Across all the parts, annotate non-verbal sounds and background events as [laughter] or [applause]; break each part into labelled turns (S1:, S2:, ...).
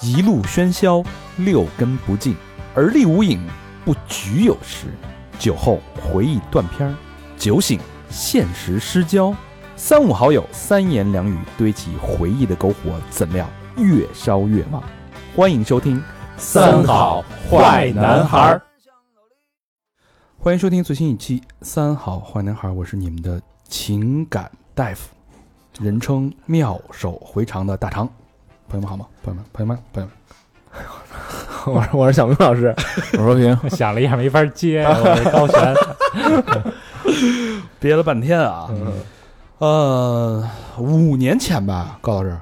S1: 一路喧嚣，六根不净，而立无影，不局有时。酒后回忆断片儿，酒醒现实失焦。三五好友三言两语堆起回忆的篝火，怎料越烧越旺。欢迎收听《
S2: 三好坏男孩
S1: [laughs]
S2: 儿》，
S1: 欢迎收听最新一期《三好坏男孩儿》，我是你们的情感大夫，人称妙手回肠的大肠。朋友们好吗？朋友们，朋友们，朋友们，
S2: 我是我是小明老师，
S3: 我说平，
S4: [laughs] 想了一下没法接，我是高璇。
S1: 憋了半天啊，
S4: 嗯
S1: 呃，五年前吧，高老师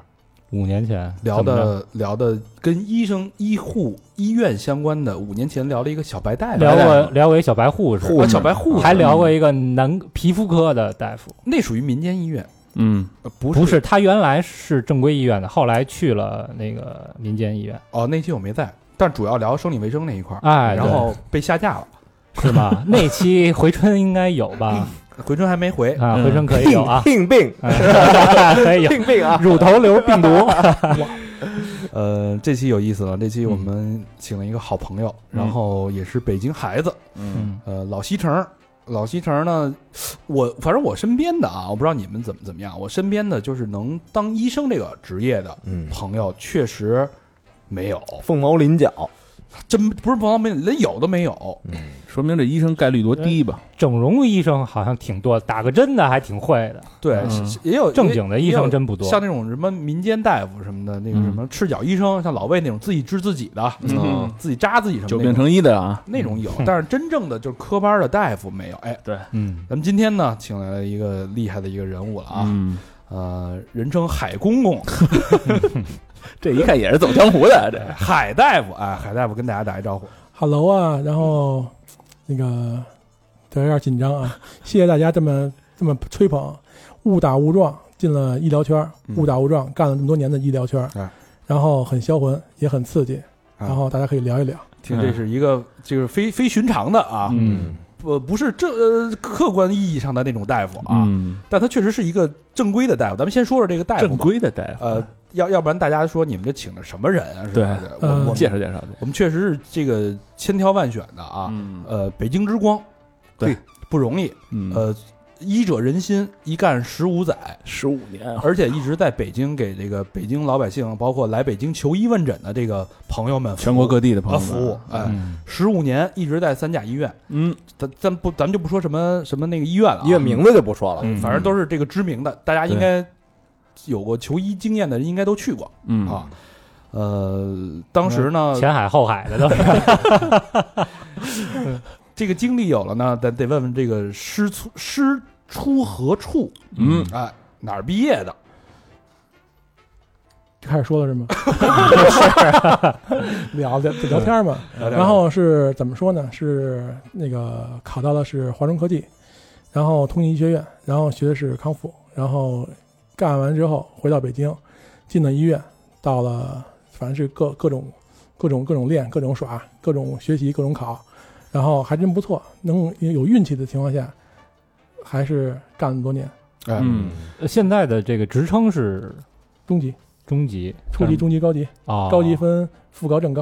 S4: 五年前
S1: 聊
S4: 怎么着
S1: 的聊的跟医生、医护、医院相关的，五年前聊了一个小白大夫，
S4: 聊过聊过一小白护士，
S1: 啊小白护士，嗯
S4: 还聊过一个男皮肤科的大夫，
S1: 那属于民间医院，
S3: 嗯，
S1: 呃不
S4: 不是他原来是正规医院的，后来去了那个民间医院，
S1: 哦，那期我没在，但主要聊生理卫生那一块儿，
S4: 哎，
S1: 然后被下架了，
S4: 对是吗？那期回春应该有吧？
S1: 回春还没回，
S4: 啊，
S3: 嗯
S4: 回春可以有
S3: [laughs]
S4: 啊，
S2: 病病
S4: 哎可 [laughs] 以有
S2: 病病啊！
S4: 乳头瘤病毒，
S1: 呃，这期有意思了，这期
S4: 嗯
S1: 我们请了一个好朋友，
S3: 嗯
S1: 然后也是北京孩子，
S3: 嗯，
S4: 嗯，
S1: 呃，老西城儿，老西城儿呢，我反正我身边的啊，我不知道你们怎么怎么样，我身边的就是能当医生这个职业的
S2: 嗯，
S1: 朋友，确实没有，
S2: 凤毛麟角，
S1: 真不是朋友没有连有都没有。
S4: 嗯
S3: 说明这医生概率多低吧？
S4: 整容医生好像挺多，打个针的还挺会的，
S1: 对，
S3: 嗯
S1: 是也有
S4: 正经的医生
S1: 也有
S4: 真不多。
S1: 像那种什么民间大夫什么的，那个
S3: 嗯
S1: 什么赤脚医生，像老魏那种自己治自己的，
S3: 嗯，
S1: 自己扎自己什么
S3: 久
S1: 的
S3: 病成医的啊，
S1: 那种有
S4: 嗯，
S1: 但是真正的就是科班的大夫没有。哎，
S4: 嗯，
S1: 咱们今天呢，请来了一个厉害的一个人物了啊，
S3: 嗯，
S1: 呃，人称海公啊公，
S3: 这一看也是走江湖的，这
S1: 海大夫，哎，海大夫跟大家打一招呼。
S5: Hello 啊，然后那个对有点紧张啊， [laughs] 谢谢大家这么这么吹捧，误打误撞进了医疗圈儿，
S1: 嗯
S5: 误打误撞干了这么多年的医疗圈儿，
S1: 哎
S5: 然后很销魂，也很刺激，
S2: 哎
S5: 然后大家可以聊一聊。
S1: 听，这是一个就是非非寻常的啊，
S3: 嗯
S1: 呃，不是这呃客观意义上的那种大夫啊，
S3: 嗯，
S1: 但他确实是一个正规的大夫。咱们先说说这个大夫吧
S3: 正，规的大夫，
S1: 呃，要要不然大家说你们这请的什么人啊？是吧
S3: 对呃
S1: 我我
S5: 嗯
S3: 介
S1: 们
S3: 绍介绍去
S1: 我们确实是这个千挑万选的啊，
S3: 嗯
S1: 呃，北京之光，
S3: 对
S1: 嘿，不容易，
S3: 嗯，
S1: 呃。医者仁心，一干十五载，
S3: 十五年啊，
S1: 而且一直在北京给这个北京老百姓，包括来北京求医问诊的这个朋友们服务，
S3: 全国各地的朋友
S1: 啊服务哎
S3: 嗯
S1: 十五年一直在三甲医院，
S3: 嗯
S1: 咱咱不咱们就不说什么什么那个医院了、啊，
S2: 医院名字就不说了，
S3: 嗯
S1: 反正都是这个知名的，大家应该有过求医经验的人应该都去过
S3: 嗯
S1: 啊，。呃，当时呢，
S4: [laughs] 前海后海的都是，
S1: 这个经历有了呢，咱得问问这个师出师出何处？
S3: 嗯，
S1: 哎，哪儿毕业的？
S5: 就 [laughs] 开始说了
S4: [laughs]
S5: 是吗？ [laughs] 聊聊聊天嘛，
S4: 嗯
S5: 然后是怎么说呢？是那个考到的是华中科技，然后通信医学院，然后学的是康复，然后干完之后回到北京，进了医院，到了反正是各各种各种各种练，各种耍，各种学习，各种考，然后还真不错，能有运气的情况下，还是干了那么多年，
S1: 哎，
S3: 嗯
S4: 呃现在的这个职称是
S5: 中级、
S2: 嗯
S4: 中级、
S5: 初级、中级、高级，
S4: 啊，
S5: 高级分副高、正高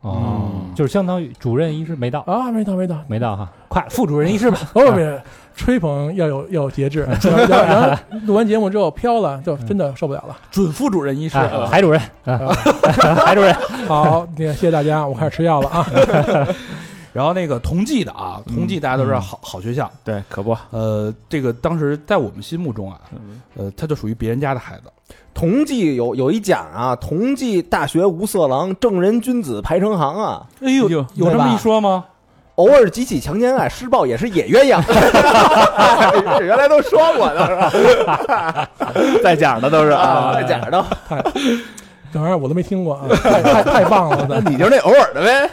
S4: 哦
S3: 嗯，
S4: 就是相当于主任医师没到，
S5: 啊，没到没到，
S4: 没到哈，快副主任医师吧，
S5: 哦，别吹捧要有要有节制，然后然后录完节目之后飘了，就真的受不了了。
S1: 准副主任医师，
S4: 哎海主任，
S5: [laughs]
S4: 啊海主任，
S5: 好，那谢谢大家，我开始吃药了啊。
S1: 然后那个同济的啊，同济大家都知道
S3: 嗯
S1: 好好学校，
S3: 对，可不，
S1: 呃，这个当时在我们心目中啊，
S3: 嗯
S1: 呃，他就属于别人家的孩子，
S2: [laughs] 同济有有一讲啊，同济大学无色狼，正人君子排成行啊。
S1: 哎
S3: 呦
S1: 有这
S2: 对
S1: 么
S2: 吧
S1: 一说吗？
S2: 偶尔几起强奸案，施暴也是野鸳鸯。原来都说过的是吧
S3: 在讲的都是
S2: 啊，
S3: 啊，
S2: 在讲的，
S5: 这玩意儿我都没听过啊，太太太棒了！
S3: 那你就是那偶尔的呗，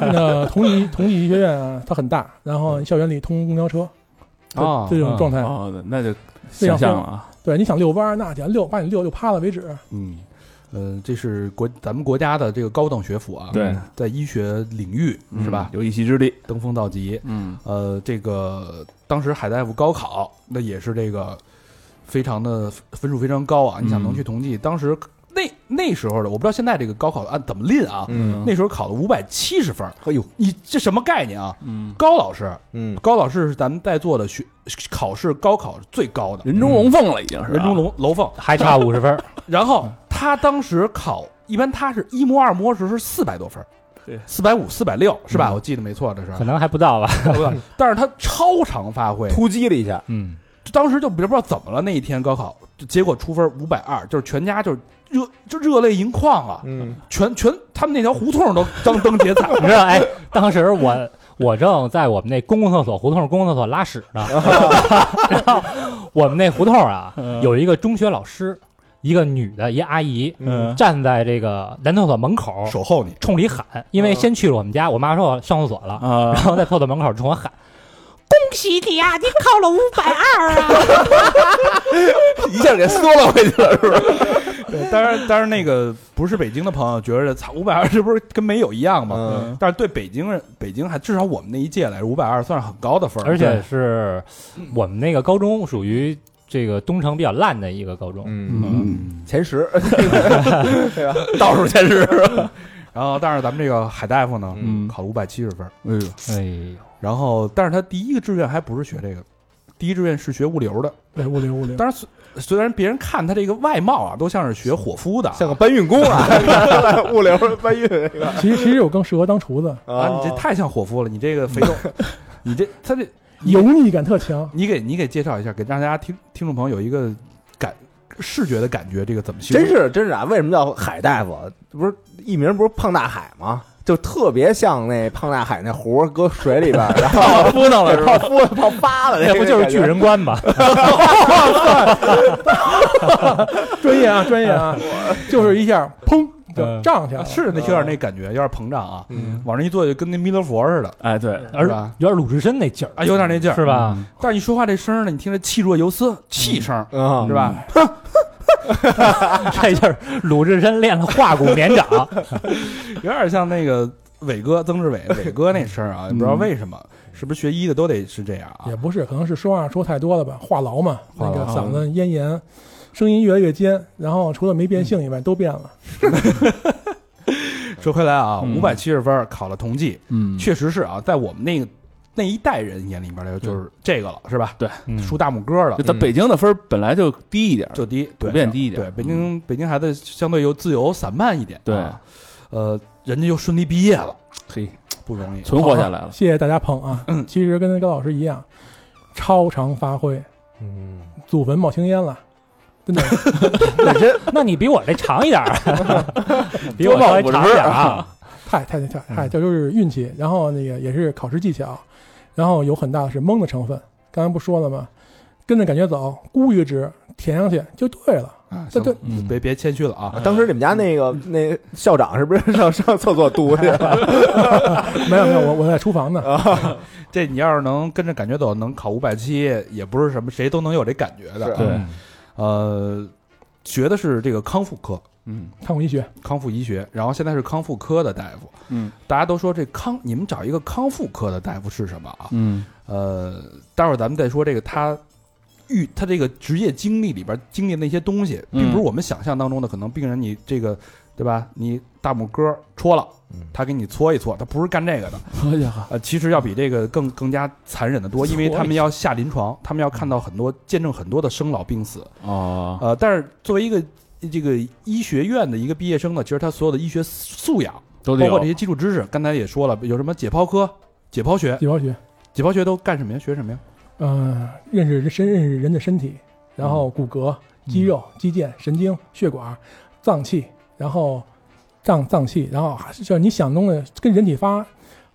S5: 那同济同济医学院啊，它很大，然后校园里通公交车
S1: 啊
S5: 这种状态，
S3: 哦，那就想象了啊，
S5: 对你想遛弯儿，那得遛把你遛遛趴了为止。
S1: 嗯，呃，这是国咱们国家的这个高等学府啊，
S3: 对，
S1: 在医学领域
S3: 嗯
S1: 是吧，
S3: 有一席之地，
S1: 登峰造极。
S3: 嗯
S1: 呃，这个当时海大夫高考，那也是这个非常的分数非常高啊，你想能去同济，当时那那时候的我不知道现在这个高考的按怎么拎啊，
S2: 嗯，
S1: 那时候考了五百七十分儿，
S2: 哎呦，
S1: 你这什么概念啊？
S3: 嗯，
S1: 高老师，
S2: 嗯，
S1: 高老师是咱们在座的学考试高考最高的，
S3: 人中龙凤了，已经是啊
S1: 人中龙楼凤。
S4: [laughs] 还差五十分
S5: 啊
S4: 儿，
S1: 然后他当时考，一般他是一模二模时是四百多分儿
S3: 对，
S1: 四百五、四百六是吧？
S4: 嗯
S1: 我记得没错，这是
S4: 可。能还不到吧。 [laughs]
S1: [laughs] 但是他超常发挥，
S2: 突击了一下，
S4: 嗯，
S1: 当时就不知道怎么了，那一天高考就结果出分五百二，就是全家就是热就热泪盈眶啊，
S2: 嗯，
S1: 全全他们那条胡同都张灯结彩。
S4: 你知道，哎，当时我我正在我们那公共厕所胡同公共厕所拉屎
S5: [laughs]
S4: 呢，然后我们那胡同啊
S3: 嗯
S4: 有一个中学老师，一个女的，一阿姨
S3: 嗯
S4: 站在这个男厕所门口
S1: [laughs] 守候你，
S4: 冲里喊，因
S5: 嗯
S4: 为先去了我们家，我妈说我上厕所了，
S3: 啊
S4: 然后在厕所门口冲我喊，
S5: 嗯
S6: 恭喜你啊，你考了五百二啊！
S3: 一下给缩了回去了，是不是？
S1: 当然当然那个不是北京的朋友觉得操五百二是不是跟没有一样嘛？
S2: 嗯
S1: 但是对北京人，北京还至少我们那一届来说，五百二算是很高的分儿，
S4: 而且
S1: 对
S4: 是我们那个高中属于这个东城比较烂的一个高中，
S2: 嗯，
S1: 嗯，
S2: 前十， [laughs]
S3: 倒数前十，
S1: 然后但是咱们这个海大夫呢，
S2: 嗯
S1: 考了五百七十分儿，
S3: 哎呦，
S4: 哎呦，
S1: 然后但是他第一个志愿还不是学这个，第一志愿是学物流的。
S5: 对，哎物流物流，
S1: 当然虽虽然别人看他这个外貌啊，都像是学火夫的啊，
S2: 像个搬运工啊，物流搬运这个
S5: 其实其实我更适合当厨子，
S1: 啊，你这太像火夫了，你这个肥肉，你这他这，
S5: 油腻感特强。
S1: 你给你给介绍一下，给让大家听听众朋友有一个感视觉的感觉，这个怎么形
S2: 真
S1: 容？
S2: 是真是啊！为什么叫海大夫？不是艺名不是胖大海吗？就特别像那胖大海那壶搁水里边，然后
S3: 扑腾了是吧？
S2: [laughs] 泡敷泡发了，
S4: 那不就是巨？人观吗？
S5: 专业啊，专业啊，就是一下砰就
S4: 嗯
S5: [laughs] 胀起来了。
S1: 哎是那有点那感觉，有点膨胀啊，
S2: 嗯
S1: 往那一坐就跟那弥勒佛似的
S3: 哎，对，
S4: [laughs] 而
S1: 是吧
S4: 有点鲁智深那劲儿 [laughs]
S1: 啊，有点那劲儿
S4: 是？吧？
S1: 但是一说话这声儿呢，你听着气若游丝，气声
S2: 啊
S1: 是吧？
S4: 这就是鲁智深练了化骨绵掌，
S1: 有点像那个伟哥曾志
S3: [laughs]
S1: 伟，伟哥那声儿
S3: 嗯
S1: 啊，也不知道为什么，是不是学医的都得是这样啊
S5: 也？不是，可能是说话说太多了吧，话痨嘛，
S1: 话
S5: 那
S1: 痨啊
S5: 个嗓子咽炎，声音越来越尖，然后除了没变性以
S1: 嗯
S5: 外都变了。
S1: 说回来啊，
S3: 嗯
S1: 五百七十分儿考了同济，
S3: 嗯
S1: 确实是啊，在我们那个那一代人眼里边来说，就是这个了，是吧？
S4: 嗯
S1: 出大拇哥了
S3: 就，咱北京的分儿本来就低一点儿，
S1: 就低，
S3: 普
S1: 对
S3: 遍低一点嗯
S1: 对，北京北京孩子相对又自由散漫一点，
S3: 对
S1: 啊，呃，人家又顺利毕业了，
S3: 嘿，
S1: 不容易。
S3: 存活下来了。
S5: 谢谢大家捧啊！
S1: 嗯
S5: 其实跟高老师一样，超常发挥，
S2: 嗯，
S5: 祖坟冒青烟了，真的。
S4: 那你比我这长一点儿啊，比我稍微长一点儿啊。
S5: 太太太太，
S1: 嗯
S5: 这就是运气，然后那个也是考试技巧，然后有很大的是蒙的成分。刚才不说了吗？跟着感觉走，估一值填上去就对了。
S1: 啊
S5: 这
S1: 行
S5: 这
S3: 嗯
S1: 别别谦虚了啊，
S2: 当时你们家那个那校长是不是上上厕所堵去 [laughs] 了？
S5: 没有没有，我我在厨房
S1: 啊
S5: 呢。
S1: 这你要是能跟着感觉走，能考五百七，也不是什么谁都能有这感觉的。
S2: 是
S3: 对，
S1: 呃，学的是这个康复科，
S3: 嗯
S5: 看我医学，
S1: 康复医学，然后现在是康复科的大夫。
S3: 嗯
S1: 大家都说这康，你们找一个康复科的大夫是什么啊？
S3: 嗯
S1: 呃，待会儿咱们再说这个他遇他这个职业经历里边经历的那些东西，
S3: 嗯
S1: 并不是我们想象当中的，可能病人你这个对吧？你大拇哥戳了
S2: 嗯。
S1: 他给你搓一搓，他不是干这个的，
S3: 好家伙，
S1: 呃，其实要比这个更更加残忍的多，因为他们要下临床，他们要看到很多见证很多的生老病死，
S3: 哦，
S1: 呃，但是作为一个这个医学院的一个毕业生呢，其实他所有的医学素养，
S3: 都得
S1: 包
S3: 有
S1: 括这些基础知识，刚才也说了，有什么解剖科、解剖学，
S5: 解剖学，
S1: 解剖学都干什么呀？学什么呀？
S5: 呃，认识身认识人的身体，然后
S1: 嗯
S5: 骨骼、肌肉、肌腱、神经、血管、脏器，然后脏脏器，然后还是就是你想中的跟人体发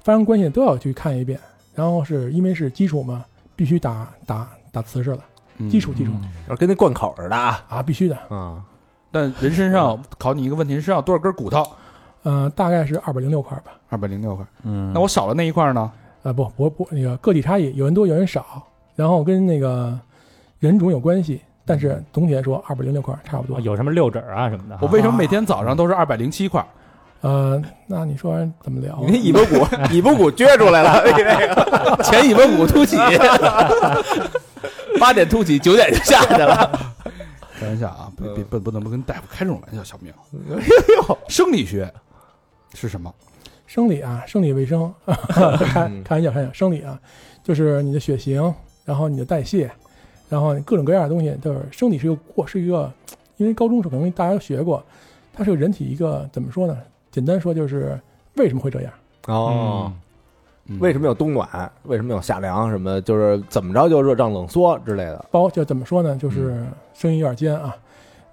S5: 发生关系的都要去看一遍。然后是因为是基础嘛，必须打打打瓷实了，
S1: 嗯
S5: 基础基础
S2: 跟那灌口似的啊！
S5: 啊，必须的。
S2: 啊，
S1: 但人身上考你一个问题，身上有多少根骨头？
S5: 呃，大概是二百零六块吧。
S1: 二百零六块。
S3: 嗯，
S1: 那我少了那一块呢？
S5: 呃，不不不，那个个体差异，有人多有人少，然后跟那个人种有关系，但是
S1: 嗯
S5: 总体来说，二百零六块差不
S1: 哎
S5: 多。
S4: 有什么六指啊什么的啊，
S1: 我为什么每天早上都是二百零七块？
S5: 呃，那你说怎么聊啊？
S2: 你那尾巴
S3: [laughs]
S2: 骨尾巴骨撅出来了，你那个
S3: 前一温 [laughs] 骨突起，八点突起，九点就下去了。
S1: 呃玩笑啊，别别不不能不跟大夫开这种玩笑，小明。
S2: 哎呦，
S1: 生理学是什么？
S5: 生理啊，生理卫生，开
S2: 嗯
S5: 开玩笑，开玩笑，生理啊，就是你的血型，然后你的代谢，然后各种各样的东西，就是生理是一个过，是一个，因为高中时候可能大家都学过，它是个人体一个怎么说呢？简单说就是为什么会这样？
S2: [laughs] 哦，
S1: 嗯
S2: 为什么有冬暖？为什么有夏凉？什么就是怎么着就热胀冷缩之类的？
S5: 包就怎么说呢？就是声音有点尖啊。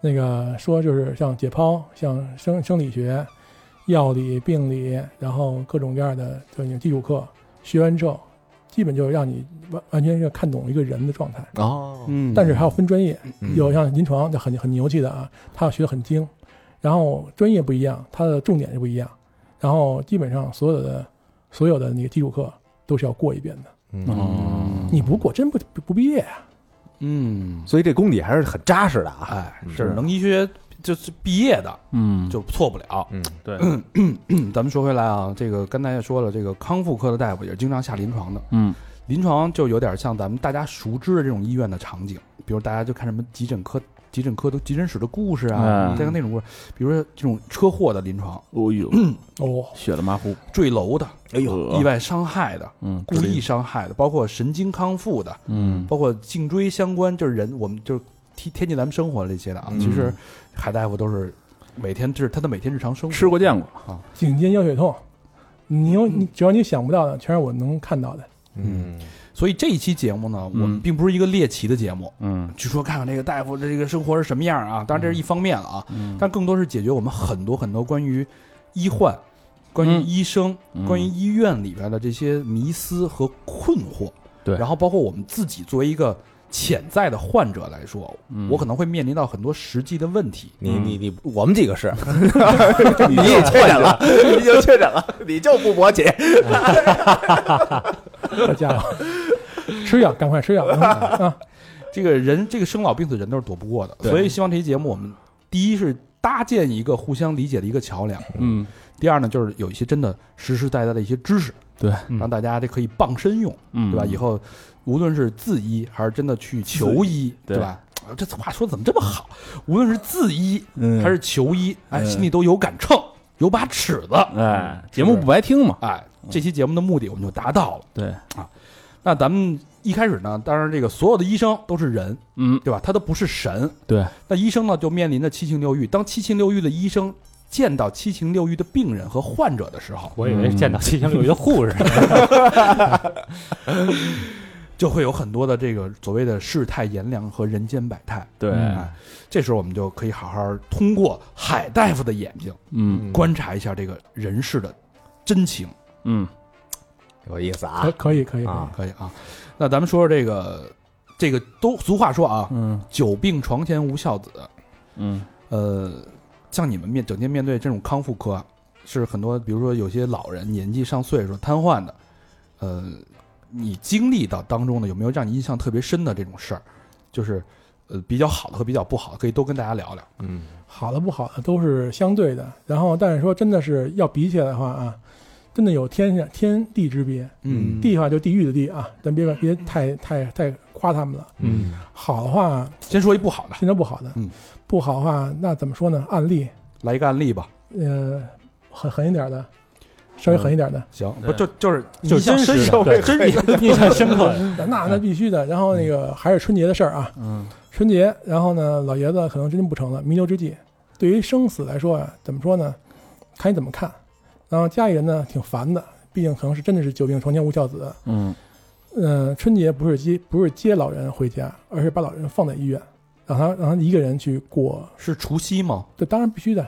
S5: 那个说就是像解剖、像生生理学、药理、病理，然后各种各样的就你的基础课、学完之后，基本就是让你完完全要看懂一个人的状态。
S2: 哦，
S1: 嗯
S5: 但是还要分专业，
S2: 嗯
S5: 有像临床就很很牛气的啊，他学的很精，然后专业不一样，它的重点就不一样，然后基本上所有的所有的你的基础课都是要过一遍的，
S2: 嗯，
S1: 哦，
S5: 你不过真不不不毕业啊。
S1: 嗯，
S2: 所以这功底还是很扎实的啊。
S1: 哎，
S2: 嗯
S1: 是能医学就是毕业的
S3: 嗯，
S1: 就错不了。
S2: 嗯，
S3: 对，
S1: 嗯，咱们说回来啊，这个刚才也说了，这个康复科的大夫也是经常下临床的。
S3: 嗯，
S1: 临床就有点像咱们大家熟知的这种医院的场景，比如大家就看什么急诊科、急诊科的急诊室的故事啊，
S3: 嗯
S1: 再看那种故事，比如说这种车祸的临床，
S3: 哦呦，
S5: 哦，
S3: 血了麻糊，
S1: 坠楼的、
S3: 哎呦
S1: 意，外伤害的、
S3: 嗯，
S1: 故意，伤害的，包括神经康复的，
S3: 嗯，
S1: 包括颈椎相关，就是人我们就是贴贴近咱们生活的这些的啊。
S2: 嗯
S1: 其实海大夫都是每天这是他的每天日常生活。
S3: 吃过见过，
S5: 颈肩腰血痛，你有你只要你想不到的，全是我能看到的。
S2: 嗯，
S1: 所以这一期节目呢，我们
S3: 嗯
S1: 并不是一个猎奇的节目，
S3: 嗯
S1: 据说看看这个大夫的这个生活是什么样啊。当然这是一方面了啊，
S3: 嗯，
S1: 但更多是解决我们很多很多关于医患、关于
S3: 嗯
S1: 医生、
S3: 嗯
S1: 关于医院里边的这些迷思和困惑。
S3: 对
S1: 然后包括我们自己作为一个潜在的患者来说，
S3: 嗯
S1: 我可能会面临到很多实际的问题。
S2: 你
S3: 嗯
S2: 你你，我们几个是，
S3: 你也确诊了，
S2: 你就确诊了，你就不勃起。
S5: 好
S2: [laughs]
S5: 家伙，吃药，赶快吃药！啊，
S1: 这个人，这个生老病死，人都是躲不过的。
S3: 对
S1: 所以希望这期节目，我们第一是搭建一个互相理解的一个桥梁，
S3: 嗯，
S1: 第二呢，就是有一些真的实实在在的一些知识，
S3: 对，
S1: 嗯让大家这可以傍身用，
S3: 嗯
S1: 对吧？以后无论是自医还是真的去求医，
S3: 对
S1: 对吧？啊这话说得怎么这么好？无论是自医
S3: 嗯
S1: 还是求医，哎，
S3: 嗯
S1: 心里都有杆秤，有把尺子，
S3: 哎，节目不白听嘛，
S1: 哎，这期节目的目的我们就达到了。
S3: 嗯
S1: 啊
S3: 对，
S1: 那咱们一开始呢，当然这个所有的医生都是人，
S3: 嗯，
S1: 对吧？他都不是神，
S3: 对。
S1: 那医生呢，就面临着七情六欲。当七情六欲的医生见到七情六欲的病人和患者的时候，
S4: 我以为见到七情六欲的护士，
S1: 就会有很多的这个所谓的世态炎凉和人间百态。
S3: 对，
S1: 哎，这时候我们就可以好好通过海大夫的眼睛
S3: 嗯
S1: 观察一下这个人世的真情，
S3: 嗯，
S2: 有意思啊
S5: 可可以可以可以
S2: 啊，
S1: 可以啊？那咱们说说这个，这个都俗话说啊，
S3: 嗯
S1: 久病床前无孝子。
S3: 嗯
S1: 呃，像你们面整天面对这种康复科啊，是很多，比如说有些老人年纪上岁数瘫痪的，呃，你经历到当中的有没有让你印象特别深的这种事儿？就是呃比较好的和比较不好的，可以都跟大家聊聊。
S2: 嗯，
S5: 好的不好的都是相对的。然后，但是说真的是要比起来的话啊，真的有天上天地之别，
S2: 嗯
S5: 地的话就地狱的地啊，咱别别太太太夸他们了。
S2: 嗯，
S5: 好的话，
S1: 先说一不好的，
S5: 先说不好的
S1: 嗯，
S5: 不好的话，那怎么说呢？案例，
S1: 来一个案例吧。
S5: 呃，狠狠一点的，稍微狠一点的，
S1: 行，
S3: 对
S1: 不就就是
S5: 就是
S1: 印象
S5: 真
S1: 深
S5: 实的
S1: 刻
S4: 对
S1: 真是印象
S4: [laughs] 印象深
S5: [laughs]
S4: 刻。
S5: 那那必须的。然后那个还是春节的事儿啊，
S3: 嗯
S5: 春节，然后呢，老爷子可能真不成了，弥留之际，对于生死来说啊，怎么说呢？看你怎么看。然后家里人呢，挺烦的，毕竟可能是真的是久病床前无孝子。
S3: 嗯
S5: 嗯、春节不是接不是接老人回家，而是把老人放在医院，让他让他一个人去过。
S1: 是除夕吗？
S5: 这当然必须的。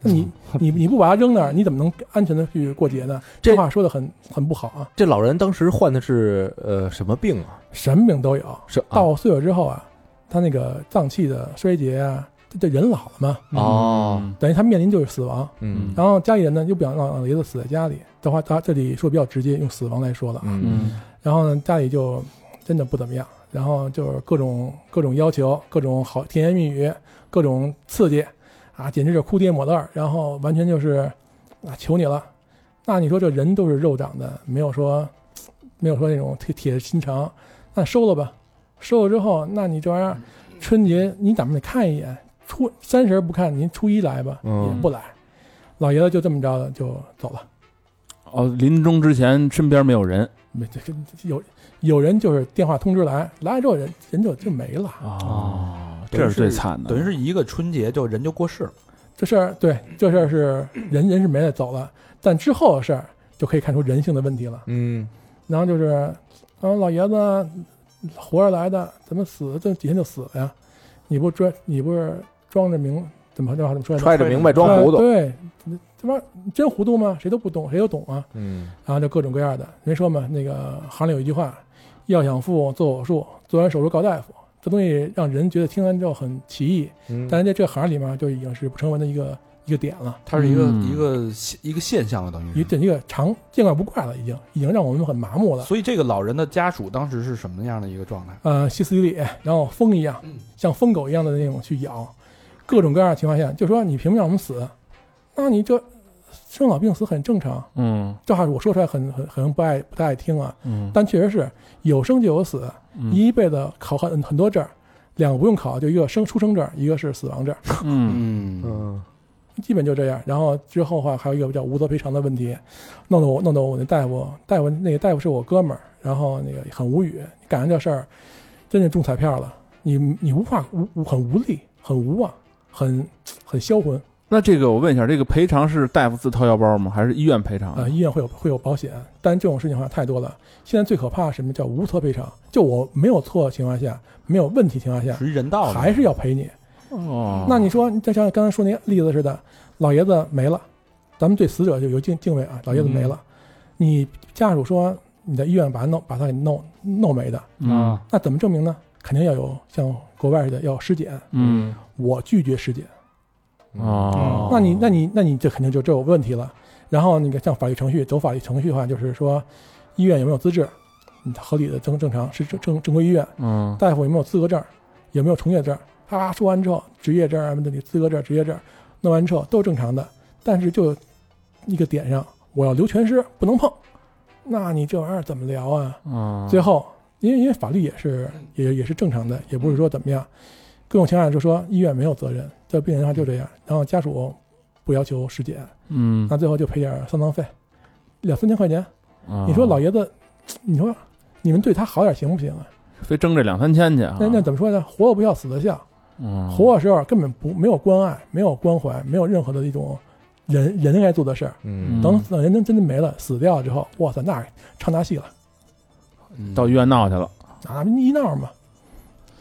S5: 那你你你不把他扔那儿，你怎么能安全的去过节呢？
S2: 嗯这
S5: 话说的很很不好啊，
S2: 这老人当时患的是呃什么病啊？
S5: 什么病都有。
S2: 是啊
S5: 到岁数之后啊，他那个脏器的衰竭啊，这这人老了嘛，
S2: 哦，
S5: 等于他面临就是死亡。
S2: 嗯
S5: 然后家里人呢又不想让老爷子死在家里的话，他这里说比较直接，用死亡来说了。
S2: 嗯
S3: 嗯
S5: 然后呢，家里就真的不怎么样，然后就是各种各种要求，各种好甜言蜜语，各种刺激，啊，简直是哭爹抹泪儿，然后完全就是啊，求你了。那你说这人都是肉长的，没有说没有说那种铁铁的心肠，那收了吧。收了之后，那你这玩意儿春节你怎么得看一眼？初三十儿不看，您初一来吧，
S2: 嗯
S5: 也不来。老爷子就这么着就走了，
S3: 哦，临终之前身边没有人
S5: 没这个有有人就是电话通知来，来了之后人人就就没了。
S3: 哦，
S1: 啊等于
S3: 这是最
S1: 是
S3: 惨的，
S1: 等于是一个春节就人就过世了。
S5: 这事儿对这事儿是人人是没了走了，但之后的事儿就可以看出人性的问题了。
S2: 嗯
S5: 然后就是，啊，老爷子活着来的，怎么死这几天就死了呀？你不装，你不是装着明，怎么叫什么说来着呃
S2: 揣着明白装糊涂，
S5: 对，他妈真糊涂吗？谁都不懂，谁都懂啊。
S2: 嗯
S5: 然后就各种各样的，人说嘛，那个行里有一句话，要想富做手术，做完手术告大夫。这东西让人觉得听完之后很奇异，
S2: 嗯
S5: 但是在这个行里面就已经是不成文的一个一个点了，
S1: 它是一个、
S3: 嗯
S1: 一个现一个现象了，等于
S5: 一
S1: 是。
S5: 这一个常见怪不怪了，已经已经让我们很麻木了。
S1: 所以这个老人的家属当时是什么样的一个状态？
S5: 呃，歇斯底里，然后疯一样，像疯狗一样的那种去咬，各种各样的情况下，就说你凭什么让我们死？那你这生老病死很正常，
S3: 嗯
S5: 这话我说出来很很很不爱不太爱听啊，
S3: [laughs] 嗯
S5: 但确实是有生就有死，一辈子考很很多证儿，两个不用考，就一个生出生证儿，一个是死亡证儿，
S3: 嗯
S1: 嗯，
S2: 嗯
S5: 基本就这样。然后之后的话还有一个叫无责赔偿的问题，弄得我弄得我那大夫，大夫那个大夫是我哥们儿，然后那个很无语，赶上这事儿，真是中彩票了，你你无话无无很无力，很无望，很很销魂
S3: 那这个我问一下，这个赔偿是大夫自掏腰包吗？还是医院赔偿？
S5: 啊、呃医院会有会有保险，但这种事情的话太多了。现在最可怕的是什么叫无责赔偿？就我没有错的情况下，没有问题情况下
S1: 属，于人道的，
S5: 嗯还是要赔你。
S3: 哦，
S5: 呃那你说，你再像刚才说那个例子似的，老爷子没了，咱们对死者就有敬敬畏啊，老爷子没了，你家属说你在医院把他弄把他给弄弄没的，
S3: 嗯
S5: 那怎么证明呢？肯定要有像国外似的要尸检，
S3: 嗯
S5: 我拒绝尸检，
S3: 哦，
S5: 嗯那你那你那你这肯定就这有问题了。然后那个像法律程序走法律程序的话，就是说医院有没有资质，你合理的正正常是正正正规医院，
S3: 嗯
S5: 大夫有没有资格证儿，有没有从业证儿，啪啪说完之后，职业证儿啊，那里资格证儿、职业证儿，弄完之后都是正常的。但是就一个点上，我要留全尸，不能碰。那你这玩意儿怎么聊啊？
S3: 嗯，
S5: 最后，因为因为法律也是也也是正常的，也不
S3: 嗯
S5: 是说怎么样。各种情况下就说医院没有责任，这病人的话就这样。然后家属不要求尸检，
S3: 嗯，啊
S5: 那最后就赔点儿丧葬费，两三千块钱。你说老
S3: 爷
S5: 爷子，你说你们对他好点儿行不行啊？
S3: 非争这两三千去啊？
S5: 那那怎么说呢？活的不要，死的笑。
S3: 嗯
S5: 活的时候根本不没有关爱，没有关怀，没有任何的一种人人该做的事儿。
S2: 嗯
S5: 等等人真真的没了，死掉了之后，哇塞，那唱大戏了
S1: 嗯
S3: 到医院闹去了，
S5: 啊！医闹嘛，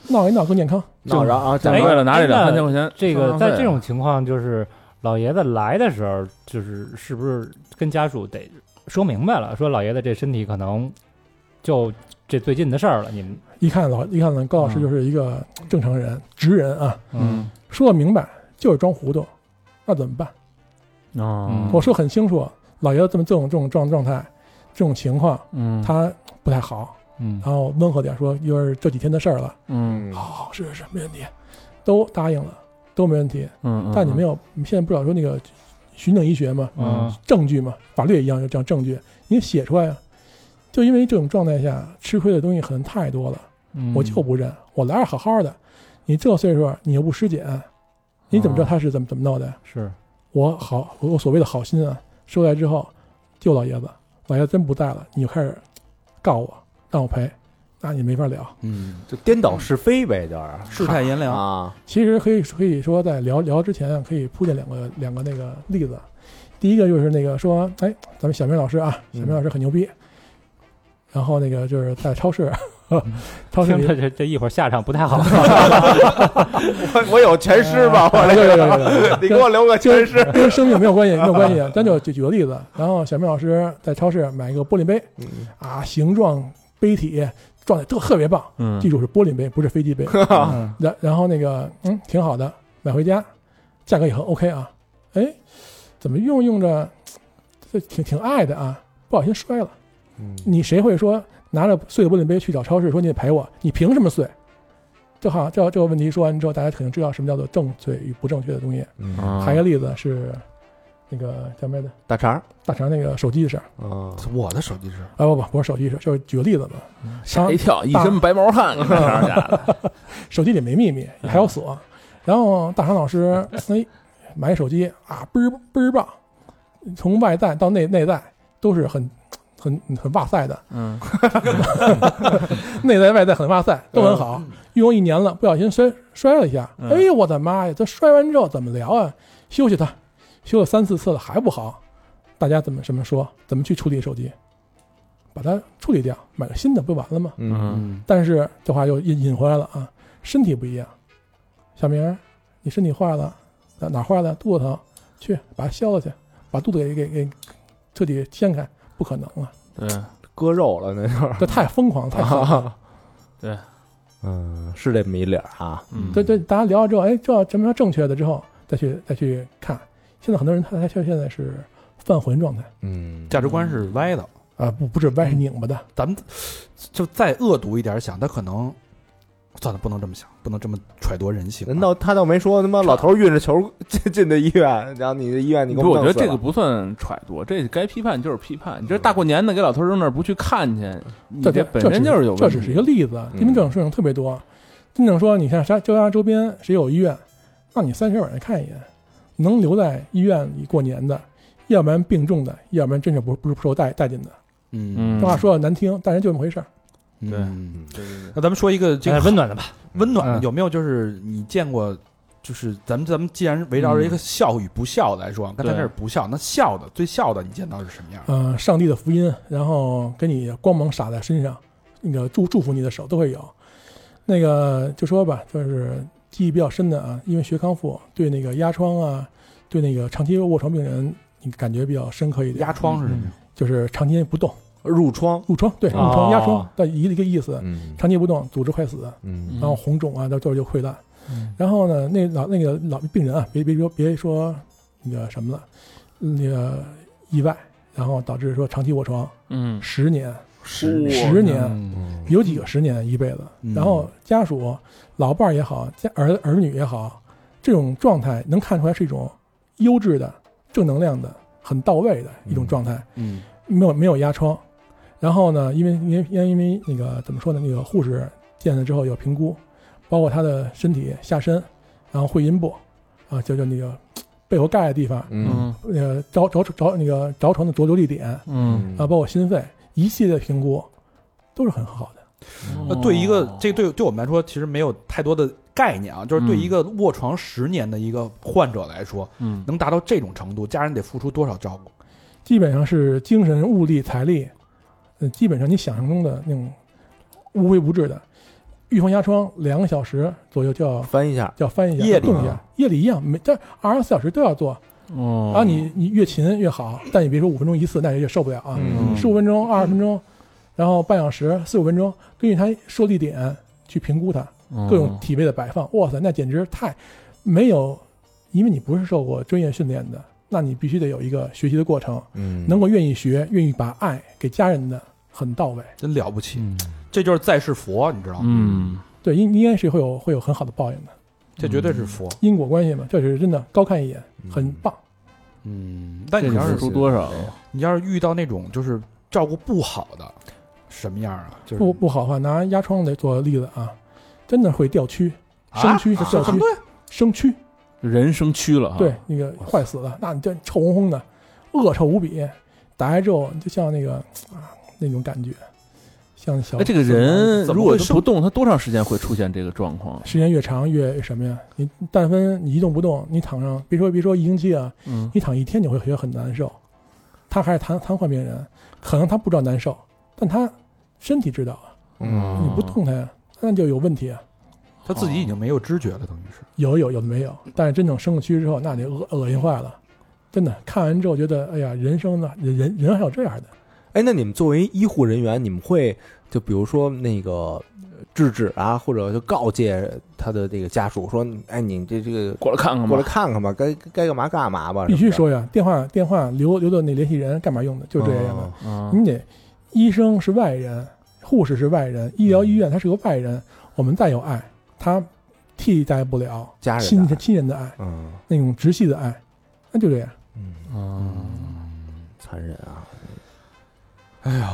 S5: 闹一闹更健康。
S2: 闹着啊，
S3: 就
S2: 讲
S3: 为
S2: 到
S4: 哎
S3: 了拿这
S4: 那
S3: 两三千块钱
S4: 这个
S3: 丧葬
S4: 在
S3: 费啊
S4: 这种情况，就是老爷子来的时候，就是是不是跟家属得说明白了，说老爷子这身体可能就这最近的事儿了，你们
S5: 一看老一看呢，高老师就是一个正常人、直人啊，
S3: 嗯
S5: 说明白就是装糊涂，那怎么办？嗯
S3: 哦，
S5: 我说很清楚，老爷子这么这种这种状状态，这种情况
S3: 嗯
S5: 他不太好，
S3: 嗯 [laughs]
S5: 然后温和点说，又是这几天的事儿了。
S3: 嗯
S5: 好、是是没问题，都答应了，都没问题。
S3: 嗯，
S5: 但你没
S3: 有
S5: 有，你现在不知道说那个寻证医学嘛，
S4: 嗯
S5: 证据嘛，法律也一样，有这样证据，你写出来啊。就因为这种状态下，吃亏的东西可能太多了，
S4: 嗯
S5: 我就不认，我来是好好的，你这岁数啊你又不尸检，你怎么知道他是怎么怎么弄的？
S4: 是
S5: 我好，我所谓的好心啊，收来之后救老爷子，老爷子真不在了，你就开始告我，让我赔，那你没法聊。
S1: 嗯，
S2: 就颠倒是非呗，就是
S1: 世态炎凉，
S2: 啊，
S5: 其实可以可以说，在聊聊之前啊，可以铺垫两个两个那个例子。第一个就是那个说，哎，咱们小明老师啊，小
S2: 嗯
S5: 明老师很牛逼。然后那个就是在超市，超市
S4: 听
S5: 里
S4: 着这这一会儿下场不
S5: [laughs]
S4: 太好，
S2: 我我有全尸吧，我这
S5: 有有有
S2: 个，
S5: 有有
S2: 你给我留个全尸，
S5: 跟生命没有关系，没有关系。咱就举举个例子，然后小明老师在超市买一个玻璃杯啊，形状杯体状态特特别棒，
S3: 嗯
S5: 记住是玻璃杯，不是飞机杯。然然后那个嗯，挺好的，买回家，价格也很 OK 啊。哎，怎么用用着，这挺挺爱的啊，不小心摔了。
S2: 嗯
S5: 你谁会说拿着碎的玻璃杯去找超市说你得赔我？你凭什么碎？这好，这这个
S3: 啊
S5: 问题说完之后，大家肯定知道什么叫做正确与不正确的东西。
S2: 嗯
S5: 还有一个例子是，那个叫咩的
S2: 大肠儿，
S5: 大肠那个手机的事儿。
S2: 嗯，
S1: 我的手机是
S5: 啊不不不是手机的事儿，就是举个例子嘛。
S3: 吓一哎跳，一
S5: 啊大
S3: 身白毛汗，你看哪儿
S5: [laughs]
S3: 家的？
S5: 手机里没秘密，还有锁。然后大长老师，哎，买一手机啊，倍儿倍儿棒，从外带到内内在都是很很很哇塞的，
S3: 嗯，
S5: 内在外在很哇塞，都很好。用一年了，不小心摔摔了一下，
S3: 嗯
S5: 哎呦我的妈呀！这摔完之后怎么疗啊？休息它，修了三四次了还不好，大家怎么怎么说？怎么去处理手机？把它处理掉，买个新的不就完了吗？
S3: 嗯
S5: 但是这话又引引回来了啊，身体不一样。小明儿，你身体坏了，哪哪坏了？肚子疼，去把它消了去，把肚子给给给彻底掀开，不可能了，
S3: 对，
S2: 割肉了那就是。
S5: 这太疯狂，太疯
S2: 啊
S5: 狂了。
S3: 对，
S2: 嗯，是这么一理儿啊。
S3: 嗯，
S5: 对对，大家聊了之后，哎，知道什么叫正确的之后，再去再去看。现在很多人他他他现在是犯浑状态
S2: 嗯，
S1: 价值观是歪的。
S5: 啊，不不是歪是拧巴的，
S1: 咱们就再恶毒一点想，他可能算了，不能这么想，不能这么揣度人性啊。
S2: 人倒他倒没说他妈老头儿 [laughs] 运着球进进的医院，然后你的医院你给
S3: 不，我
S2: 弄
S3: 觉得
S2: 死
S3: 这个
S2: 了
S3: 不算揣度，这该批判就是批判。你
S1: 嗯
S3: 这大过年的给老头扔那儿不去看去，你
S5: 这
S3: 这本身
S5: 这
S3: 就是有问题。嗯
S5: 这只是一个例子，因为这种事情特别多。真正说，你看啥，就家周边谁有医院，那你三十晚上看一眼，能留在医院里过年的，要不然病重的，要不然真是不不是不受待待见的。
S1: 嗯
S3: 嗯，
S5: 这话说的难听，但是就这么回事儿。
S1: 嗯
S3: 对
S1: 嗯
S3: 对对对
S1: 那咱们说一个这个
S4: 哎温暖的吧，
S1: 温暖的，
S4: 嗯
S1: 有没有就是你见过？就是咱们咱们既然围绕着一个笑与不笑来说，刚才
S3: 对
S1: 这是不笑，那笑的最笑的你见到是什么样？
S5: 呃，上帝的福音，然后给你光芒洒在身上，那个祝祝福你的手都会有。那个就说吧，就是记忆比较深的啊，因为学康复对那个压疮啊，对那个长期卧床病人，你感觉比较深刻一点。
S1: 压疮是什么样？
S5: 就是长时间不动，
S2: 褥疮，
S5: 褥疮对，褥
S2: 哦
S5: 疮、压疮，但一个一个意思，
S2: 嗯
S5: 长期不动，组织快死，
S2: 嗯
S5: 然后红肿啊，到最后就溃烂。
S4: 嗯
S5: 然后呢，那老那个老病人啊，别别说别说那个什么了，嗯那个意外，然后导致说长期卧床
S3: 嗯，
S5: 十年，
S1: 是
S5: 十年，
S4: 嗯
S5: 有几个十年一辈子
S1: 嗯？
S5: 然后家属、老伴儿也好，家儿儿女也好，这种状态能看出来是一种优质的、正能量的、很到位的一种状态。
S1: 嗯
S5: 没有没有压疮，然后呢，因为因为因为因为那个怎么说呢，那个护士见了之后有评估，包括他的身体下身，然后会阴部，啊，就就那个背后盖的地方，
S2: 嗯
S5: 那个着着着那个着床的着流地点啊，
S3: 嗯，
S5: 包括心肺一系列评估都是很好的。
S1: 那
S2: 嗯
S1: 对一个这对对我们来说，其实没有太多的概念啊，就是对
S3: 嗯
S1: 一个卧床十年的一个患者来说，
S3: 嗯
S1: 能达到这种程度，家人得付出多少照顾？
S5: 基本上是精神、物力、财力，呃，基本上你想象中的那种无微不至的。预防压疮两个小时左右就要
S2: 翻一下，
S5: 就要翻一下，
S1: 夜里
S5: 动
S1: 啊
S5: 一下，夜里一样，每但二十四小时都要做。
S3: 哦，
S5: 然后嗯啊你你越勤越好，但你别说五分钟一次，那也也受不了啊。
S2: 嗯
S5: 十五分钟、二十分钟，然后半小时、四五分钟，根据他说地点去评估
S3: 哦
S5: 它
S3: 嗯
S5: 各种体位的摆放。哇塞，那简直太没有，因为你不是受过专业训练的，那你必须得有一个学习的过程，
S2: 嗯
S5: 能够愿意学，愿意把爱给家人的很到位。
S1: 真了不起，
S4: 嗯
S1: 这就是在世佛，你知道吗？
S3: 嗯，
S5: 对，应应该是会有会有很好的报应的
S1: 这绝对是佛。
S5: 因果关系嘛，这是真的，高看一眼，
S2: 嗯
S5: 很棒。
S1: 嗯，但
S3: 这
S1: 你
S3: 你
S1: 要
S3: 付
S1: 是
S3: 出多少？
S5: 嗯
S1: 你要是遇到那种就是照顾不好的，什么样啊？就是
S5: 不不好的话，拿压疮来做例子啊，真的会掉蛆、
S1: 啊
S5: 生蛆、
S1: 什
S5: 掉
S1: 么
S5: 蛆、生蛆，
S3: 人生蛆了哈。
S5: 对，那个坏死了，那你这臭烘烘的，恶臭无比，打开之后就像那个啊那种感觉，像小
S3: 哎，这个人
S1: 怎么
S3: 如果
S1: 会
S3: 他
S1: 生
S3: 不动，他多长时间会出现这个状况？
S5: 时间越长越什么呀？你但凡你一动不动，你躺上，别说别说一星期啊，
S3: 嗯
S5: 你躺一天你会觉得很难受。他还是瘫瘫痪病人，可能他不知道难受，但他身体知道
S3: 哦
S5: 啊，
S2: 嗯
S5: 你不动他呀，那就有问题啊。
S1: 他自己已经没有知觉了，等于是。
S5: 有有有的没有，但是真正生了蛆之后，那得恶恶心坏了，真的看完之后觉得，哎呀，人生呢，人人人还有这样的，
S2: 哎，那你们作为医护人员，你们会就比如说那个呃制止啊，或者就告诫他的这个家属说，哎，你这这个
S3: 过来看看吧
S2: 过来。看看吧，该该干嘛干嘛吧，
S5: 必
S2: 是
S5: 须
S2: 不是
S5: 说呀，电话电话留留的那联系人干嘛用的？就这样
S2: 哦
S5: 的，
S3: 嗯，
S5: 你得医生是外人，护士是外人，医疗医院他是个外人，我们再有爱，他替代不了
S2: 家人
S5: 亲
S2: 的，
S5: 亲人的爱，
S2: 嗯
S5: 那种直系的爱，那就这样，
S2: 嗯，
S3: 嗯，
S2: 残忍啊，
S1: 哎呀，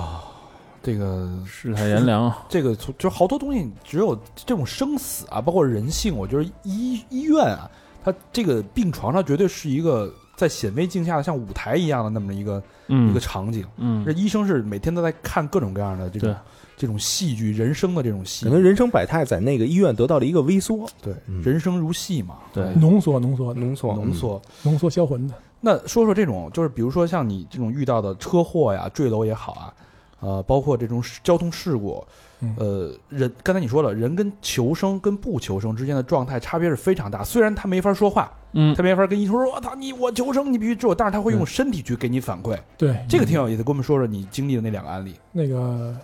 S1: 这个
S3: 世态
S1: [laughs]
S3: 炎凉，
S1: 这个从就好多东西，只有这种生死啊，包括人性，我觉得医医院啊，它这个病床上绝对是一个在显微镜下的像舞台一样的那么一个、一
S3: 嗯
S1: 个场景。
S3: 嗯
S1: 这，医生是每天都在看各种各样的这种
S3: 对
S1: 这种戏剧，人生的这种戏
S2: 可，能人生百态在那个医院得到了一个微缩，
S1: 对，
S2: 嗯
S1: 人生如戏嘛，哎
S3: 对
S5: 浓缩、浓缩、
S2: 浓缩，
S1: 浓缩。
S5: 浓缩销魂的。
S1: 那说说这种，就是比如说像你这种遇到的车祸呀、坠楼也好啊，呃，包括这种交通事故，
S5: 嗯
S1: 呃，人刚才你说了，人跟求生跟不求生之间的状态差别是非常大。虽然他没法说话，
S3: 嗯
S1: 他没法跟医生说“我操你，我求生，你必须救我”，但是他会用身体去给你反馈，
S5: 对，
S1: 这个挺有意思。给我们说说你经历的那两个案例。
S5: 那个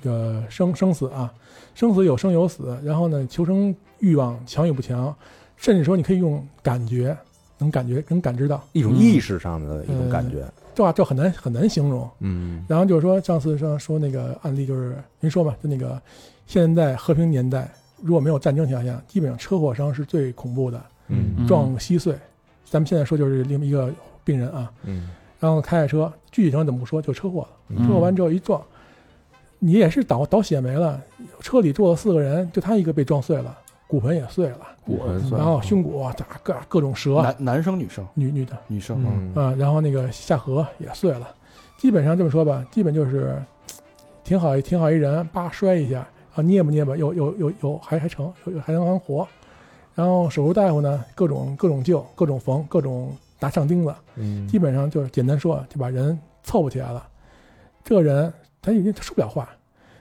S5: 这个生生死啊，生死有生有死，然后呢，求生欲望强与不强，甚至说你可以用感觉能感觉能感知到，
S2: 一种意识上的一种
S5: 嗯
S2: 感觉，
S5: 这话这很难很难形容。
S2: 嗯
S5: 然后就是说上次上说那个案例就是您说吧，就那个现在和平年代，如果没有战争情况下，基本上车祸伤是最恐怖的，
S2: 嗯
S5: 撞稀碎。咱们现在说就是另一个病人啊，
S2: 嗯
S5: 然后开着车，具体情况怎么不说，就车祸了。
S3: 嗯
S5: 车祸完之后一撞，你也是倒倒血霉了，车里坐了四个人，就他一个被撞碎了，骨盆也碎了，
S2: 骨盆碎了
S5: 然后胸骨啊，各各种折，
S1: 男男生、女生，
S5: 女女的啊、
S1: 女生，
S2: 嗯
S5: 然后那个下颌也碎了，基本上这么说吧，基本就是嘖挺好一挺好一人，叭摔一下，啊捏吧捏吧，又又又又还还成，又又还能还活，然后手术大夫呢，各种各种救，各种缝，各种打上钉子，
S2: 嗯
S5: 基本上就是简单说啊，就把人凑不起来了。这个人他已经他说不了话，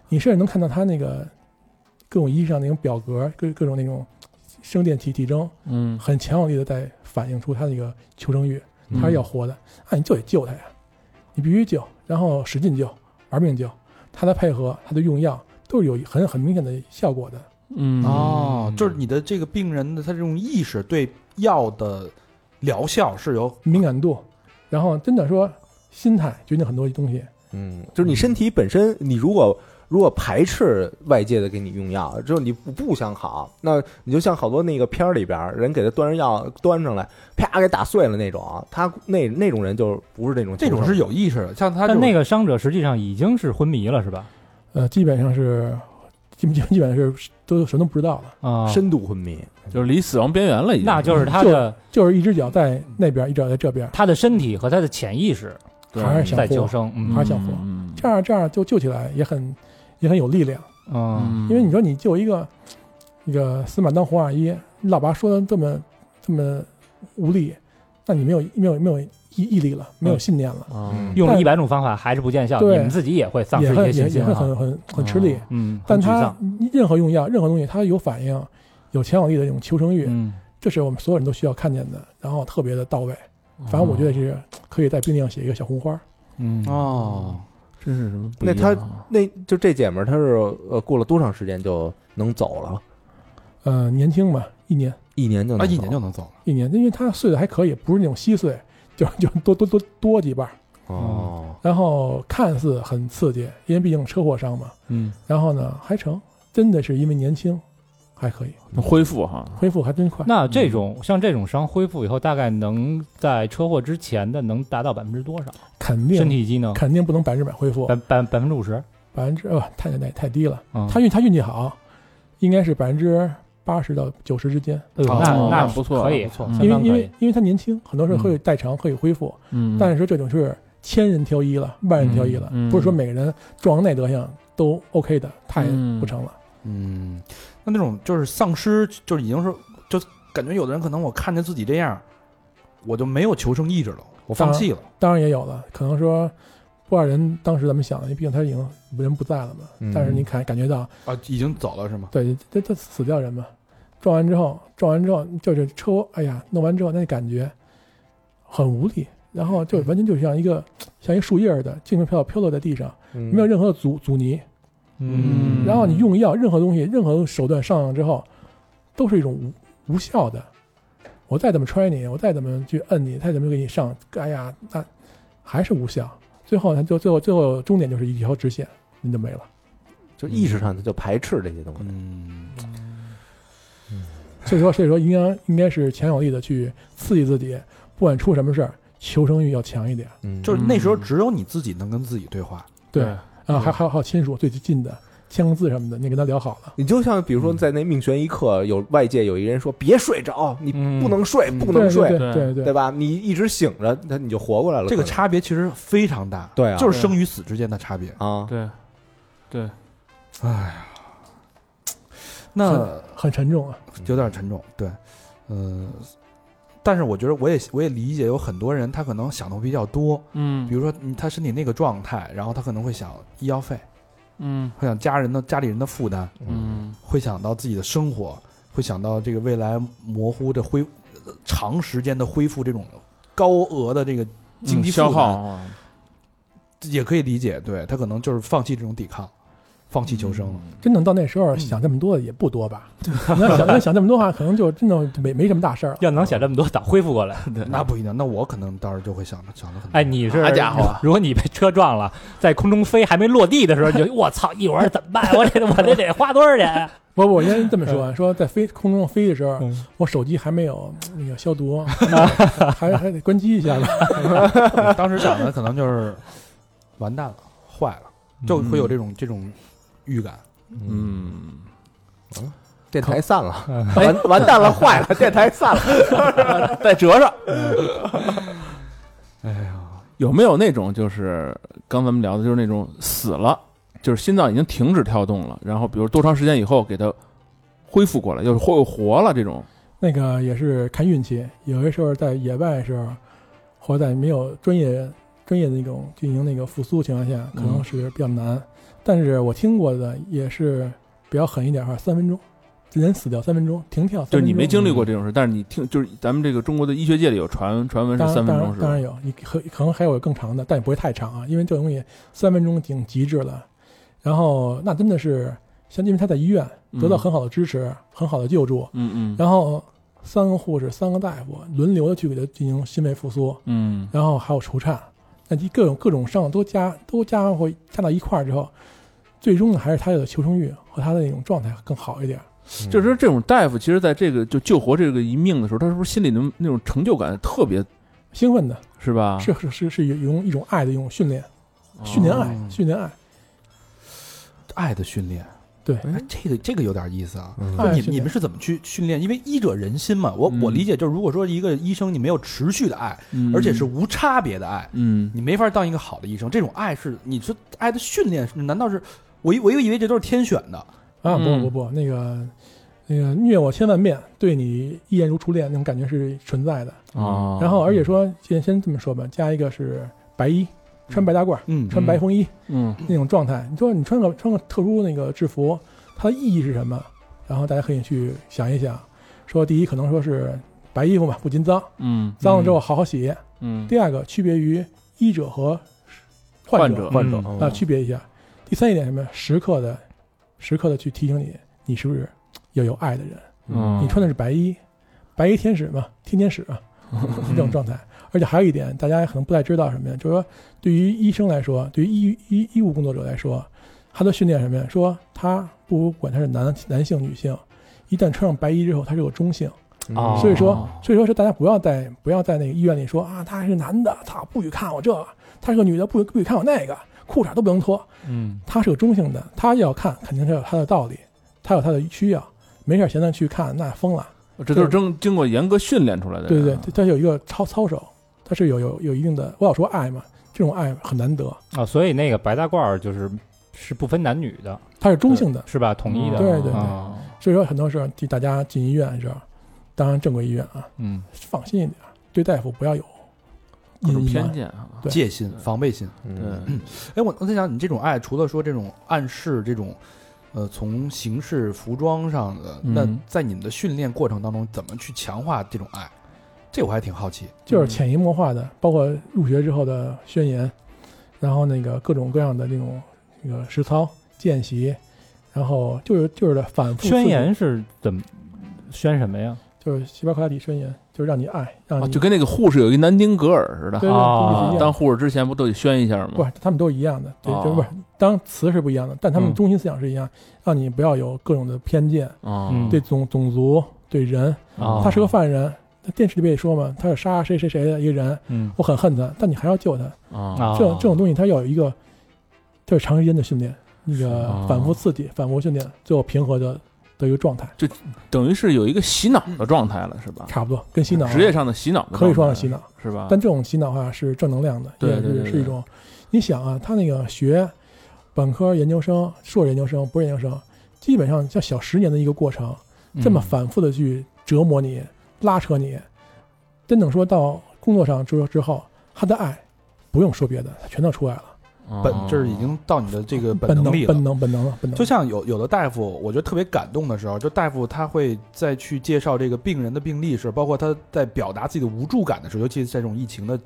S5: 你甚至能看到他那个各种衣裳那种表格，各各种那种生电体体征，
S3: 嗯，
S5: 很强有力的在反映出他那个求生欲，
S2: 嗯
S5: 他是要活的，那、你就得救他呀，你必须救，然后使劲救，玩命救，他的配合，他的用药都是有很很明显的效果的。
S3: 嗯
S1: 哦，就是你的这个病人的他这种意识对药的疗效是有
S5: 敏感度，然后真的说心态决定很多东西，
S2: 嗯，就是你身体本身，你如果如果排斥外界的给你用药，之后你不不想好，那你就像好多那个片儿里边儿人给他端着药端上来，啪给打碎了那种，他那那种人就不是那种
S1: 这种
S2: 求生
S1: 是有意识的，像他这
S4: 但
S1: 种
S4: 那个伤者实际上已经是昏迷了，是吧？
S5: 呃，基本上是，基 [laughs] 本基本上是都什么都不知道了，
S4: 啊、
S2: 深度昏迷，
S3: 就是离死亡边缘了，已经。
S4: 那就是他的
S5: 就是一只脚在那边，一只脚在这边，
S4: 他的身体和他的潜意识
S3: 对
S5: 还是想
S4: 在
S5: 活
S4: 求生，嗯
S5: 还是想活
S3: 嗯
S5: 这样这样就救起来也很也很有力量，
S4: 嗯
S3: 嗯
S5: 因为你说你救一个那个死马当活马医，你老爸说的这么这么无力，那你没有没有没有毅毅力了，没有信念了，
S2: 嗯
S4: 用了
S5: 但
S4: 一百种方法还是不见效，你
S5: 对
S4: 们自己也会丧失
S5: 也
S4: 一
S5: 会
S4: 些
S5: 也
S4: 信心
S5: 也会
S4: 啊
S5: 很，很很吃力，
S4: 嗯，
S5: [laughs] 但
S4: 很沮
S5: 他
S4: 丧
S5: 任何用药任何东西，他有反应，有强有力的这种求生欲，
S4: 嗯
S5: 这是我们所有人都需要看见的，然后特别的到位。
S4: 哦
S5: 反正我觉得是可以在病历上写一个小红花。
S4: 嗯
S1: 哦，
S3: 真是什么不一
S2: 那
S3: 样
S2: 他
S3: 啊？
S2: 那就这姐们儿她是呃过了多长时间就能走了？
S5: 呃，年轻嘛，一年
S2: 一年就
S1: 啊，
S2: 能走
S1: 一年就能走了。
S5: 一年，因为他碎的还可以，不是那种稀碎，就就多多多多几瓣儿。
S2: 哦，
S5: 然后看似很刺激，因为毕竟车祸伤嘛。
S3: 嗯，
S5: 然后呢，还成，真的是因为年轻，还可以
S3: 恢复啊哈，
S5: 恢复还真快。
S4: 那这种像这种伤恢复以后，大概能在车祸之前的能达到百分之多少？
S5: 肯
S4: 身
S5: 定
S4: 体机能
S5: 肯定不能百分之百恢复
S4: 百，百百分之五十？
S5: 百分之呃太太太低了。
S4: 嗯
S5: 他运他运气好，应该是百分之八十到九十之间，
S4: 哎呦
S1: 哦
S4: 那
S1: 那
S3: 不错
S4: 可以，
S3: 不错
S4: 嗯相
S5: 因为
S4: 当
S5: 因
S4: 可
S5: 为
S4: 以。
S5: 因为他年轻，很多事会代偿可以恢复。
S3: 嗯，
S5: 但是说这种是千人挑一了，万人挑一了，
S3: 嗯嗯
S5: 不是说每个人撞那德行都 OK 的，太
S3: 嗯
S5: 不成了。
S1: 嗯，那那种就是丧尸，就是已经是就感觉有的人可能我看见自己这样，我就没有求生意志了，我放弃了。
S5: 当然也有了，可能说不二人当时咱们想的，毕竟他已经人不在了嘛。
S2: 嗯
S5: 但是你感感觉到，
S1: 啊，已经走了是吗？
S5: 对，这这死掉人嘛，撞完之后，撞完之后就是车祸，哎呀，弄完之后那感觉很无力，然后就完全就像一个、像一树叶儿的，轻飘飘地飘落在地上，没
S2: 没
S5: 有任何的阻阻尼。
S3: 嗯
S5: 然后你用药，任何东西、任何手段上了之后，都是一种无无效的。我再怎么揣你，我再怎么去摁你，再怎么给你上，哎呀，那还是无效。最后，它就最后最后终点就是一条直线，你就没了。
S2: 就意识上他就排斥这些东西，
S1: 嗯，
S5: 所以说，所以说应该应该是强有力的去刺激自己，不管出什么事儿，求生欲要强一点。
S2: 嗯，
S1: 就是那时候只有你自己能跟自己对话。
S5: 对
S3: 对
S2: 嗯
S5: 啊，还还有还有亲属最近的签个字什么的，你跟他聊好了。
S2: 你就像比如
S1: 嗯
S2: 说在那命悬一刻，有外界有一个人说别睡着，你
S3: 嗯
S2: 不能睡，
S3: 嗯
S2: 不
S5: 对
S2: 能
S5: 对
S2: 睡，
S5: 对对对
S2: 对吧？你一直醒着，那你就活过来了。
S1: 这个
S2: 可能
S1: 差别其实非常大，
S2: 对啊
S1: 就是生与死之间的差别。
S2: 啊，
S3: 嗯对对，
S1: 哎呀，那
S5: 很沉重啊。
S1: 有点沉重，对，嗯、但是我觉得我也我也理解，有很多人他可能想的比较多，
S3: 嗯
S1: 比如说嗯他身体那个状态，然后他可能会想医药费，
S3: 嗯
S1: 会想家人的家里人的负担，
S3: 嗯
S1: 会想到自己的生活，会想到这个未来模糊的恢呃长时间的恢复这种高额的这个经济负
S3: 消
S1: 担
S3: 耗啊，
S1: 也可以理解，对他可能就是放弃这种抵抗，放
S3: 嗯
S1: 弃求生了。
S5: 真能到那时候想这么多的也不
S3: [laughs]
S5: 多吧？你要想要想这么多的话，可能就真的没没什么大事儿了。
S4: 要能想这么多，早恢复过来。
S1: 那不一定，那我可能当时就会想的想的很多。
S4: 哎，你是
S3: 好家伙
S4: 如果你被车撞了，在空中飞还没落地的时候，
S5: [laughs]
S4: 你就我操，一会儿怎么办？我这我这得花多少钱啊？
S5: 我我应该这么说
S3: 嗯
S5: 啊，说在飞空中飞的时候
S4: 嗯，
S5: 我手机还没有那个消
S3: [laughs]
S5: 毒，还还得关机一下吧。
S1: 当时想的可能就是完蛋了，坏了，就会有这种这种预感。
S3: 嗯，
S2: 电台散了，
S4: 嗯
S2: 完完蛋了，坏了，电台散了，
S1: [laughs]
S3: 再折上。
S1: 哎呀，
S3: 有没有那种就是刚咱们聊的，就是那种死了，就是心脏已经停止跳动了，然后比如多长时间以后给它恢复过来，又或又活了这种？
S5: 那个也是看运气，有些时候在野外的时候，或者在没有专业专业的那种进行那个复苏情况下，可
S3: 嗯
S5: 能是比较难。但是我听过的也是比较狠一点哈，三分钟，人死掉三分钟，停跳
S3: 就
S5: 三分
S3: 是
S5: 钟。
S3: 你没经历过这种事，但是你听，就是咱们这个中国的医学界里有传传闻是
S5: 当然
S3: 三分钟是
S5: 当然当
S3: 吧
S5: 然？有，你可可能还有更长的，但也不会太长啊，因为这东西三分钟挺极致了。然后那真的是，像因为他在医院得到很好的支持，很好的救助，
S3: 嗯嗯
S5: 然后三个护士、三个大夫轮流的去给他进行心肺复苏，
S3: 嗯
S5: 然后还有除颤，那这各种各种伤都加都加会加到一块儿之后，最终呢还是他的求生欲和他的那种状态更好一点。
S3: 嗯，就是说这种大夫，其实在这个就救活这个一命的时候，他是不是心里的那种成就感特别
S5: 兴奋的
S3: 是吧？
S5: 是是是是有有一种爱的一种训练，
S3: 哦
S5: 训练爱，训练爱，
S1: 爱的训练，
S5: 对
S1: 哎，这个这个有点意思啊。
S5: 爱
S1: 你
S5: 训练
S1: 你们是怎么去训练？因为医者仁心嘛，我
S3: 嗯
S1: 我理解就是，如果说一个医生你没有持续的爱，
S3: 嗯
S1: 而且是无差别的爱，
S3: 嗯
S1: 你没法当一个好的医生。这种爱是你说爱的训练，难道是我以我以为这都是天选的？
S5: 啊，不
S3: 嗯
S5: 不不，那个那个虐我千万遍，对你一眼如初恋那种感觉是存在的。
S3: 哦，
S5: 然后而且说，先先这么说吧，加一个是白衣，穿白大褂，
S1: 嗯
S5: 穿白红衣
S3: 嗯
S5: 那种状态。你说你穿个穿个特殊那个制服，它的意义是什么？然后大家可以去想一想，说第一可能说是白衣服嘛，不禁脏，
S3: 嗯
S5: 脏了之后好好洗。
S3: 嗯
S5: 第二个区别于医者和患
S3: 者
S2: 换种
S3: 嗯
S1: 哦
S5: 啊，区别一下。第三一点什么？时刻的，时刻的去提醒你，你是不是要有爱的人？
S3: 嗯
S5: 你穿的是白衣，白衣天使嘛，天天使嘛，
S3: 嗯
S5: 这种状态。而且还有一点，大家可能不太知道什么呀，就是说，对于医生来说，对于医医医务工作者来说，他的训练什么呀？说他不管他是男男性女性，一旦穿上白衣之后，他是有中性。
S4: 哦
S5: 所以说，所啊以说是大家不要在不要在那个医院里说啊，他是男的，操，不许看我这个；他是个女的，不许不许看我那个，裤衩都不能脱。
S4: 嗯
S5: 他是个中性的，他要看肯定是有他的道理，他有他的需要，没事儿闲的去看那疯了。
S3: 这都是经经过严格训练出来的
S5: 对
S3: 人
S5: 对
S3: 啊，
S5: 对，他有一个操操守，他是有有有一定的，我老说爱嘛，这种爱很难得，
S4: 啊，所以那个白大褂儿就是是不分男女的，
S5: 他是中性的，嗯
S4: 是吧？统一的，
S5: 对对对
S4: 啊
S5: 所以说很多时候就大家进医院的时候，当然正规医院啊，
S3: 嗯，
S5: 放心一点，啊对大夫不要有
S3: 各
S5: 隐
S3: 种
S5: 隐
S3: 偏
S5: 瞒。
S3: 见啊，
S5: 对
S1: 戒心、防备心。
S2: 嗯
S3: 对，
S1: 哎，我我在想，你这种爱，除了说这种暗示，这种，呃，从形式、服装上的，
S3: 嗯
S1: 那在你们的训练过程当中，怎么去强化这种爱？这我还挺好奇。
S5: 就是潜移默化的，包括入学之后的宣言，然后那个各种各样的那种那个实操见习，然后就是就是反复
S4: 宣言是怎么宣什么呀？
S5: 刺激，就是希巴克拉底宣言，就是让你爱，让你、
S3: 啊就跟那个护士有一南丁格尔似
S5: 对
S3: 的，
S5: 对
S4: 啊
S5: 都是一样
S3: 当护士之前不都得宣一下
S5: 不
S3: 吗？
S5: 是，他们都一样的，对，
S3: 哦
S5: 就是不是，当词是不一样的，但他
S3: 嗯
S5: 们中心思想是一样，让你不要有各种的偏见，
S3: 啊，
S4: 嗯
S5: 对种种族、对人，
S4: 啊
S3: 哦
S5: 他是个犯人，电视里边也说嘛，他是杀谁谁谁的一个人，
S4: 嗯
S5: 我很恨他，但你还要救他。
S3: 啊
S4: 啊，
S5: 这种这种东西，它有一个就是长时间的训练，那个
S3: 哦
S5: 反复刺激、反复训练，最后平和的的一个状态，
S3: 等于是有一个洗脑的状态了，是吧？
S5: 差不多啊跟洗脑
S3: 职业上的嗯洗脑的状态，
S5: 可以说是洗脑，
S3: 是吧？
S5: 但这种洗脑啊是正能量的，
S3: 对
S5: 也
S3: 对对
S5: 是
S3: 对
S5: 是一种。你想啊，他那个学本科、研究生、硕士研究生、博士研究生，基本上要小十年的一个过程，这么反复的去折磨你、拉扯你，真等说到工作上之之后，他的爱不用说别的，他全都出来了，
S3: 嗯
S1: 本就是已经到你的这个
S5: 本
S1: 能
S5: 能、
S1: 力了
S5: 本。能、本能了，本能
S1: 就。像有有的大夫，我觉得特别感动的时候，就大夫他会再去介绍这个病人的病历时，包括他在表达自己的无助感的时候，尤其是在这种疫情的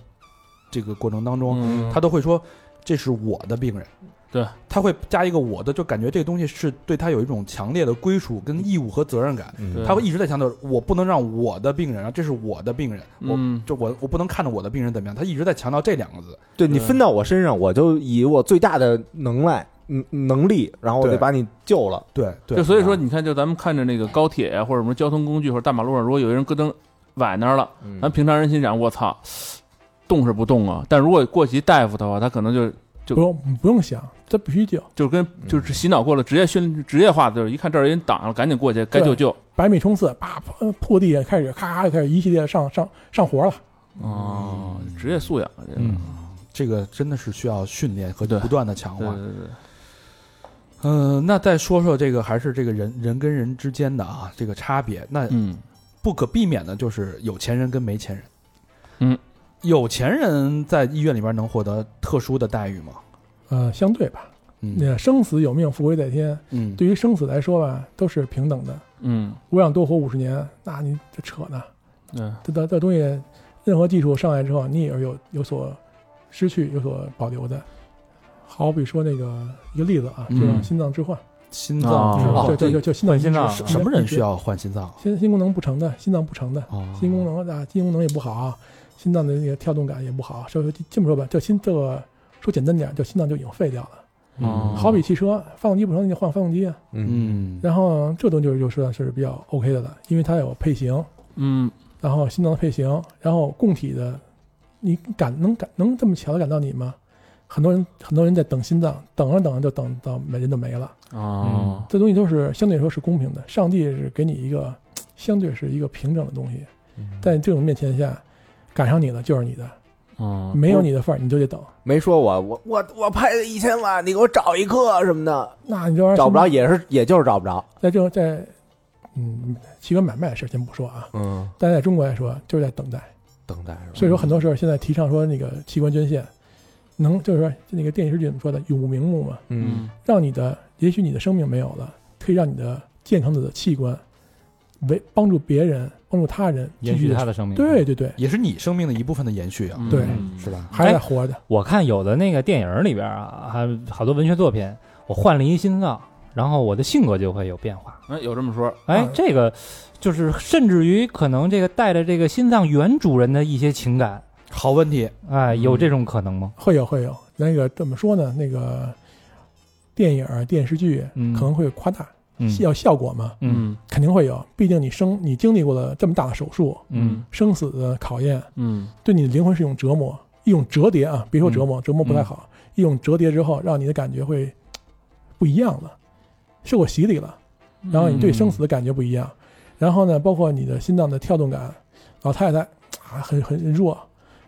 S1: 这个过程当中，
S3: 嗯
S1: 他都会说这是我的病人。
S3: 对，
S1: 他会加一个我的，就感觉这个东西是对他有一种强烈的归属、跟义务和责任感。
S2: 嗯
S3: 对
S1: 他会一直在强调，我不能让我的病人，啊，这是我的病人，我
S3: 嗯
S1: 就我我不能看着我的病人怎么样。他一直在强调这两个字。
S2: 对你分到我身上，我就以我最大的能耐、嗯能力，然后我
S1: 对
S2: 得把你救了。
S1: 对
S3: 就
S1: 对，啊
S3: 所以说，你看，就咱们看着那个高铁啊或者什么交通工具或者大马路上，如果有一人咯噔崴那儿了，
S5: 嗯
S3: 咱平常人心想，我操，动是不动啊？但如果过去大夫的话，他可能就就
S5: 不用不用想，这必须救，
S3: 就跟就是洗脑过了，职业训职业化的，就是一看这儿有人挡了，赶紧过去，该救救。
S5: 百米冲刺，啪扑扑地下开始，咔咔就开始一系列上上上活了。
S3: 哦，职业素养啊，这个，
S1: 嗯，这个真的是需要训练和
S3: 对
S1: 不断的强
S3: 对
S1: 化。
S3: 对对，
S1: 嗯、那再说说这个，还是这个人人跟人之间的啊这个差别。那
S3: 嗯
S1: 不可避免的就是有钱人跟没钱人。
S3: 嗯，
S1: 有钱人在医院里边能获得特殊的待遇吗？
S5: 呃，相对吧，
S1: 嗯
S5: 那生死有命，富贵在天。
S1: 嗯，
S5: 对于生死来说吧，都是平等的。
S3: 嗯，
S5: 我想多活五十年，那你这扯呢？
S3: 对，
S5: 这这这东西，任何技术上来之后，你也是有有所失去，有所保留的。好比说那个一个例子啊，就
S3: 嗯
S5: 是心脏置换，
S1: 心
S3: 哦
S1: 脏
S5: 对
S1: 之
S3: 哦
S1: 后
S5: 对啊对，就就心脏
S4: 换心脏
S5: 移植
S1: 什么人
S5: 移植
S1: 需要换心脏？
S5: 心心功能不成的，心脏不成的，
S1: 哦
S5: 心功能啊，心功能也不好，心脏的那个跳动感也不好。所以说这么说吧，就心这个说简单点，就心脏就已经废掉了。
S4: 嗯
S3: 哦
S5: 好比汽车发动机不成，你就换发动机啊。
S2: 嗯
S1: 嗯
S5: 然后这东西就就算是比较 OK 的了，因为它有配型，
S3: 嗯
S5: 然后心脏的配型，然后供体的，你感能感能这么巧的感到你吗？很多人很多人在等心脏，等着等着就等到没人就没了。
S4: 嗯
S2: 嗯
S3: 哦，
S5: 这东西都是相对来说是公平的，上帝是给你一个相对是一个平整的东西，
S2: 嗯
S5: 在这种面前下，赶上你的就是你的，
S3: 哦，
S5: 没有你的份儿你就得等。
S2: 没说我我我我拍了一千万，你给我找一个什么的，
S5: 那你这玩意儿
S2: 找不着，也是也就是找不着。
S5: 在这种在嗯器官买卖的事儿先不说啊，
S2: 嗯，
S5: 但在中国来说就是在等待。
S2: 等待是吧嗯
S5: 所以说，很多时候现在提倡说那个器官捐献，能就是说那个电视剧怎么说的“永无瞑目”嘛，
S2: 嗯
S3: 嗯
S5: 让你的也许你的生命没有了，可以让你的健康的器官为帮助别人、帮助他人继
S4: 延
S5: 续
S4: 续
S5: 地
S4: 他的生命。嗯
S5: 对，对对，
S1: 也是你生命的一部分的延续啊，
S5: 对
S3: 嗯
S1: 是吧？
S4: 哎
S5: 还是在活着。
S4: 我看有的那个电影里边啊，还有好多文学作品，我换了一心脏，然后我的性格就会有变化。
S3: 哎，有这么说，
S4: 哎
S5: 啊，
S4: 这个就是甚至于可能这个带着这个心脏原主人的一些情感，
S1: 好问题，
S4: 哎，有
S3: 嗯
S4: 这种可能吗？
S5: 会有会有那个怎么说呢？那个电影儿、啊电视剧
S4: 嗯
S5: 可能会夸大，
S4: 嗯
S5: 要效果嘛，
S4: 嗯
S5: 肯定会有。毕竟你生你经历过了这么大的手术，
S3: 嗯
S5: 生死的考验，
S3: 嗯
S5: 对你的灵魂是一种折磨，一种折叠啊，别说折磨，折磨不太好，一种折叠之后，让你的感觉会嘖不一样了，受过洗礼了，
S3: 嗯，
S5: 然后你对生死的感觉不一样，然后呢，包括你的心脏的跳动感，老太太嘖啊很很弱，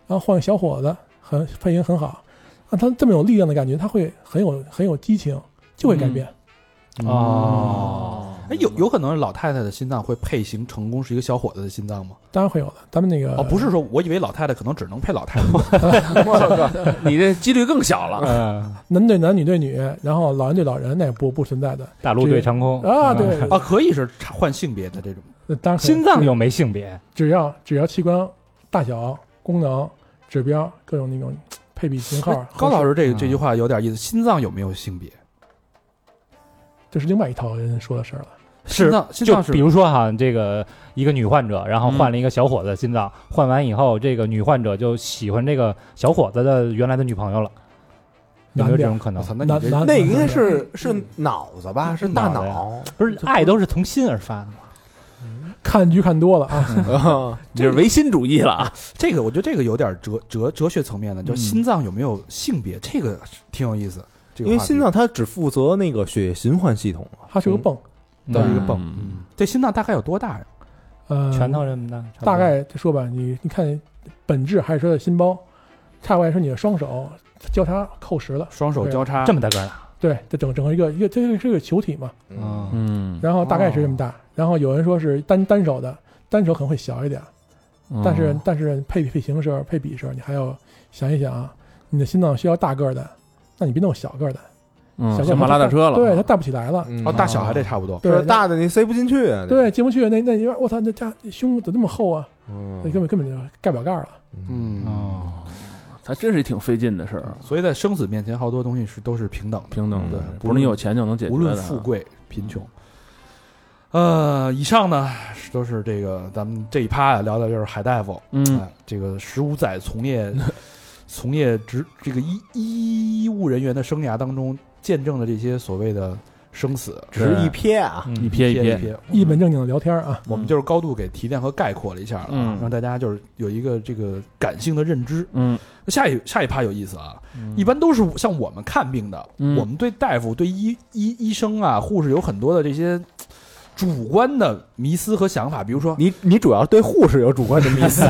S5: 然后换个小伙子，很配音很好，让他这么有力量的感觉，他会很有很有激情，就会改变。嗯
S4: 哦，
S1: 哎，有有可能老太太的心脏会配型成功是一个小伙子的心脏吗？
S5: 当然会有的，咱们那个
S1: 哦，不是说我以为老太太可能只能配老太太，
S3: 嗯
S5: [laughs]
S3: 你这几率更小了。
S4: 嗯，
S5: 男对男女对女，然后老人对老人，那也不不存在的
S4: 大陆对长空嗯
S5: 啊。对，对，
S1: 啊，
S5: 对
S1: 可以是插换性别的这种。
S5: 那当然可以
S4: 心脏又没性别，
S5: 只要只要器官大小、功能、指标各种那种嘖配比型
S2: 哎
S5: 号，
S1: 高老
S5: 师
S1: 师这
S4: 嗯
S1: 这句话有点意思，心脏有没有性别？
S5: 这是另外一套人说的事儿了。
S1: 心脏心
S4: 就
S1: 脏
S4: 比
S1: 是
S4: 如说哈，这个一个女患者，然后换了一个小伙子心脏，换完以后，这个女患者就喜欢这个小伙子的原来的女朋友了，有没有这种可
S1: 我
S4: 能？
S1: 操，那
S5: 男
S1: 你这
S5: 男
S2: 那个应该
S5: 男
S2: 是是脑子吧，是大
S4: 脑
S2: 脑。 [laughs]
S4: 不是，爱都是从心而发的吗？
S5: 看剧看多了啊，
S2: 啊，
S3: [laughs] 你是唯心主义了啊！
S1: 这个我觉得这个有点哲哲哲学层面的，就
S3: 嗯
S1: 心脏有没有性别，这个是挺有意思。这个
S2: 因为
S1: 话题
S2: 心脏它只负责那个血液循环系统嘛，
S5: 它是个泵，
S1: 到一个
S3: 嗯
S1: 泵，嗯这心脏大概有多大呀？
S5: 呃，
S4: 拳头这么大，差不多
S5: 大概就说吧，你你看本质还是它的心包，差外是你的双手交叉扣实了，
S1: 双手
S5: 对
S1: 交叉
S4: 这么大个儿啊
S5: 对，这整整个一个一个这个是个球体嘛，
S2: 嗯，
S3: 嗯，
S5: 然后大概是这么大，然后有人说是单单手的，单手可能会小一点，
S3: 嗯
S5: 但是但是配比配型的时候配比的时候，你还要想一想啊，你的心脏需要大个儿的，那你别弄小个儿的，
S3: 嗯
S5: 小个儿
S3: 像马
S5: 它
S3: 拉大车了，啊
S5: 对，它带不起来了，
S2: 嗯
S1: 哦，大小还得差不多。
S5: 对
S2: 就是，
S5: 那
S2: 大的你塞不进去啊，
S5: 对，进不去，那那你说我操，那家胸怎么那么厚啊？
S2: 嗯
S5: 那根本根本就盖不了盖儿了。
S1: 嗯，
S4: 哦，
S3: 还真是挺费劲的事儿，
S1: 所以在生死面前，好多东西是都是嗯平等的，
S3: 平等的
S1: 嗯，
S3: 不是你有钱就能解决的，啊
S1: 无论富贵贫穷。
S3: 嗯
S1: 呃，以上呢是都是这个咱们这一趴呀聊的就是海大夫，
S3: 嗯
S1: 哎，这个十五载从业
S3: [laughs]
S1: 从业职这个医医务人员的生涯当中，见证了这些所谓的生死，
S2: 只一瞥啊，
S4: 嗯
S3: 一瞥一瞥，
S1: 瞥，
S5: 一本正经的聊天儿啊，
S1: 我们就是高度给提炼和概括了一下了啊，
S3: 嗯
S1: 让大家就是有一个这个感性的认知。
S3: 嗯，
S1: 那下一下一趴有意思啊，一般都是像我们看病的，
S3: 嗯
S1: 我们对大夫、对医医医生啊、护士有很多的这些主观的迷思和想法，比如说，
S2: 你你主要对护士有主观的迷思，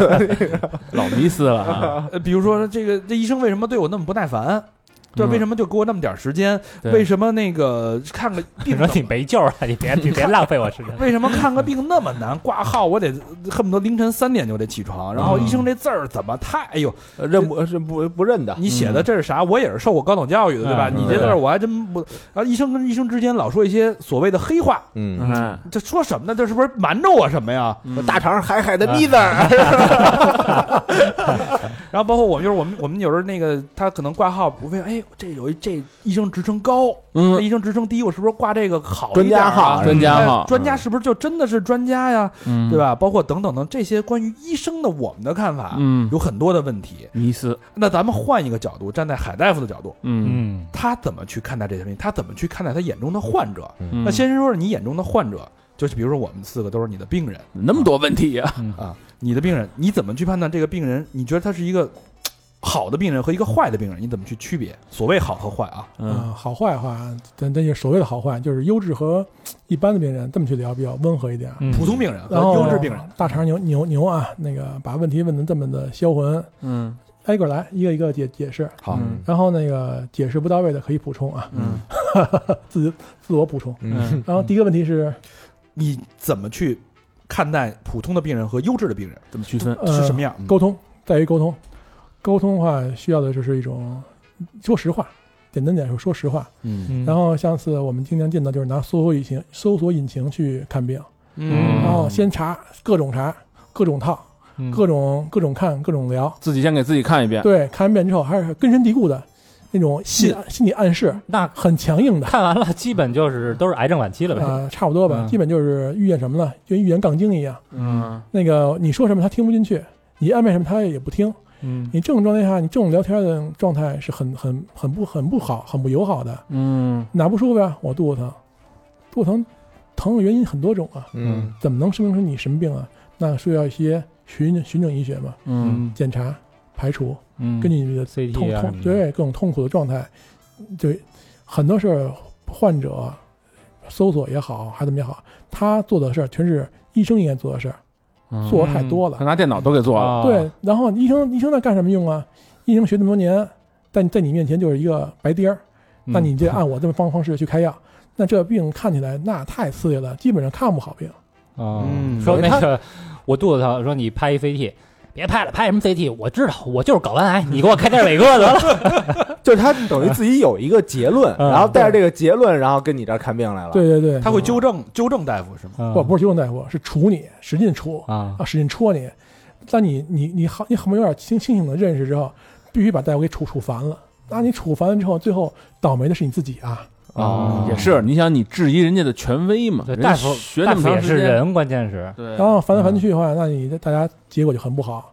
S3: 老迷思
S1: [laughs]
S3: 了啊，
S1: 呃，比如说这个这医生为什么对我那么不耐烦？对，
S3: 嗯
S1: 为什么就给我那么点儿时间？
S3: 对
S1: 为什么那个看个
S4: 你
S1: 病
S4: [laughs] 说你没救了，你别你别浪费我时间
S1: [laughs] 。为什么看个病那么难？挂号我得恨不得凌晨三点就得起床，然
S4: 嗯
S1: 后医生这字儿怎么太……哎呦，
S2: [laughs] 认不是不不认的，
S1: 你写的这是啥？我也是受过高等教育的，对吧？
S4: 嗯
S1: 你这字儿我还真不……然后医生跟医生之间老说一些所谓的黑话，
S2: 嗯，
S3: 哎，
S1: 这说什么呢？这是不是瞒着我什么呀？
S3: 嗯
S2: 大肠海海的腻子，
S1: 然后包括我们就是我们我们有时候那个他可能挂号，我问哎这有一这医生职称高，那
S3: 嗯
S1: 医生职称低，我是不是挂这个好一点
S2: 专家
S1: 啊
S2: 号
S3: 专家号
S1: 哎专家是不是就真的是专家呀？
S3: 嗯，
S1: 对？吧？包括等等等这些关于医生的我们的看法，
S3: 嗯，
S1: 有很多的问题。
S3: 迷思，
S1: 那咱们换一个角度，站在海大夫的角度，
S3: 嗯
S4: 嗯，
S1: 他怎么去看待这些问题？他怎么去看待他眼中的患者？
S3: 嗯，
S1: 那先说说你眼中的患者，就是比如说我们四个都是你的病人，
S3: 那么多问题呀，
S1: 你的病人，你怎么去判断这个病人？你觉得他是一个好的病人和一个坏的病人，你怎么去区别？所谓好和坏啊，
S3: 嗯
S5: 啊，好坏的话，咱咱也所谓的好坏，就是优质和一般的病人这么去聊比较温和一点。
S4: 嗯
S1: 普通病人和
S5: 然
S3: 哦
S5: 后
S1: 优质病人，
S5: 大肠牛牛牛啊，那个把问题问的这么的销魂，
S3: 嗯
S5: 挨个来，一个一个解解释。
S1: 好，
S3: 嗯
S5: 然后那个解释不到位的可以补充啊，
S3: 嗯
S5: 自自我补充。
S2: 嗯，
S5: 然后第一个问题是，
S1: 你怎么去看待普通的病人和优质的病人
S3: 怎么区分？
S5: 呃，
S1: 是什么样？
S5: 沟通在于沟通，沟通的话需要的就是一种说实话，简单点说说实话。
S1: 嗯
S4: 嗯
S5: 然后像次我们经常见到就是拿搜索引擎搜索引擎去看病，
S1: 嗯
S5: 然
S1: 哦
S5: 后先查各种查各种套
S4: 嗯
S5: 各种各种看各种聊，
S3: 自己先给自己看
S1: 嗯
S3: 一遍，
S5: 对，看完遍之后还是根深蒂固的那种心
S1: 嗯
S5: 理心理暗示，
S4: 那
S5: 很强硬的。
S4: 看完了，基本就是都是癌症晚期了呗。
S5: 呃，差不多吧，
S4: 嗯
S5: 基本就是遇见什么呢？就跟遇见杠精一样。
S3: 嗯
S5: 那个你说什么他听不进去，你安慰什么他也不听。
S4: 嗯
S5: 你这种状态下，你这种聊天的状态是很很很不很不好、很不友好的。
S3: 嗯
S5: 哪不舒服呀？我肚子疼，肚子疼，疼的原因很多种啊，
S2: 嗯
S5: 怎么能说明是你什么病啊？那需要一些循循证医学嘛，
S3: 嗯
S5: 检查、排除，
S4: 嗯
S5: 根据你的痛
S4: CT 啊什
S5: 痛
S4: 么的，
S5: 对各种痛苦的状态，对，很多事儿患者啊搜索也好，还怎么也好，他做的事儿全是医生应该做的事儿，
S3: 嗯
S5: 做的太多了
S3: 他。拿电脑都给做了，
S4: 啊
S5: 对，然后医生医生那干什么用啊？医生学那么多年，但在你面前就是一个白丁儿，
S4: 嗯
S5: 那你就按我这么方方式去开药，那这病看起来那太刺激了，基本上看不好病。
S4: 哦
S1: 嗯
S4: 说那个我肚子疼，说你拍一 CT，别拍了，拍什么 CT？我知道，我就是睾丸癌，你给我开点伟哥得 [laughs] 了。
S2: [laughs] 就是他等于自己有一个结论，
S4: 嗯
S2: 然后带着这个结论，然后跟你这儿看病
S4: 啊
S2: 来了，
S5: 对对对，
S1: 他会纠正纠正大夫是
S4: 嗯
S1: 吗？
S5: 不不是纠正大夫，是杵你，使劲杵
S4: 啊
S5: 啊，使劲戳你。当你你你好，你好不容易有点清清醒的认识之后，必须把大夫给杵杵烦了。那你杵烦了之后，最后倒霉的是你自己啊！
S2: 啊，
S3: 也是，你想你质疑人家的权威嘛？
S4: 对，
S3: 啊人家
S4: 大夫
S3: 学
S4: 大
S3: 那么
S4: 夫也
S3: 长时
S4: 是
S3: 间，
S4: 人，关键是
S3: 对，
S5: 然后烦来烦去的话，那你大家结果就很不好。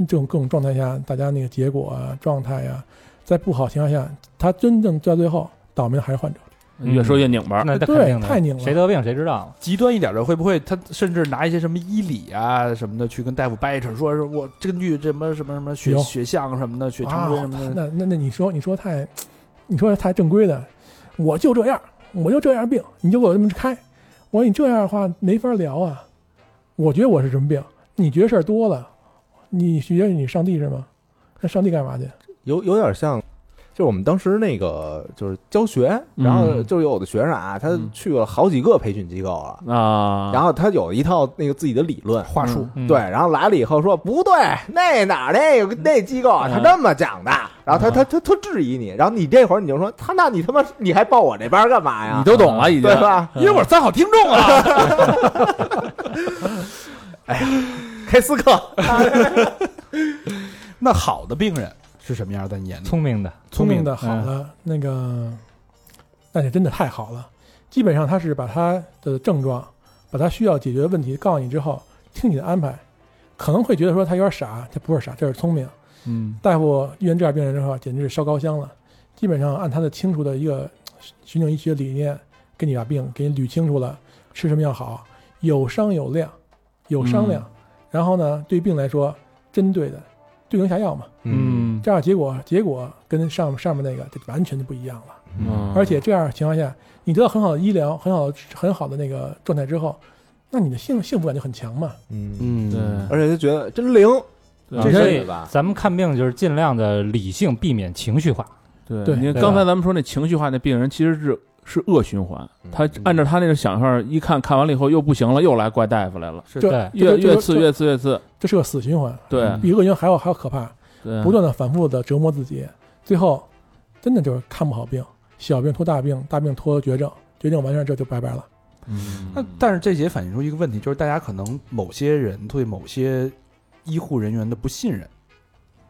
S5: 这种各种状态下，大家那个结果啊、状态呀、在不好情况下，他真正在最后倒霉的还是患者。
S4: 嗯
S3: 越说越拧巴。
S4: 那那
S5: 对
S4: 肯定的，
S5: 太拧了
S4: 谁得病谁知道？
S1: 极端一点的，会不会他甚至拿一些什么医理啊什么的去跟大夫掰扯，说是我根据什么什么什么血
S5: 有
S1: 血象什么的，血常规什么的，
S5: 啊那那那你说你说太，你说太正规的，我就这样，我就这样病，你就给我这么开。我说你这样的话没法聊啊。我觉得我是什么病？你觉得事儿多了，你觉得你上帝是吗？那上帝干嘛去？
S2: 有有点像，就是我们当时那个就是教学，
S3: 嗯
S2: 然后就是有的学生啊，他
S3: 嗯
S2: 去了好几个培训机构了，
S3: 啊，
S2: 然后他有一套那个自己的理论。
S1: 话术
S4: 嗯
S3: 嗯
S2: 对，，然后来了以后说不对，那哪儿那个那机构啊，
S3: 嗯
S2: 他这么讲的，然后他他他他质疑你，然后你这会儿你就说他那你他妈你还报我这班干嘛
S3: 你
S2: 呀？
S3: 都懂了已经
S2: 对。吧？
S5: 嗯
S1: 因为我是三好听众啊。
S2: 开私课，
S1: [laughs] 那好的病人是什么样的？在你眼里，
S4: 聪明的，
S5: 聪明哎的、
S4: 嗯
S5: 好的那个，那是真的太好了。基本上他是把他的症状，把他需要解决的问题告诉你之后，听你的安排。可能会觉得说他有点傻，他不是傻，这是聪明。
S3: 嗯
S5: 大夫遇见这样病人之后，简直是烧高香了。基本上按他的清楚的一个循证医学理念，给你把病给你捋清楚了，吃什么药好，有商有量，有商量。嗯然后呢，对病来说，针对的对症下药嘛。
S3: 嗯
S5: 这样结果结果跟上上面那个就完全就不一样了。
S3: 嗯，
S5: 而且这样情况下，你得到很好的医疗、很好的很好的那个状态之后，那你的幸幸福感就很强嘛。
S2: 嗯，
S1: 嗯
S3: 对
S2: 而且他觉得真灵，
S3: 对
S2: 这
S4: 所
S2: 是
S4: 以
S2: 你吧？
S4: 咱们看病就是尽量的理性，避免情绪化。
S3: 对，
S5: 对
S3: 你
S4: 对
S3: 看刚才
S4: 吧
S3: 咱们说那情绪化那病人其实是是恶循环
S2: 嗯，
S3: 他按照他那个想法一看，看完了以后又不行了，又来怪大夫来了，
S5: 这
S4: 对
S3: 越
S5: 这这
S3: 越
S5: 这
S3: 次越次越次，
S5: 这是个死循环，
S3: 对
S4: 嗯
S5: 比恶循环还要还要可怕，
S3: 对，
S5: 不断的反复
S3: 嗯
S5: 的折磨自己，最后真的就是看不好病，小病拖大病，大病拖绝症，绝症完事儿这就拜拜了。
S3: 嗯
S2: 嗯
S1: 那但是这也反映出一个问题，就是大家可能某些人对某些医护人员的不信任，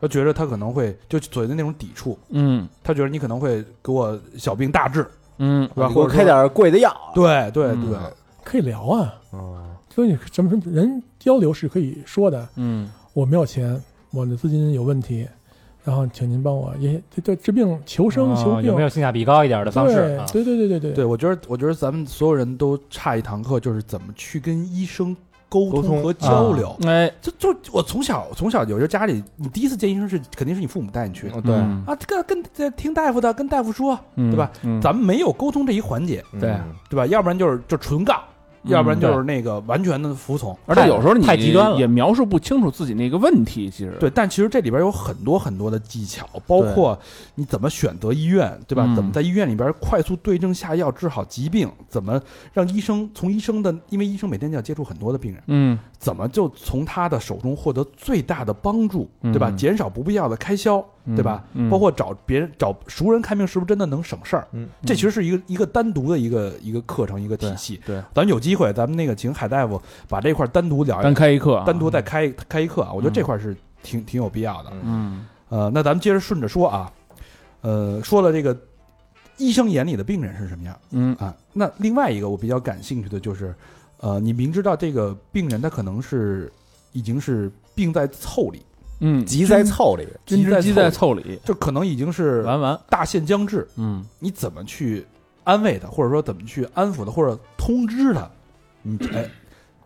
S1: 他觉得他可能会就所谓的那种抵触，
S3: 嗯
S1: 他觉得你可能会给我小病大治，
S3: 嗯
S1: 对吧？
S2: 你给
S1: 或
S2: 我
S1: 者
S2: 开点贵的药，
S1: 对对
S3: 嗯
S1: 对，
S5: 可以聊啊，
S3: 哦
S2: 嗯，
S5: 所以什么什么人交流是可以说的。
S3: 嗯
S5: 我没有钱，我的资金有问题，然后请您帮我也这这治病求生
S4: 哦
S5: 求病
S4: 有没，有性价比高一点的方式啊？
S5: 对对对对对
S1: 对，我觉得我觉得咱们所有人都差一堂课，就是怎么去跟医生沟
S2: 沟通
S1: 和交流。
S3: 哎
S1: 就就我从小从小有时候家里，你第一次见医生是肯定是你父母带你去的、
S2: 对，
S3: 嗯
S1: 啊，跟跟跟听大夫的，跟大夫说，
S3: 对
S1: 对吧？
S3: 嗯
S1: 咱们没有沟通这一环节，
S3: 对
S2: 嗯
S1: 对吧？要不然就是就纯杠，
S3: 嗯
S1: 要不然就是那个完全的服从。
S3: 而且有时候你
S4: 太极端了
S3: 也描述不清楚自己那个问题，其实
S1: 对，但其实这里边有很多很多的技巧，包括你怎么选择医院，对吧？
S3: 嗯
S1: 怎么在医院里边快速对症下药治好疾病，怎么让医生从医生的，因为医生每天要接触很多的病人，
S3: 嗯
S1: 怎么就从他的手中获得最大的帮助，
S3: 嗯
S1: 对吧？减少不必要的开销，
S3: 嗯
S1: 对吧？
S3: 嗯
S1: 包括找别人找熟人看病，是不是真的能省事儿？
S2: 嗯
S1: 这其实是一个一个单独的一个一个课程一个体
S3: 对
S1: 系。
S3: 对，
S1: 咱们有机会，咱们那个请海大夫把这块儿单独
S2: 哎
S1: 聊一
S3: 单
S1: 聊，
S3: 开一课啊，
S1: 单独再开一开一课啊，我觉得这块儿是挺挺有必要的。
S3: 嗯
S1: 呃，那咱们接着顺着说啊，呃，说了这个医生眼里的病人是什么样
S3: 嗯
S1: 啊？那另外一个我比较感兴趣的就是，呃，你明知道这个病人他可能是已经是病在凑里，
S3: 嗯，
S2: 急在凑里，
S3: 金
S1: 在
S3: 枝鸡
S1: 凑
S3: 在
S1: 里
S3: 凑里，
S1: 这可能已经是
S3: 完完，
S1: 大限将至，
S3: 嗯
S1: 你怎么去安慰他，或者说怎么去安抚他，或者通知他？你哎，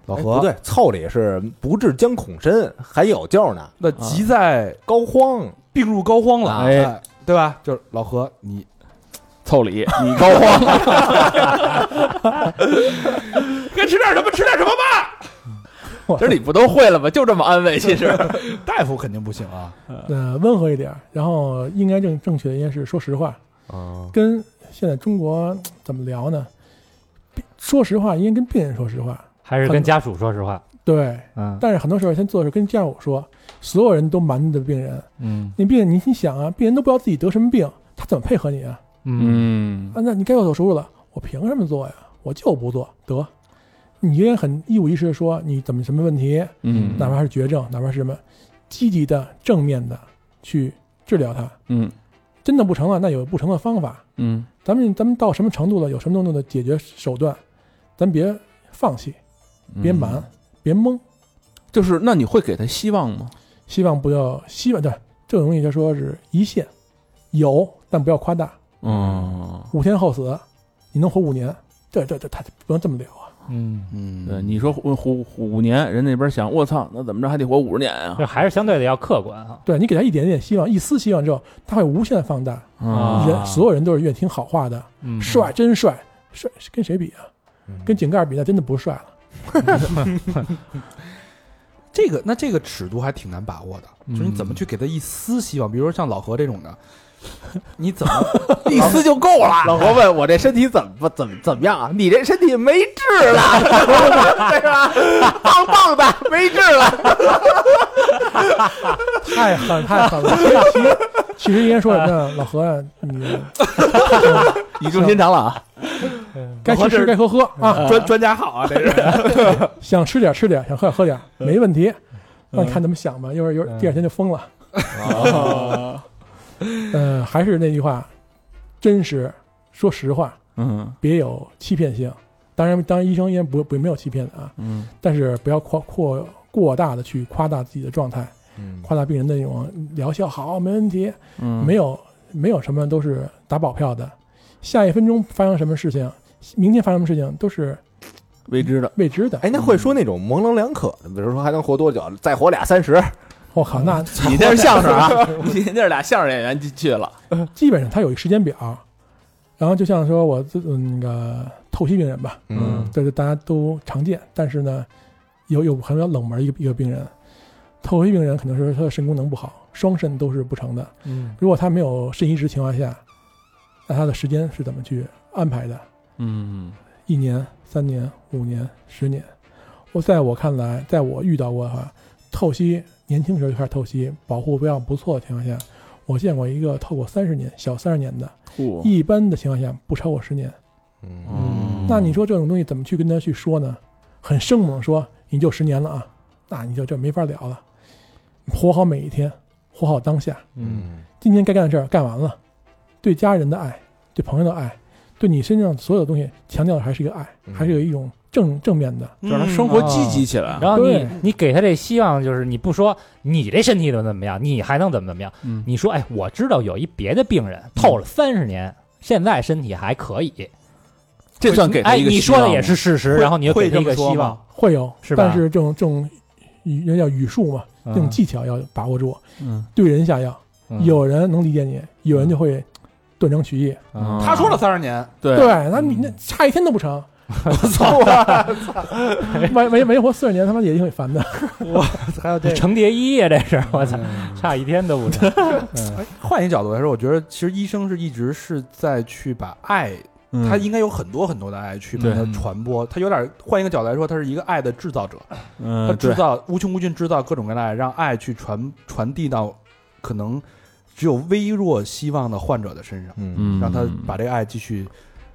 S1: 老
S2: 哎
S1: 何，
S2: 不
S3: 啊
S2: 对，凑里是不治将恐深，还有救呢，
S1: 那急在
S2: 膏肓。
S1: 病入膏肓了，
S3: 哎，
S1: 对吧？就是老何，你
S3: 凑里，你高肓，
S1: [laughs] 该吃点什么吃点什么吧。
S3: 这你不都会了吗？就这么安慰，其实
S1: 大夫肯定不行啊，
S5: 呃，温和一点儿，然后应该正正确的应该是说实话，
S2: 啊，
S5: 跟现在中国怎么聊呢？病说实话，应该跟病人说实话，
S4: 还是
S5: 很
S4: 跟家属说实话，
S5: 对。
S4: 嗯
S5: 但是很多时候先做的是跟家属说，所有人都瞒着病人，
S4: 嗯
S5: 你病人你你想啊，病人都不知道自己得什么病，他怎么配合你啊？
S3: 嗯
S5: 啊，那你该做手术了，我凭什么做呀？我就不做，得。你应该很一五一十的说你怎么什么问题，
S3: 嗯
S5: 哪怕啊是绝症，哪怕是什么，积极的、正面的去治疗它。
S3: 嗯
S5: 真的不成了，那有不成的方法，
S3: 嗯
S5: 咱们咱们到什么程度了，有什么程度的解决手段，咱别放弃，别瞒，
S3: 嗯
S5: 别蒙，
S3: 就是那你会给他希望吗？
S5: 希望不要希望对这种东西就说是一线有，但不要夸大，
S3: 嗯
S5: 五天后死，你能活五年，对对对，他不能这么聊啊。
S4: 嗯，
S1: 嗯
S3: 对，你说活活五年，人那边想，我操，那怎么着还得活五十年啊？
S4: 这还是相对的要客观啊哈。
S5: 对你给他一点点希望，一丝希望之后，他会无限放大。
S3: 嗯
S4: 啊
S5: 人所有人都是愿意听好话的，
S4: 嗯，
S5: 帅真帅，帅跟谁比啊？跟井盖比那真的不帅了。
S1: 这个那这个尺度还挺难把握的，
S4: 嗯
S1: 就是你怎么去给他一丝希望，比如说像老何这种
S3: [laughs]
S1: 的，你怎么一丝就够了？
S2: 老何问我这身体怎么怎么怎么样啊？你这身体没治
S3: [laughs]
S2: 了，对吧？棒棒的，没治了。
S5: 太狠太狠了。其实其实应该说什么呢？老何啊，你嗯
S2: 语重心长了啊，
S5: 该吃吃，该喝喝啊，
S2: 专专家好啊，这是。
S5: 想吃点吃点，想喝点喝点，没问题。那你看怎么想吧，一会儿一会儿第二天就疯了。哦 [laughs] 嗯，还是那句话，真实，说实话，
S3: 嗯
S5: 别有欺骗性。当然，当然，医生应该不不没有欺骗的啊，
S3: 嗯
S5: 但是不要夸过过大的去夸大自己的状态，
S2: 嗯
S5: 夸大病人的那种疗效好，没问题，
S3: 嗯，
S5: 没有没有什么都是打保票的，下一分钟发生什么事情，明天发生什么事情都是
S3: 未知的，
S5: 未知的。
S2: 哎，那会说那种模棱两可的，比如说还能活多久？再活俩三十，
S5: 我靠，那
S3: [laughs]
S2: 你这是相声啊？
S3: 你那是俩相声演员进去了，
S5: 基本上它有一时间表，然后就像说我这嗯那个透析病人吧，
S2: [laughs] 嗯
S5: 这是大家都常见，但是呢，有有很比较冷门一个一个病人，透析病人可能是他的肾功能不好，双肾都是不成的。
S4: 嗯
S5: 如果他没有肾移植情况下，那他的时间是怎么去安排的？
S3: 嗯
S5: 一年、三年、五年、十年。我在我看来，在我遇到过的话，透析年轻时候就开始透析，保护非常不错的情况下，我见过一个透过三十年、小三十年的，
S3: 酷，
S5: 一般的情况下不超过十年。
S3: 嗯
S5: 那你说这种东西怎么去跟他去说呢？很生猛地说你就十年了啊，那你就这没法聊了。活好每一天，活好当下。
S4: 嗯，
S5: 今天该干的事儿干完了，对家人的爱，对朋友的爱，对你身上所有的东西，强调的还是一个爱，
S4: 嗯
S5: 还是有一种正正面的。
S3: 就让他
S1: 嗯
S3: 生活积极起来。
S4: 然后你
S5: 对
S4: 你给他这希望就是你不说你这身体怎么怎么样，你还能怎么怎么样？
S3: 嗯
S4: 你说哎，我知道有一别的病人透了三十年，现在身体还可以。
S3: 这算给他
S4: 哎，
S3: 一个
S4: 你
S3: 希
S4: 说
S3: 望
S4: 的
S3: 吗
S4: 也是事实，
S1: 会
S4: 然后你又给他一个
S1: 会这么说
S4: 希望
S1: 吗，
S5: 会有，
S4: 是吧
S5: 但是这种这种语人叫语术嘛，这种
S4: 嗯
S5: 技巧要把握住，
S3: 嗯，
S5: 对人下药。
S4: 嗯
S5: 有人能理解你，有人就会断章取义。
S3: 啊
S4: 嗯
S1: 他说了三十年，
S3: 对
S5: 对，那你那差一天都
S4: [laughs]
S5: 不成，我操！没没没活四十年，他妈也挺烦的。
S2: [laughs] 还有
S4: 成蝶衣啊呀，这是我操，差一天都不差。
S1: 哎换一角度来说，我觉得其实医生是一直是在去把爱，
S3: 嗯
S1: 他应该有很多很多的爱去把它
S3: 对
S1: 传播。他有点换一个角度来说，他是一个爱的制造者，他
S3: 嗯，
S1: 制
S3: 对，
S1: 造无穷无尽制造各种各样的爱，让爱去传传递到可能只有微弱希望的患者的身上，
S2: 嗯
S3: 嗯，
S1: 让他把这个爱继续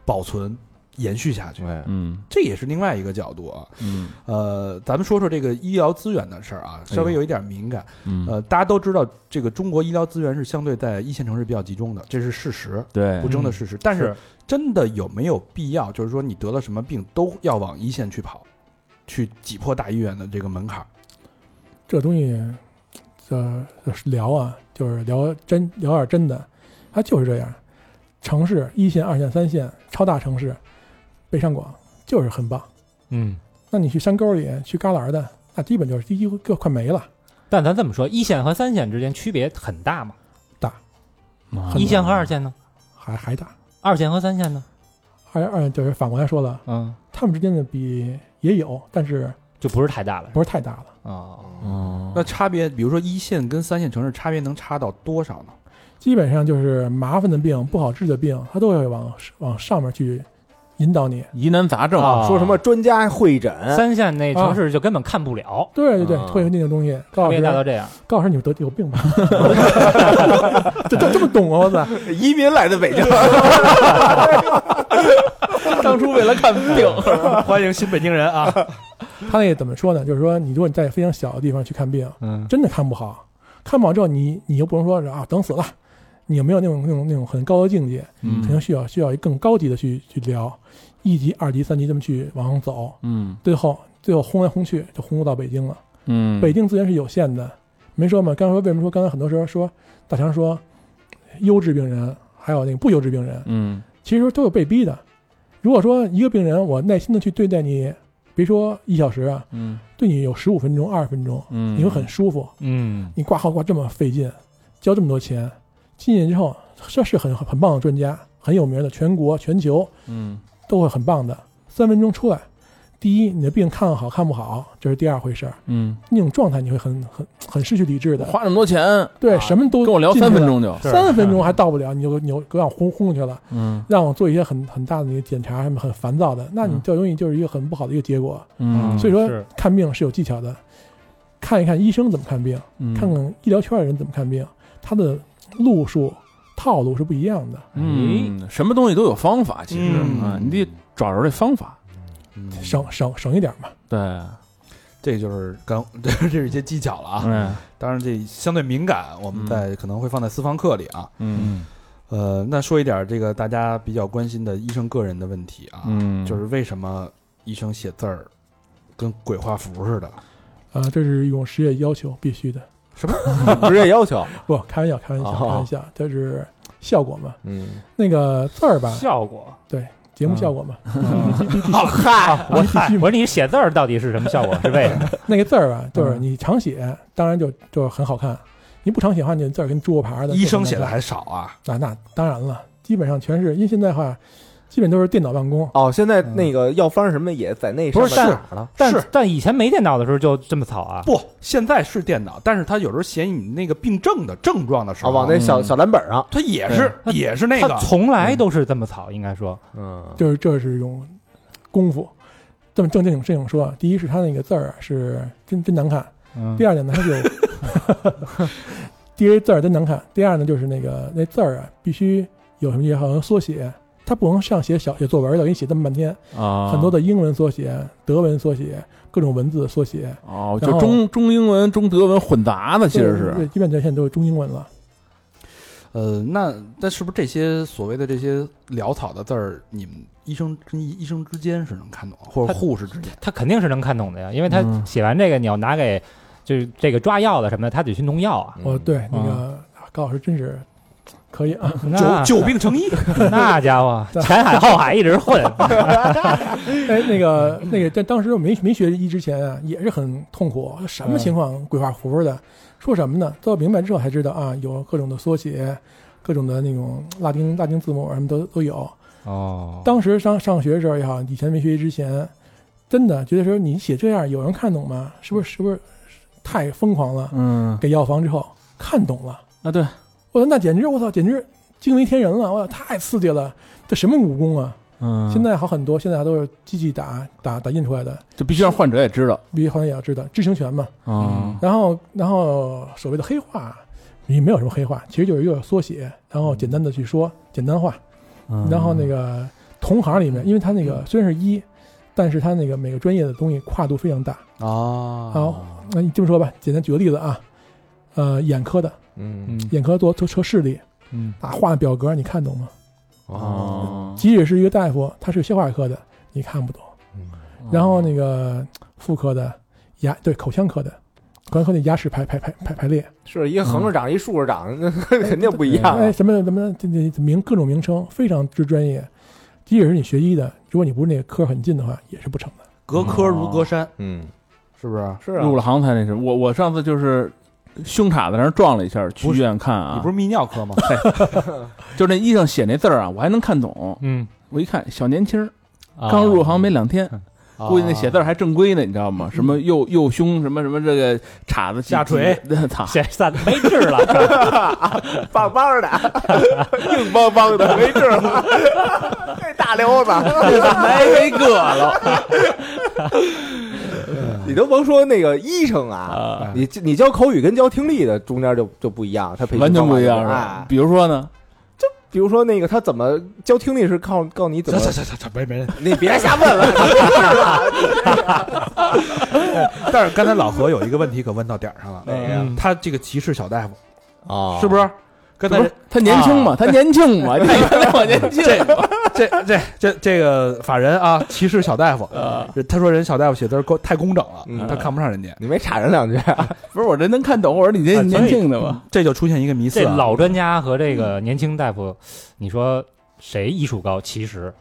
S1: 保存、延续下去。
S2: 对，
S3: 嗯
S1: 这也是另外一个角度啊。
S3: 嗯
S1: 呃，咱们说说这个医疗资源的事儿啊，稍
S3: 哎
S1: 微有一点敏感。
S3: 嗯，
S1: 呃，大家都知道，这个中国医疗资源是相对在一线城市比较集中的，这是事实，
S3: 对
S1: 不，争的事实。但是
S4: 是
S1: 真的有没有必要，就是说你得了什么病都要往一线去跑，去挤破大医院的这个门槛儿？
S5: 这东西，呃，聊啊，就是聊真聊点真的，它就是这样。城市一线、二线、三线，超大城市，北上广就是很棒。
S4: 嗯，
S5: 那你去山沟里、去旮旯的，那基本就是几乎就快没了。
S4: 但咱这么说，一线和三线之间区别很大嘛？
S3: 嗯
S5: 很
S4: 一线和二线呢？
S5: 还还大。
S4: 二线和三线呢？
S5: 二二就是反过来说了，
S4: 嗯，
S5: 他们之间的比也有，但是
S4: 就不是太大了。
S5: 不是太大了。
S4: 哦，
S3: 哦，
S1: 那差别，比如说一线跟三线城市差别能差到多少呢？
S5: 基本上就是麻烦的病、不好治的病，它都会往往上面去引导你。
S3: 疑难杂症，
S4: 啊
S2: 说什么专家会诊，
S4: 三线那城市就根本看不了，
S5: 对对对，
S2: 啊
S5: 会有那种东西。
S4: 差
S5: 高老
S4: 别
S5: 师，
S4: 大到这样。
S5: 高老师，你们得有
S3: [laughs]
S5: 病吧？这这这么懂啊！我操，
S2: 移民来的北京，
S3: [laughs] 当初为了看病，
S7: 欢迎新北京人啊！
S5: 他那个怎么说呢？就是说，你如果你在非常小的地方去看病，
S4: 嗯
S5: 真的看不好，看不好之后你，你又不能说是啊等死了，你有没有那种那种那种很高的境界？肯定
S3: 嗯
S5: 需要需要更高级的去去聊，一级、二级、三级这么去往上走，
S3: [laughs] 嗯
S5: 最后最后轰来轰去就轰到北京了。
S3: 嗯，
S5: 北京资源是有限的，没说嘛。刚才说为什么说刚才很多时候说大强说优质病人还有那个不优质病人，
S3: 嗯
S5: 其实都有被逼的。如果说一个病人，我耐心的去对待你，别说一小时啊，
S3: 嗯
S5: 对你有十五分钟、二十分钟，
S3: 嗯，
S5: 你会很舒服。
S4: 嗯
S5: 你挂号挂这么费劲，交这么多钱，进去之后，这是很很棒的专家，很有名的，全国、全球
S3: 嗯
S5: 都会很棒的。三分钟出来，第一，你的病看好看不好，这是第二回事儿。
S3: 嗯，
S5: 那种状态你会很很很失去理智的，
S3: 花那么多钱
S5: 对，
S4: 啊
S5: 什么都
S3: 跟我聊
S5: 进去
S3: 三分
S5: 了，
S3: 钟就是
S5: 三分钟还啊到不了，你就你就让我轰轰去了，
S3: 嗯
S5: 让我做一些很很大的那个检查，什么很烦躁的，那你
S3: 嗯
S5: 这容易就是一个很不好的一个结果。
S3: 嗯，
S5: 所以说
S4: 是
S5: 看病是有技巧的，看一看医生怎么看病，
S3: 嗯
S5: 看看医疗圈的人怎么看病，他的路数套路是不一样的。
S3: 嗯，什么东西都有方法，其实
S7: 嗯
S3: 啊，你得找着这方法。
S5: 省省省一点嘛，
S3: 对，
S1: 嗯这就是刚， [laughs] 这这是一些技巧了啊。
S3: 嗯
S1: 当然，这相对敏感，我们在可能会放在私房课里啊。
S3: 嗯
S1: 呃，那说一点这个大家比较关心的医生个人的问题啊，
S3: 嗯，
S1: 就是为什么医生写字儿跟鬼画符似的？
S5: 啊、这是一种职业要求，必须的。
S2: 职业要求，
S5: 不，开玩笑，开玩笑，
S2: 哦
S5: 开玩笑，这是效果嘛。
S2: 嗯，
S5: 那个字儿吧，
S4: [laughs] 效果。
S5: 节目效果嘛，
S4: 嗯
S5: 啊
S4: 好嗨，我
S5: 你必须
S4: 嗨，我说你写字儿到底是什么效果？是为什么？
S5: [laughs] 那个字儿啊，就是
S4: 嗯
S5: 你常写，当然就就很好看。你不常写的话，你的字儿跟猪肉牌儿的。
S1: 医生写的
S5: 的
S1: 还少啊？
S5: 那那当然了，基本上全是，因为现在话，基本都是电脑办公。
S2: 哦，现在那个药方什么的也在那
S1: 不是
S2: 上面打了，
S4: 但
S1: 是
S4: 但以前没电脑的时候就这么草啊？
S1: 不，现在是电脑，但是他有时候写你那个病症的症状的时
S2: 啊，
S1: 候，
S2: 往那小
S3: 嗯
S2: 小蓝本上，
S1: 他也是
S4: 对
S1: 也是那
S4: 他
S1: 个，
S4: 从来都是这么草，应该说
S2: 嗯，
S5: 就是这是一种功夫。这么正正经正经说啊，第一是他那个字儿是真真难看，
S4: 嗯
S5: 第二点呢，它有第一字儿真难看，第二呢就是那个那字儿啊，必须有什么也好像缩写，它不能像写小写作文的，给你写这么半天，
S3: 啊
S5: 很多的英文缩写、德文缩写、各种文字缩写，
S3: 哦，
S5: 然
S3: 就
S5: 后
S3: 中中英文、中德文混杂的，其实
S5: 对，
S3: 是嗯
S5: 基本上现在都是中英文了。
S1: 呃，那那是不是这些所谓的这些潦草的字儿，你们医生跟医医生之间是能看懂，啊或者
S4: 他
S1: 护士之间？
S4: 他肯定是能看懂的呀，因为他
S3: 嗯
S4: 写完这个，你要拿给就是这个抓药的什么的，他得去弄药啊。
S5: 我
S2: 嗯
S5: 哦对那个高老师真是可以啊，
S4: 那
S1: 久久病成医，
S4: [laughs] 那家伙前海后海一直混，
S5: [laughs] 哎，那个那个，但当时我没没学医之前啊，也是很痛苦，什么情况鬼画符的，说什么呢？到明白之后才知道啊，有各种的缩写，各种的那种拉丁拉丁字母什么都都有。
S4: 哦，
S5: 当时上上学的时候也好，以前没学医之前，真的觉得说你写这样有人看懂吗？是不是是不是太疯狂了？
S3: 嗯，
S5: 给药房之后看懂了，
S3: 啊对，
S5: 我说那简直我操，简直惊为天人了！我操，太刺激了，这什么武功啊？
S3: 嗯，
S5: 现在好很多，现在都是机器打打打印出来的。
S3: 就必须让患者也知道
S5: 必须好像也要知道知情权嘛。
S3: 啊，
S5: 然后，然后所谓的黑话，也没有什么黑话，其实就是一个缩写，然后简单的去说简单化。
S3: 嗯
S5: 然后那个同行里面，因为他那个虽然是医，但是他那个每个专业的东西跨度非常大。
S1: 哦
S5: 好，那你这么说吧，简单举个例子啊，呃，眼科的
S2: 嗯
S3: 嗯
S5: 眼科做测测视力
S3: 嗯
S5: 啊，画的表格你看懂吗？
S2: 哦，
S3: 哦，
S5: 即使是一个大夫，他是个消化科的，你看不懂。然后那个妇科的牙对口腔科的，口腔科那牙齿排排排排排列。
S2: 是一个横着长，一竖着长，那肯 [laughs] 定不一样
S5: 哎，
S2: 啊。
S5: 什么什么这这名各种名称非常之专业，即使是你学医的，如果你不是那个科很近的话，也是不成的。
S1: 隔科如隔山，
S2: 嗯，
S1: 是不是？
S2: 是啊，
S3: 哦入了行才那是我我上次就是胸岔子那儿撞了一下，去
S1: 不
S3: 医
S1: 是
S3: 院看啊，
S1: 你不是泌尿科吗？
S3: 就那医生写那字儿啊，我还能看懂。
S4: 嗯，啊
S3: 我一看，小年轻儿
S5: 啊
S3: 刚入
S4: [laughs]
S3: 行没两天，
S1: 啊
S3: 估计那写字儿还正规呢，你知道吗？什
S5: 嗯
S3: 么右右胸，什么什么这个叉子
S7: 下垂，
S3: [laughs] 操！
S4: 写散没治了，
S2: 棒棒的，硬邦邦的，没治了，这大溜子。
S3: 没个了，
S2: [laughs] 你都甭说那个医生啊，你你教口语跟教听力的中间就就不一样，他培训
S3: 完全不一样
S2: 方
S3: 是
S2: 法
S3: 吧
S2: 哎？
S3: 比如说呢，
S2: 比如说那个他怎么教听力是靠告诉你怎么，
S1: 行行行，没没人。 [laughs]
S2: 你别瞎问了，
S1: 但是刚才老何有一个问题可问到点儿上了，嗯
S2: 哪个呀
S1: 他这个歧视小大夫
S2: 啊
S1: 是不是？刚才
S3: 不是他啊年轻嘛，他年轻 [laughs] 嘛，你看我年轻嘛，
S1: 这这这这个法人啊，歧视小大夫，他说人小大夫写字儿够太工整了
S2: 嗯，
S1: 他看不上人家，
S2: 你没插人两句，
S3: 不是我这能看懂，我说你这
S4: 啊所以
S3: 年轻的嘛，
S1: 这就出现一个迷思
S4: 这
S1: 啊。
S4: 老专家和这个年轻大夫，你说谁医术高？其实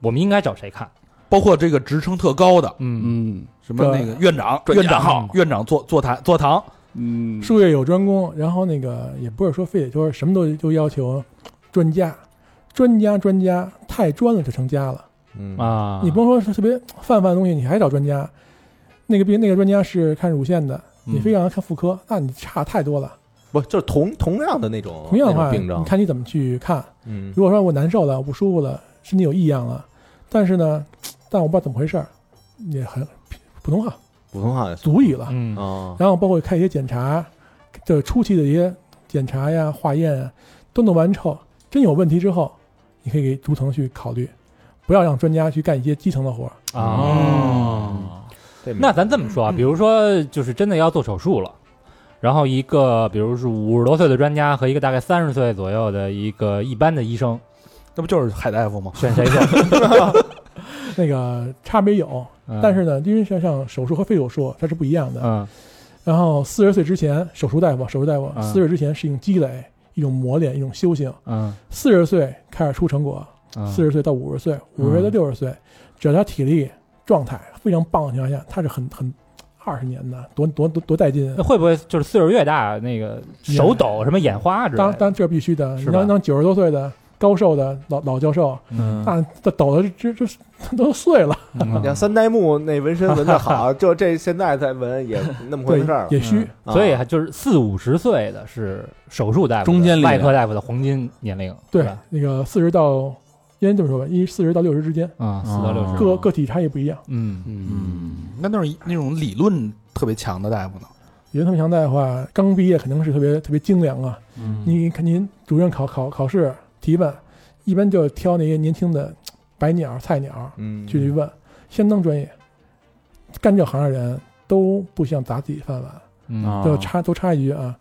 S4: 我们应该找谁看？
S1: 包括这个职称特高的，
S4: 嗯，
S3: 嗯
S1: 什么那个院长、
S3: 专家
S1: 院长、院长坐坐台坐堂，
S3: 嗯，
S5: 术业有专攻，然后那个也不是说非得就是什么都都要求专家，专家专家太专了就成家了。
S2: 嗯，
S4: 啊，
S5: 你甭说是特别泛泛的东西，你还找专家，那个病那个专家是看乳腺的，
S2: 嗯
S1: 嗯
S5: 你非让他看妇科，那你差太多了。
S2: 不就是同同样的那种
S5: 同样的
S2: 哦那种
S5: 话，
S2: 病
S5: 你
S2: 症，
S5: 看你怎么去看。
S2: 嗯
S5: 如果说我难受了，我不舒服了，身体有异样了，但是呢，但我不知道怎么回事儿，也很普通话啊
S2: 普通话
S5: 足以了。
S4: 嗯
S2: 啊，
S5: 然后包括看一些检查，就是初期的一些检查呀、化验啊，都弄完之后，真有问题之后，你可以给逐层去考虑，不要让专家去干一些基层的活儿。
S1: 嗯
S4: 哦，
S3: 嗯
S2: 这没
S4: 那咱这么
S5: 嗯
S4: 说啊，比如说就是真的要做手术了，然后一个比如是五十多岁的专家和一个大概三十岁左右的一个一般的医生，
S1: 那不就是海大夫吗？
S4: 选谁
S5: [laughs]
S4: 做？
S5: 那个差别有，
S4: 嗯
S5: 但是呢，因为像像手术和非手术它是不一样的。
S4: 嗯
S5: 然后四十岁之前，手术大夫，手术大夫
S4: 嗯
S5: 四十之前是一种积累、一种磨练、一种修行。
S4: 嗯
S5: 四十岁开始出成果，
S4: 嗯，
S5: 四十岁到五十岁，五十岁到六十岁，只要他体力状态非常棒的情况下，他是很很二十年的，多多多多带劲
S4: 那
S5: 啊！
S4: 会不会就是岁数越大，那个手抖什么眼花之类
S5: 当
S4: 的？
S5: 当这必须的，你
S4: 是吧
S5: 能能九十多岁的高寿的老老教授，
S4: 嗯
S5: 那这抖的这这这都碎了，
S4: 嗯
S2: 像三代目那纹身纹的好，就这现在才纹也那么回
S5: 对
S2: 事儿，，
S5: 也虚。
S3: 嗯
S2: 啊
S4: 所以还就是四五十岁的是手术大夫的、
S3: 中间力量
S4: 外科大夫的黄金年龄，
S5: 对
S4: 是吧？，
S5: 那个四十到，应该这么说吧，一四十到六十之间，
S4: 啊，四到六十，
S5: 个个体差异不一样。
S4: 嗯
S1: 嗯，那那种那种理论特别强的大夫呢？
S5: 袁他们强代的话，刚毕业肯定是特别特别精良啊。
S3: 嗯
S5: 你看您主任考考考试提问，一般就挑那些年轻的白鸟菜鸟
S2: 嗯，
S5: 去去问，相当专业。干这行的人都不想砸自己饭碗。
S4: 嗯
S5: 就插多插一句啊，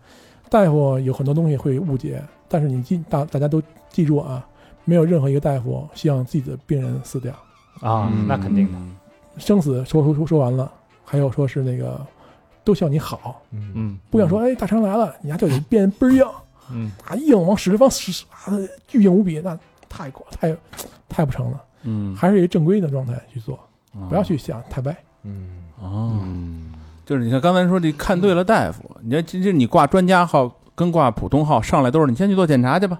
S5: 大夫有很多东西会误解，但是你记大大家都记住啊，没有任何一个大夫希望自己的病人死掉，
S4: 啊，
S3: 嗯
S4: 那肯定的，
S3: 的，
S5: 生死说说说说完了，还有说是那个都希望你好，
S2: 嗯，
S4: 嗯，
S5: 不想说哎大肠来了，你丫就得变倍儿硬，
S4: 嗯，
S5: 啊硬往使这方使啊巨硬无比，那太过太太不成了，
S3: 嗯，啊
S5: 还是一正规的状态去做，
S3: 不
S5: 不要去想太歪。
S2: 嗯，
S3: 哦，
S1: 嗯，
S3: 就是你看刚才说的，看对了大夫，你看这这你挂专家号跟挂普通号上来都是你先去做检查去吧，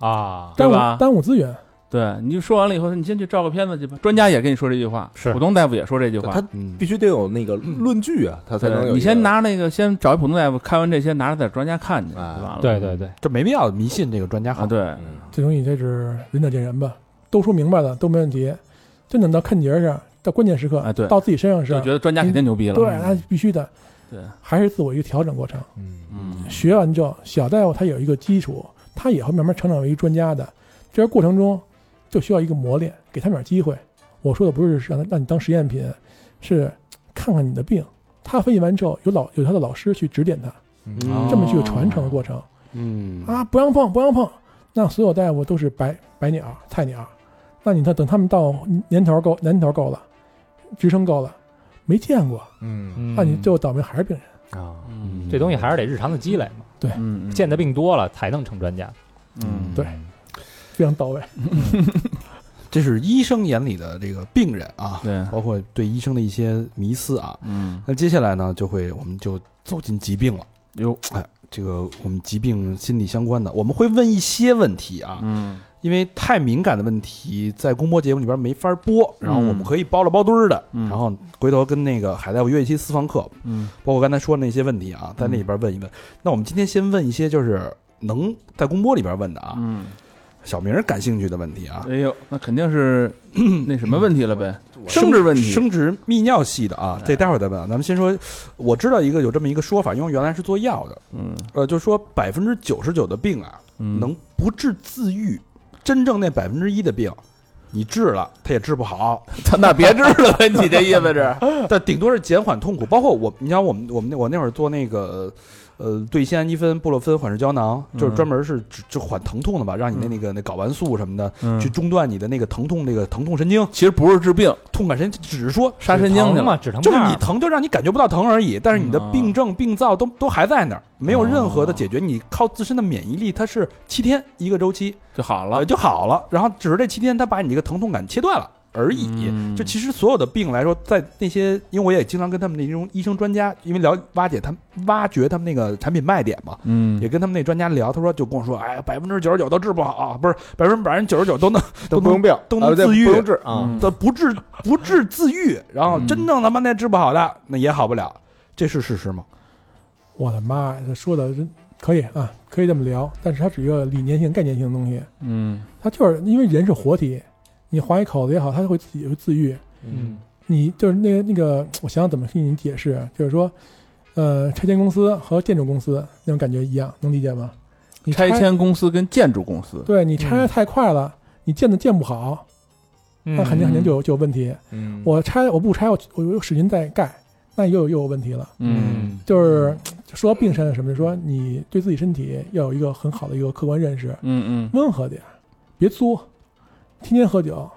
S4: 啊，
S3: 对
S5: 耽误
S3: 吧
S5: 耽误资源，
S3: 对，你就说完了以后，你先去照个片子去吧。专家也跟你说这句话，
S4: 是
S3: 普通大夫也说这句话，
S2: 他必须得有那个论据啊，他才能
S3: 对
S2: 有。
S3: 你先。拿那个，先找一普通大夫看完这些，拿着在专家看去，就
S2: 哎
S3: 完了。
S4: 对对对，
S1: 这没必要迷信这个专家
S3: 啊，
S1: 好。
S3: 对，
S2: 嗯
S5: 这东西这是仁者见仁吧，都说明白了都没问题，真等到看节儿上，到关键时刻，
S3: 哎对
S5: 到自己身上是
S3: 就，觉得专家肯定牛逼了。
S5: 对，那必须的，
S3: 对，
S5: 还是自我一个调整过程。
S2: 嗯
S3: 嗯
S5: 学完之后，小大夫他有一个基础，他也会慢慢成长为一专家的。这个过程中就需要一个磨练，给他们点机会。我说的不是让他让你当实验品，是看看你的病。他分析完之后，有老有他的老师去指点他，
S2: 嗯
S3: 哦
S5: 这么一个传承的过程。
S1: 嗯
S5: 啊，不让碰，不让碰。那所有大夫都是白白鸟、菜鸟。那你看，等他们到年头够，年头够了，职称够了，没见过，
S2: 嗯
S5: 那你最后倒霉还是病人。
S2: 啊，
S3: 嗯
S4: 这东西还是得日常的积累嘛，
S3: 嗯嗯
S4: 见的病多了才能成专家。
S3: 嗯
S5: 对非常到位。
S1: 这是医生眼里的这个病人啊，
S3: 对
S1: 包括对医生的一些迷思啊。
S3: 嗯
S1: 那接下来呢，就会我们就走进疾病了。
S3: 哟
S1: 哎，这个我们疾病心理相关的，我们会问一些问题啊，
S3: 嗯
S1: 因为太敏感的问题在公播节目里边没法播，然后我们可以包了包堆儿的，
S3: 嗯
S1: 然后回头跟那个海大夫约一期私房课，
S3: 嗯
S1: 包括刚才说的那些问题啊，在那里边问一问。那我们今天先问一些就是能在公播里边问的啊，
S3: 嗯，
S1: 小明儿感兴趣的问题啊，
S3: 哎呦，那肯定是那什么问题了呗？生
S1: 生
S3: 殖
S1: 殖
S3: 问题
S1: 生殖泌尿系的啊，
S3: 哎
S1: 这待会儿再问啊。咱们先说，我知道一个有这么一个说法，因为我原来是做药的，
S3: 嗯
S1: 呃，就是说百分之九十九的病啊，
S3: 嗯，
S1: 能不治自愈，真正那百分之一的病，你治了它也治不好，
S3: [laughs] 那别治了
S1: [laughs]
S3: 呗，你这意思是？
S1: 但顶多是减缓痛苦。包括我，你像我们我们那我那会儿做那个呃对酰氨基酚、布洛芬缓释胶囊，就是
S3: 嗯
S1: 专门是只就缓疼痛的吧，让你的那个那睾丸素什么的
S3: 嗯
S1: 去中断你的那个疼痛那个疼痛神经、
S3: 其实不是治病，
S1: 痛感神经，只是说
S3: 杀神经去
S4: 疼嘛，
S3: 了。
S4: 止疼
S1: 就是
S4: 片儿
S1: 你疼就让你感觉不到疼而已，但是你的
S3: 啊嗯啊
S1: 病症病灶都都还在那儿，没有任何的
S3: 哦
S1: 解决。你靠自身的免疫力，它是七天一个周期，
S3: 就好了
S1: 呃，就好了。然后只是这七天，它把你这个疼痛感切断了而已。
S3: 嗯
S1: 就其实所有的病来说，在那些，因为我也经常跟他们那种医生专家，因为聊挖掘他们挖掘他们那个产品卖点嘛，
S3: 嗯
S1: 也跟他们那专家聊，他说就跟我说，哎呀，百分之九十九都治不好啊，不是百分之百分之九十九都能
S2: 都不用病，
S1: 都能
S2: 啊对
S1: 自愈
S2: 不用治啊。
S3: 嗯
S1: 都不治不治自愈，然后
S3: 嗯
S1: 真正他妈那治不好的那也好不了，这是事实吗？
S5: 我的妈呀，这说的真可以啊，可以这么聊，但是它是一个理念性、概念性的东西，
S3: 嗯
S5: 它就是因为人是活体，你划一口子也好，它就会自己会自愈。
S4: 嗯，
S5: 你就是那个那个，我想想怎么跟你解释，啊就是说，呃，拆迁公司和建筑公司那种感觉一样，能理解吗？你
S3: 拆迁公司跟建筑公司，
S5: 对你拆的太快了，你建的建不好，
S3: 嗯
S5: 那肯定肯定就有就有问题。
S2: 嗯
S5: 我拆我不拆，我我又使劲再盖，那又有又有问题了。
S3: 嗯
S5: 就是说病深是什么，就是说你对自己身体要有一个很好的一个客观认识，
S3: 嗯嗯
S5: 温和点儿，别作，天天喝酒，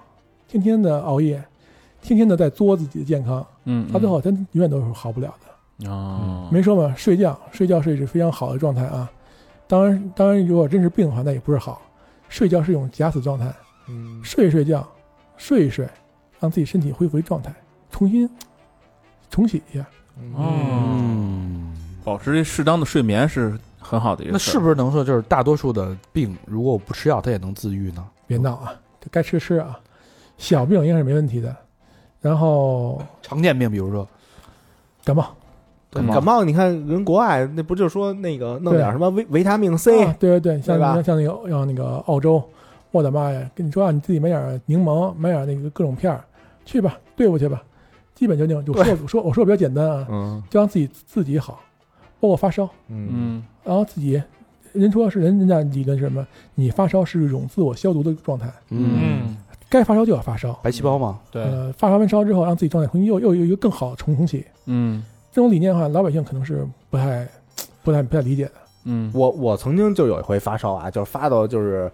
S5: 天天的熬夜，天天的在作自己的健康，
S3: 嗯，
S5: 到最后他永远都是好不了的。
S3: 啊，
S5: 没说嘛，睡觉，睡觉是一种非常好的状态啊。当然，当然，如果真是病的话，那也不是好。睡觉是一种假死状态，
S2: 嗯
S5: 睡一睡觉，睡一睡，让自己身体恢复一状态，重新重启一下。
S3: 哦，
S1: 嗯，
S3: 保持适当的睡眠是很好的一个
S1: 那
S3: 事
S1: 是
S3: 儿。
S1: 不是能说就是大多数的病，如果我不吃药，它也能自愈呢？
S5: 别闹啊，这该吃吃啊。小病应该是没问题的，然后
S1: 常见病，比如说
S5: 感冒，
S3: 感冒
S2: 感冒，你看人国外那不就说那个弄点什么维维他命 C，
S5: 啊、对对对，像
S2: 对吧
S5: 像像那个像那个澳洲，我的妈呀！跟你说啊，你自己买点儿柠檬，买点儿那个各种片儿，去吧，对付去吧。基本就那种，就说我说我说我比较简单啊，
S2: 嗯
S5: 就让自己自己好，包括发烧，
S2: 嗯
S3: 嗯
S5: 然后自己，人说是人人家理论是什么？你发烧是一种自我消毒的状态，
S4: 嗯，
S5: 该发烧就要发烧，
S1: 白细胞嘛，
S4: 对，
S5: 呃，发烧完烧之后，让自己状态重新又又有一个更好的重重启。
S3: 嗯
S5: 这种理念的话，老百姓可能是不太、不太、不太理解的。
S3: 嗯，
S2: 我我曾经就有一回发烧啊，就是发到就是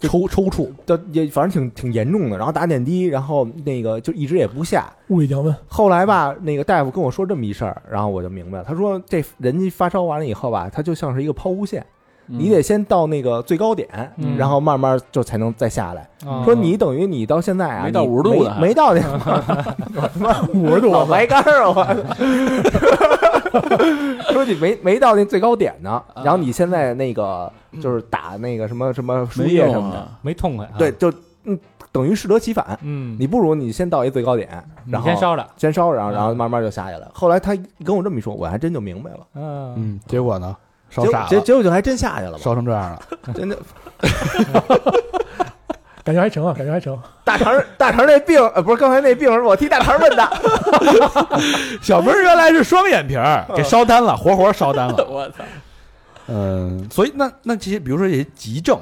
S1: 抽抽搐，
S2: 就也反正挺挺严重的，然后打点滴，然后那个就一直也不下。
S5: 物理降温，
S2: 后来吧，那个大夫跟我说这么一事儿，然后我就明白了。他说这人家发烧完了以后吧，他就像是一个抛物线，
S3: 嗯
S2: 你得先到那个最高点，
S4: 嗯
S2: 然后慢慢就才能再下来。
S4: 啊
S2: 说你等于你到现在啊，
S3: 没到
S2: 你
S3: 50度呢还
S2: 没没到那个五十度，老白干儿啊！我 [laughs] 说你没没到那最高点呢，然后你现在那个就是打那个什么什么输
S3: 没
S2: 液
S3: 用
S2: 什么的，
S3: 啊，
S4: 没痛快啊，
S2: 对，，就嗯，等于适得其反。
S4: 嗯，
S2: 你不如你先到一最高点，然
S4: 你
S2: 后
S4: 先烧着，
S2: 先烧，然后
S4: 嗯
S2: 然后慢慢就下去了。后来他跟我这么一说，我还真就明白了，
S4: 嗯，
S1: 嗯，结果呢，烧
S2: 结果
S1: 傻
S2: 结
S1: 了，
S2: 结果就还真下去了嘛，
S1: 烧成这样了，
S2: 真的
S5: 感觉还成啊，感觉还成。
S2: 大肠 [laughs] 大肠那病呃不是刚才那病是我替大肠问的，
S1: [laughs] 小明原来是双眼皮儿，给烧单了，活活烧单 [laughs] 了。
S3: 我操，
S1: 嗯，所以那那这些，比如说这些急症、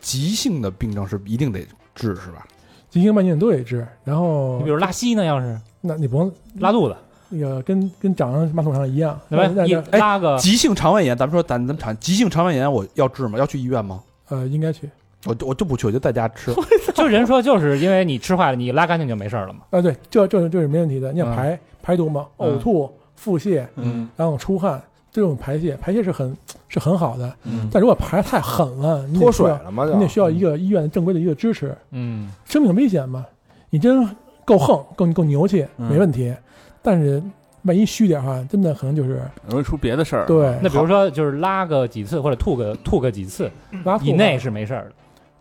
S1: 急性的病症是一定得治，是吧？
S5: 急性慢性都得治，然后
S4: 你比如拉稀呢，要是
S5: 那你不用
S4: 拉肚子，
S5: 那个跟跟长上马桶上一样，
S4: 对
S5: 那
S4: 吧？
S5: 那
S4: 你
S5: 那
S4: 拉个
S1: 急性肠胃炎，咱们说咱咱们肠急性肠胃炎，我要治吗？要去医院吗？
S5: 呃应该去
S1: 我就我就不去，我就在家吃。
S4: 就人说就是因为你吃坏了，你拉干净就没事儿了嘛。
S5: 啊，对，这这这是没问题的。你想
S4: 嗯
S5: 排排毒嘛，
S4: 嗯
S5: 呕吐、腹泻，
S3: 嗯
S5: 然后出汗，这种排泄排泄是很是很好的，
S3: 嗯，
S5: 但如果排得太狠了，你得
S2: 脱水
S5: 需要
S2: 了嘛就
S5: 你得需要一个医院正规的一个支持。
S4: 嗯，
S5: 生命危险嘛，你真够横、够够牛气，
S3: 嗯
S5: 没问题。但是万一虚点儿哈，真的可能就是
S3: 容易出别的事儿。
S5: 对
S4: 那比如说就是拉个几次或者吐个吐个几次
S5: 拉肚
S4: 以
S5: 子
S4: 内是没事儿的。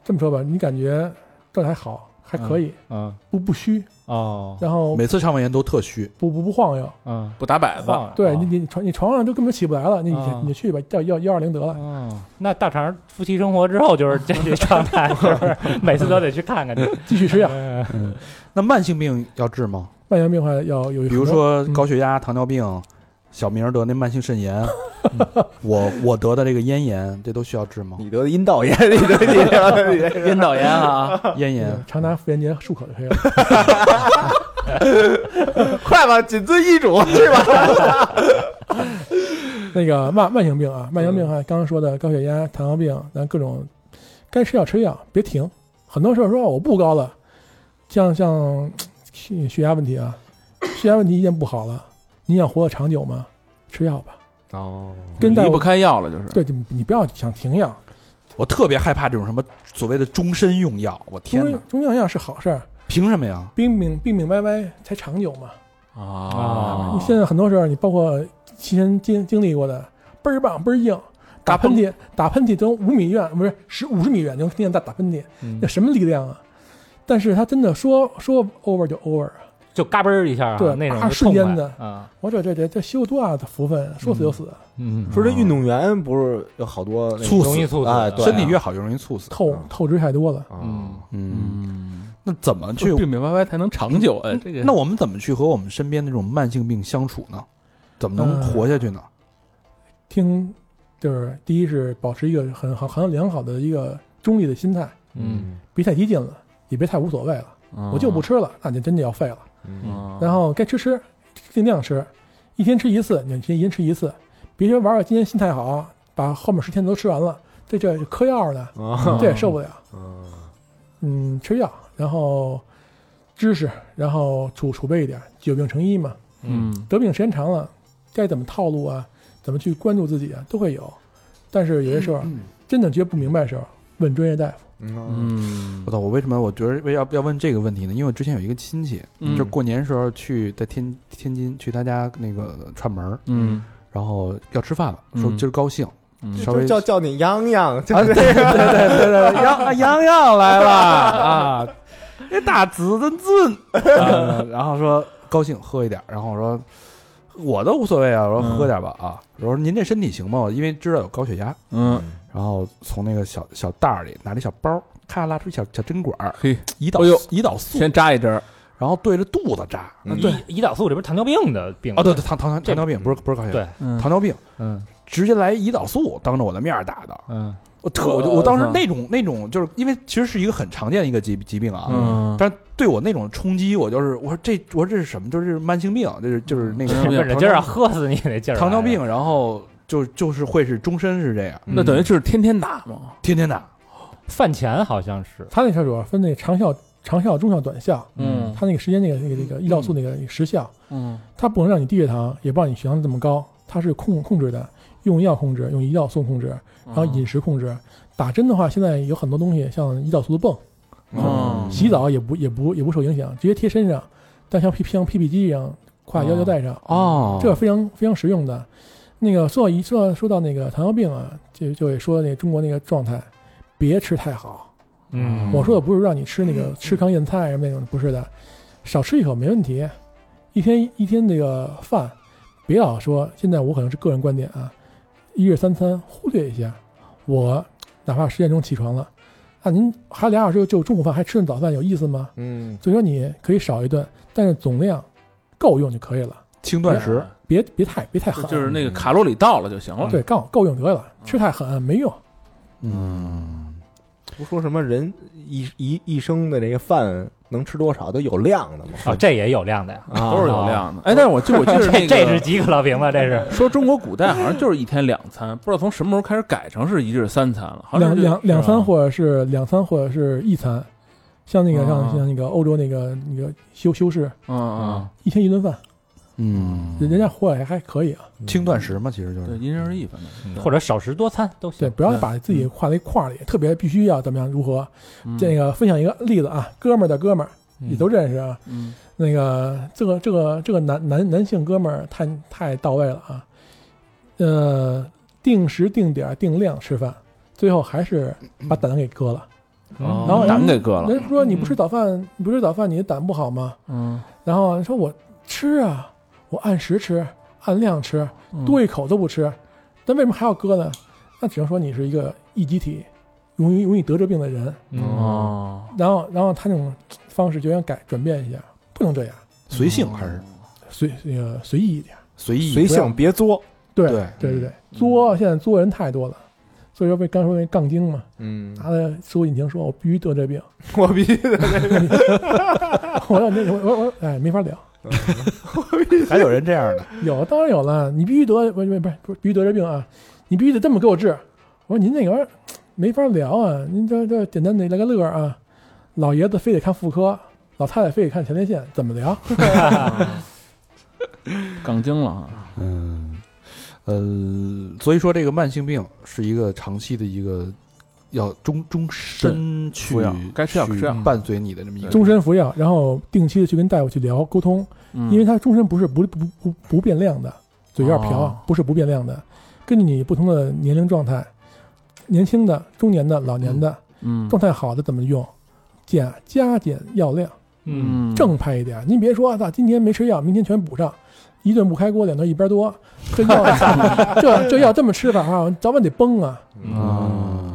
S5: 这么说吧，你感觉状态好，还可以，
S4: 嗯，
S5: 不不虚，
S4: 哦，
S5: 然后
S1: 每次肠胃炎都特虚，
S5: 不不不晃悠。
S4: 嗯，
S3: 不打摆子，
S4: 放了
S5: 对
S4: 哦
S5: 你，你床你床上都根本起不来了，你
S4: 啊
S5: 你就去吧，叫幺幺二零得了。
S4: 哦，那大肠夫妻生活之后就是这个状态，是不是每次都得去看看去？
S5: 继续吃药。
S4: 嗯
S1: 那慢性病要治吗？
S5: 慢性病患要有，
S1: 比如说
S5: 嗯
S1: 高血压、糖尿病，小明儿得那慢性肾炎，嗯我我得的这个咽炎，这都需要治吗？
S2: [laughs] 你得阴道炎，你得你得你得
S3: 阴道炎
S2: [laughs]
S3: 啊，
S1: 咽
S5: 那
S1: 炎
S5: 个，常拿妇炎洁漱口就可以了。
S2: 快吧，谨遵医嘱，去吧。
S5: 那个慢慢性病啊，慢性病啊，刚刚说的高血压、糖尿病，咱各种该吃药吃药，别停。很多时候说哦我不高了，像像血血压问题啊，血压问题一旦不好了，你想活得长久吗？吃药吧，
S2: 哦，
S5: 跟大
S3: 离
S5: 夫
S3: 不开药了，就是。
S5: 对，你你不要想停药，
S1: 我特别害怕这种什么所谓的终身用药，我天
S5: 中
S1: 哪，
S5: 中药药是好事儿，
S1: 凭什么呀？
S5: 病病病病歪歪才长久嘛。
S3: 啊
S5: 你现在很多时候，你包括亲身经经历过的，倍儿棒，倍儿硬，打喷嚏，打喷嚏都五米远，不是十五十米远就能听见打打喷嚏，
S4: 嗯
S5: 那什么力量啊？但是他真的说说 over 就 over 啊！
S4: 就嘎嘣儿一下啊，
S5: 对
S4: 那种
S5: 啊
S4: 就
S5: 瞬
S4: 痛
S5: 间
S4: 快
S5: 的
S4: 啊，
S5: 我这这这这修多大的福分，啊说死就死，
S4: 嗯，
S2: 说这运动员不是有好多那
S1: 猝
S4: 容易
S1: 死，
S4: 猝死啊
S2: 哎对
S1: 身体越好越容易猝死。
S5: 透
S2: 嗯
S5: 透支太多了。
S2: 啊
S4: 嗯，
S1: 嗯，
S3: 嗯，
S1: 那怎么去
S3: 就？病病歪歪才能长久啊，这个
S1: 那我们怎么去和我们身边的这种慢性病相处呢？怎么能活下去呢？
S5: 听，就是第一是保持一个很好、很良好的一个中立的心态，
S4: 嗯
S5: 别太激进了，也别太无所谓了。 [laughs] 我就
S3: 啊
S5: 不吃了，那就真的要废了。
S2: 嗯
S3: 嗯，
S5: 然后该吃吃，尽量吃，一天吃一次，你就一天吃一次，别说玩儿今天心态好，把后面十天都吃完了，这这嗑药呢，
S2: 啊
S5: 这也受不了。
S2: 嗯
S5: 嗯，吃药，然后知识，然后储储备一点，久病成医嘛。
S3: 嗯
S5: 得病时间长了，该怎么套路啊，怎么去关注自己啊，都会有。但是有些时候真的觉得不明白的时候，问专业大夫。
S2: 嗯
S3: 嗯
S1: 我操！我为什么我觉得为要要问这个问题呢？因为我之前有一个亲戚，
S3: 嗯
S1: 就过年时候去在天天津去他家那个串门儿，
S3: 嗯
S1: 然后要吃饭了，说
S3: 嗯
S1: 今儿高兴，
S3: 嗯
S1: 稍微
S2: 就叫叫你洋洋，就
S1: 啊，对
S2: 是
S1: [laughs] 对对
S2: [laughs]
S1: 对对，洋洋洋来了啊，那大紫的尊，啊 [laughs]
S3: 嗯
S1: 然后说高兴喝一点，然后我说我都无所谓啊，我说
S3: 嗯
S1: 喝点吧啊，我说您这身体行吗？因为知道有高血压，
S3: 嗯，
S1: 然后从那个小小袋儿里拿了一小包，咔拉出一小小针管儿，
S3: 嘿，
S1: 胰岛
S3: 哎呦
S1: 胰岛素，
S3: 先扎一针儿，
S1: 然后对着肚子扎。
S2: 嗯
S5: 啊
S4: 胰胰岛素这不是糖尿病的病
S1: 哦，对对，糖糖糖
S4: 这
S1: 尿病不是不是高血压，
S4: 对
S3: 嗯
S1: 糖尿病
S4: 嗯
S1: 直接来胰岛素当着我的面儿打的，
S4: 嗯
S1: 我特我就我当时
S3: 嗯
S1: 那种那种就是因为其实是一个很常见的一个疾疾病啊，
S3: 嗯
S1: 但是对我那种冲击，我就是我说这我说这是什么？就是慢性病，就是就是那个
S3: 嗯
S1: 糖
S4: 不
S1: 尿
S4: 是，
S1: 病
S4: 那今儿要喝死你那劲儿来了，啊
S1: 糖尿病，然后就就是会是终身是这样，
S4: 嗯，
S3: 那等于是天天打嘛，
S1: 天天打。
S4: 饭前好像是，
S5: 他那条主要分那长效、长效、中效、短效，
S3: 嗯
S5: 他那个时间那个那个那个胰岛素那个时效，
S3: 嗯
S5: 它不能让你低血糖，也不让你血糖这么高，它是控控制的，用药控制，用胰岛素控制，
S3: 嗯
S5: 然
S3: 哦
S5: 后饮食控制。打针的话，现在有很多东西，像胰岛素的泵，
S3: 嗯
S5: 洗澡也不也不也不受影响，直接贴身上，但像 P 像 PPT 机一样挂腰腰带上，
S1: 哦
S5: 这个非常非常实用的。那个说到一说到说到那个糖尿病啊，就就得说那个中国那个状态，别吃太好。
S4: 嗯，
S5: 我说的不是让你吃那个吃糠咽菜什啊么那种，不是的，少吃一口没问题。一天一天那个饭，别老说。现在我可能是个人观点啊，一日三餐忽略一下。我哪怕十点钟起床了，那您还俩小时就就中午饭还吃顿早饭有意思吗？
S2: 嗯
S5: 所以说你可以少一顿，但是总量够用就可以了，
S1: 轻断食，
S5: 别别太别太
S3: 就
S5: 狠。
S3: 就是那个卡路里到了就嗯行了，
S5: 对，够够用得了，吃太狠没用。
S1: 嗯，
S2: 不说什么人一一一生的这个饭能吃多少都有量的嘛，
S4: 哦，这也有量的呀，
S2: 啊
S3: 都是有量的。哎，但是我记我记
S4: [laughs]
S3: 得那
S4: 这
S3: 个
S4: 这是几个老瓶子，这是
S3: 说中国古代好像就是一天两餐，不知道从什么时候开始改成是一日三餐了，好像
S5: 两
S3: 是
S5: 两两
S3: 是吧
S5: 餐或者是两餐或者是一餐，像那个像
S3: 啊
S5: 像那个欧洲那个那个修修士，
S3: 嗯
S5: 一天一顿饭，
S1: 嗯
S5: 人人家活也还可以啊。
S1: 轻断食嘛，其实就
S3: 嗯，对，
S1: 是
S3: 因人而异，反
S4: [laughs]
S3: 正
S4: 或者少食多餐都
S5: 对，
S4: 行，
S5: 不要把自己画在一块儿里，特别必须要怎么样如何。
S3: 嗯
S5: 这个分享一个例子啊，哥们儿的哥们儿也都认识啊。
S3: 嗯
S5: 那个这个这个这个男男男性哥们儿太太到位了啊，呃，定时定点儿定量吃饭，最后还是把胆给割了。
S4: 嗯
S5: 然后
S3: 胆给哦割了，
S5: 人家说你不吃早饭，你不吃早饭，你的胆不好吗？
S3: 嗯，
S5: 然后人说我吃啊，我按时吃，按量吃，多一口都不吃，但为什么还要割呢？那只能说你是一个易激体，容易容易得这病的人。
S4: 嗯
S3: 哦，
S5: 然后，然后他那种方式就想改转变一下，不能这样，
S1: 随性还是
S5: 随那个随意一点。
S1: 嗯随意
S2: 随性别作，
S5: 对
S1: 对
S5: 对对对作现在作人太多了，所以说被刚说那杠精嘛，
S2: 嗯
S5: 拿着搜索引
S2: [laughs]
S5: 擎说我必须得这病，
S2: 我必须得
S5: [laughs] 我要那我我我哎没法聊，
S7: 还有人这样的，
S5: 有，当然有了，你必须得不不不是不是必须得这病啊，你必须得这么给我治。我说您那个玩意儿没法聊啊，您这这简单的来个乐儿啊，老爷子非得看妇科，老太太非得看前列腺，怎么聊？
S3: [laughs] 杠精了啊！
S1: [laughs] 嗯，呃，所以说这个慢性病是一个长期的一个要终终身去
S3: 服药该吃药
S1: 去
S3: 吃药嗯
S1: 伴随你的这么一个
S5: 终身服药，然后定期的去跟大夫去聊沟通，
S3: 嗯
S5: 因为它终身不是不不不不变量的，嘴有点瓢，
S3: 哦
S5: 不是不变量的，根据你不同的年龄状态，年轻的、中年的、老年的，
S3: 嗯
S5: 状态好的怎么用，减加减药量。
S3: 嗯
S5: 正派一点。您别说，操，今天没吃药，明天全补上，一顿不开锅，两顿一边多，
S3: [laughs]
S5: 这药这这药这么吃法啊，早晚得崩啊！
S1: 啊。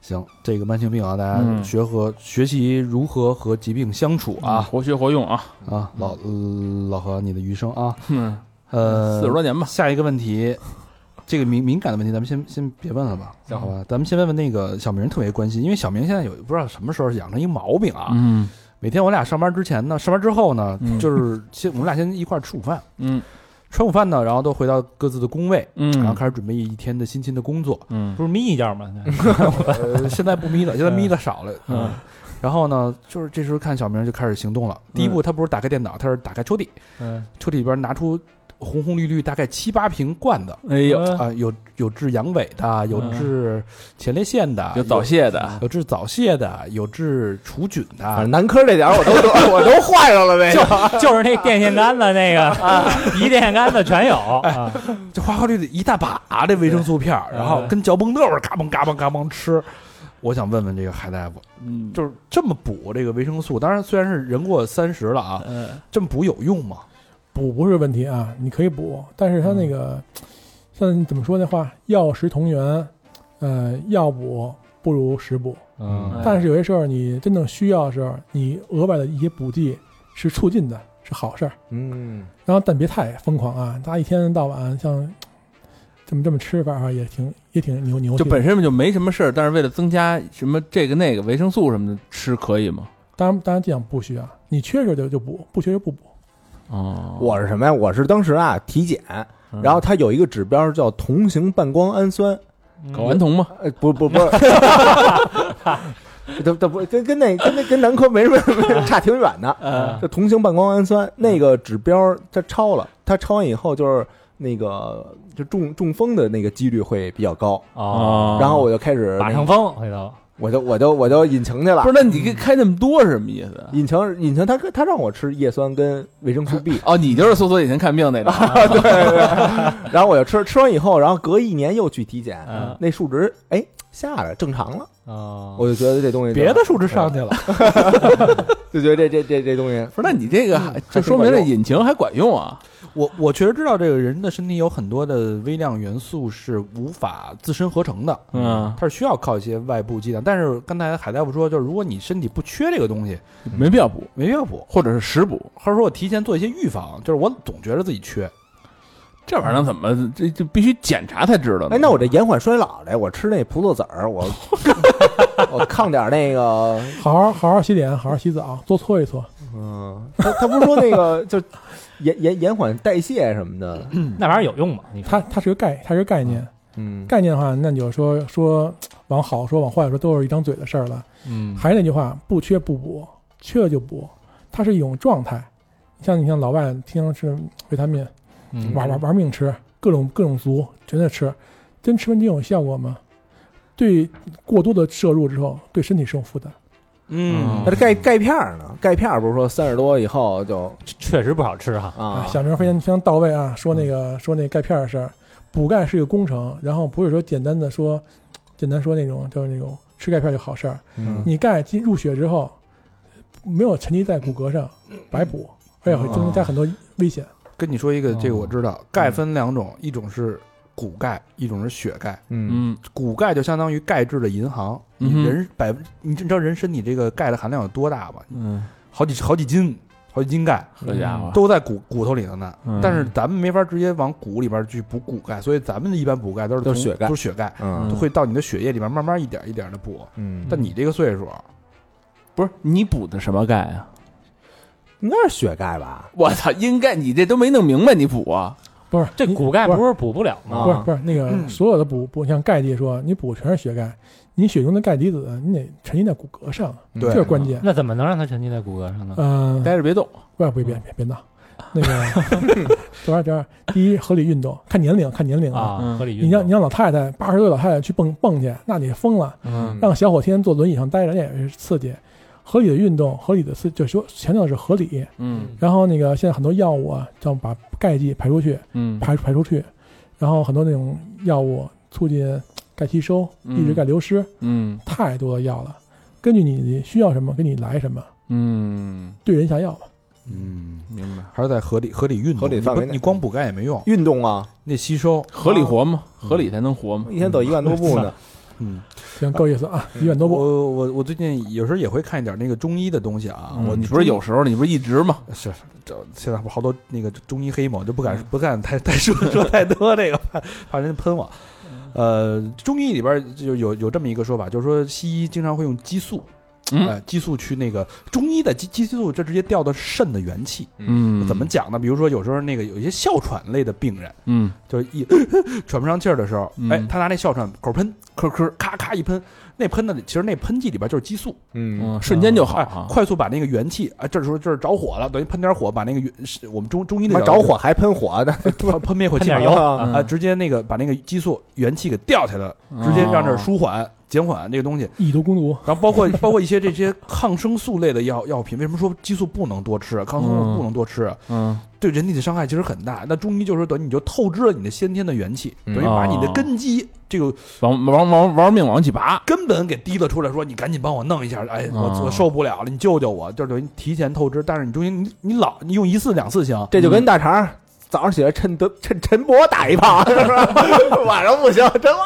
S1: 行，这个慢性病啊，大家
S3: 嗯
S1: 学和、学习如何和疾病相处
S3: 啊，
S1: 啊、
S3: 活学活用啊，
S1: 啊！老、呃、老何，你的余生啊，
S3: 嗯，
S1: 呃，
S3: 四十多年吧，
S1: 下一个问题，这个敏敏感的问题，咱们先先别问了吧，
S3: 嗯
S1: 好吧？咱们先问问那个小明特别关心，因为小明现在有不知道什么时候养成一毛病啊。
S3: 嗯
S1: 每天我俩上班之前呢，上班之后呢，
S3: 嗯
S1: 就是先我们俩先一块儿吃午饭，
S3: 嗯
S1: 吃午饭呢，然后都回到各自的工位，然后
S3: 嗯
S1: 开始准备一天的辛勤的工
S3: [laughs]
S1: 作。
S3: 嗯
S7: 不是眯一觉吗？
S1: 呃，现在不眯了，现在眯的少了。
S7: 嗯，
S1: 然后呢，就是这时候看小明就开始行动
S3: 嗯
S1: 了。第一步，他不是打开电脑，他是打开抽屉，
S3: 呃
S7: 嗯，
S1: 抽屉里边拿出红红绿绿大概七八瓶罐子，
S3: 哎呦，
S1: 啊、有有治阳痿的，有
S3: 嗯
S1: 治前列腺的，
S3: 有早泄的，
S1: 有治早泄的，有治除菌
S2: 反
S1: 的
S2: 正，男啊科这点儿我 [laughs] 都我都坏上了呗。
S4: 就是那电线杆子那个， [laughs] 一电线杆子全有啊，
S1: 这花花绿绿一大把、这维生素片儿，然
S3: 嗯
S1: 后跟嚼蹦豆儿嘎嘣嘎嘣嘎嘣吃。我想问问这个海大夫，
S3: 嗯
S1: 就是这么补这个维生素，当然虽然是人过三十了啊，
S3: 嗯
S1: 这么补有用吗？
S5: 补不是问题啊，你可以补，但是它那
S3: 嗯
S5: 个、像怎么说那话，药食同源，呃，药补不如食补。
S3: 呃哎
S7: 嗯
S5: 但是有些时候你真正需要的时候，你额外的一些补剂是促进的，是好事儿。
S2: 嗯，
S5: 然后但别太疯狂啊，大家一天到晚像这么这么吃法啊，也挺也挺牛牛气
S3: 嗯就
S5: 的。
S3: 本身就没什么事儿，但是为了增加什么这个那个维生素什么的吃可以吗？
S5: 当然，当然这样不需要，你缺着就就补，不缺就不补。
S3: 哦，
S2: 我是什么呀？我是当时啊体检，然后它有一个指标叫同型半胱氨酸，
S4: 嗯
S3: 睾丸酮嘛，
S2: 呃，不不不， [laughs] 这这不跟跟那跟那跟男科没什么 [laughs] 差挺远的。
S3: 呃，
S4: 啊
S2: 这同型半胱氨酸那个指标它超了，它超完以后就是那个就中中风的那个几率会比较高。
S4: 哦，
S2: 然后我就开始那
S4: 马上疯，回头
S2: 我就我就我就引擎去了
S3: 不是，，那你给开那么多是什么意思？啊
S2: 引擎引擎他他让我吃叶酸跟维生素 B，
S3: 哦，你就是搜索眼睛看病那种，
S2: 然后我就吃吃完以后，然后隔一年又去体检
S4: 嗯，
S2: 那数值哎下来正常了，
S4: 哦，
S2: 我就觉得这东西
S5: 别的数值上去了，
S2: 就觉得这这这这东西
S3: 不是？那你这个还
S2: 还
S3: 就
S2: 挺
S3: 说明
S2: 管
S3: 这
S2: 用
S3: 引擎还管用啊？
S1: 我我确实知道这个人的身体有很多的微量元素是无法自身合成的，
S3: 嗯
S1: 它是需要靠一些外部剂量。但是刚才海大夫说，就是如果你身体不缺这个东西，
S3: 没必要补，
S1: 没必要补，
S3: 或者是食补，
S1: 或者说我提前做一些预防，就是我总觉得自己缺，
S3: 这玩意儿能怎么这这必须检查才知道呢？
S2: 哎，那我这延缓衰老的，我吃那葡萄籽儿，我我抗点儿那个，
S5: 好好好好洗脸，好好洗澡，多搓一搓。
S2: 嗯，他他不是说那个就延延延缓代谢什么的，
S4: 那玩意儿有用吗？你说
S5: 它它是个概，它是个概念。
S2: 嗯，
S5: 概念的话，那你就说说往好说往坏说，都是一张嘴的事儿了。
S7: 嗯，
S5: 还是那句话，不缺不补，缺了就补，它是一种状态。像你像老外天天吃维他命，
S7: 嗯
S5: 玩玩玩命吃，各种各种足，全在吃，真吃完真有效果吗？对过多的摄入之后，对身体是有负担。
S1: 嗯
S2: 那这钙钙片儿呢？钙片儿不是说三十多以后就
S4: 确实不好吃哈，
S5: 啊
S2: 啊，，嗯
S5: 小明非常非常到位啊，说那个、说那钙片儿的事儿，补钙是一个工程，然后不是说简单的说，简单说那种就是那种吃钙片儿就好事儿。
S2: 嗯
S5: 你钙进入血之后，没有沉积在骨骼上，白补，而且会增
S2: 啊
S5: 加很多危险。
S1: 跟你说一个，
S7: 哦
S1: 这个我知道，钙分两种，一种是骨钙，一种是血钙。
S2: 嗯
S3: 嗯
S1: 骨钙就相当于钙质的银行，
S3: 嗯哼
S1: 你人百分，你知道人身体这个钙的含量有多大吗？
S3: 嗯，
S1: 好几好几斤，好几斤钙
S3: 好家伙，
S1: 都在骨骨头里头呢。
S3: 嗯
S1: 但是咱们没法直接往骨里边去补骨钙，所以咱们一般补钙都是
S2: 都是
S1: 从
S2: 血钙
S1: 都是血钙，
S2: 嗯
S1: 都会到你的血液里边慢慢一点一点的补。
S2: 嗯，
S1: 但你这个岁数，
S3: 不是你补的什么钙啊？
S2: 应该是血钙吧？
S3: 我操，应该你这都没弄明白，你补啊？
S5: 不是
S4: 这
S5: 你
S4: 骨钙
S5: 不是
S4: 不是补不了吗？
S5: 不是
S2: 啊
S5: 不是那个所有的补补，像钙质说，你补全是血钙，你血中的钙离子你得沉积在骨骼上，
S2: 对
S5: 这是关键。
S4: 那怎么能让它沉积在骨骼上呢？
S5: 嗯，
S3: 待着别动，
S5: 不别别别别闹，那个多少多少，第一合理运动，看年龄看年龄啊。
S4: 啊，
S3: 嗯
S4: 合理运
S5: 你
S4: 动
S5: 让你让老太太八十岁老太太去蹦蹦去，那你疯了。
S2: 嗯
S5: 让小伙天天坐轮椅上待着，那也是刺激。合理的运动，合理的刺，就说强调的是合理。
S3: 嗯
S5: 然后那个现在很多药物啊，要把钙剂排出去，
S3: 嗯
S5: 排排出去，然后很多那种药物促进钙吸收，抑制钙流失，
S3: 嗯
S5: 太多的药了。根据你需要什么，给你来什么，
S3: 嗯，
S5: 对人下药嘛。
S1: 嗯，
S3: 明白。
S1: 还是在合理合理运动，
S2: 合理
S1: 你
S2: 范
S1: 不
S2: 围内
S1: 你光补钙也没用，
S2: 运动啊，
S1: 那吸收
S3: 合理活嘛，合理才能活嘛。
S2: 一天走一万多步呢。
S1: 嗯。
S5: 行，够意思啊，
S3: 嗯
S5: 一万多步。
S1: 我我我最近有时候也会看一点那个中医的东西啊，我
S3: 嗯你不是有时候你不是一直吗？
S1: 是这现在不是好多那个中医黑嘛，我就不敢不敢太太说说太多这个，怕怕人喷我。呃，中医里边儿就有有这么一个说法，就是说西医经常会用激素，
S3: 嗯
S1: 呃，激素去那个中医的激激素，这直接调到肾的元气。
S3: 嗯
S1: 怎么？讲呢？比如说有时候那个有一些哮喘类的病人，
S3: 嗯
S1: 就是一 [laughs] 喘不上气儿的时候，
S3: 嗯
S1: 哎，他拿那哮喘口喷，咳咳咔咔一喷，那喷的其实那喷剂里边就是激素，
S2: 嗯
S3: 嗯，瞬间就好
S1: 哎
S3: 啊，。
S1: 快速把那个元气啊，这时候这是着火了，等于喷点火，把那个元是我们中中医
S2: 他
S1: 那
S2: 妈
S1: 叫
S2: 着火还喷火呢，
S1: 喷喷灭火
S4: 喷
S1: 器
S4: 点
S1: 嘛
S4: 油
S2: 啊
S3: 嗯
S1: 啊，直接那个把那个激素元气给吊起来了，直接让这
S3: 哦
S1: 儿舒缓减缓这个东西。
S5: 以毒攻毒，
S1: 然后包括包括一些这些抗生素类的药药品，为什么说激素不能多吃？啊抗生素不能多吃，啊
S3: 嗯
S1: 对人体的伤害其实很大。那中医就是说等于你就透支了你的先天的元气，
S2: 嗯
S1: 等于把你的
S3: 哦
S1: 根基这个
S3: 往往往玩命往起拔。
S1: 根本给提了出来，说你赶紧帮我弄一下，哎，我
S3: 啊
S1: 我受不了了，你救救我，就是等于提前透支。但是你中间你你老你用一次两次行，
S2: [laughs] 这就跟大肠儿早上起来趁德趁陈伯打一炮，是吧 [laughs] 晚上不行，真晚。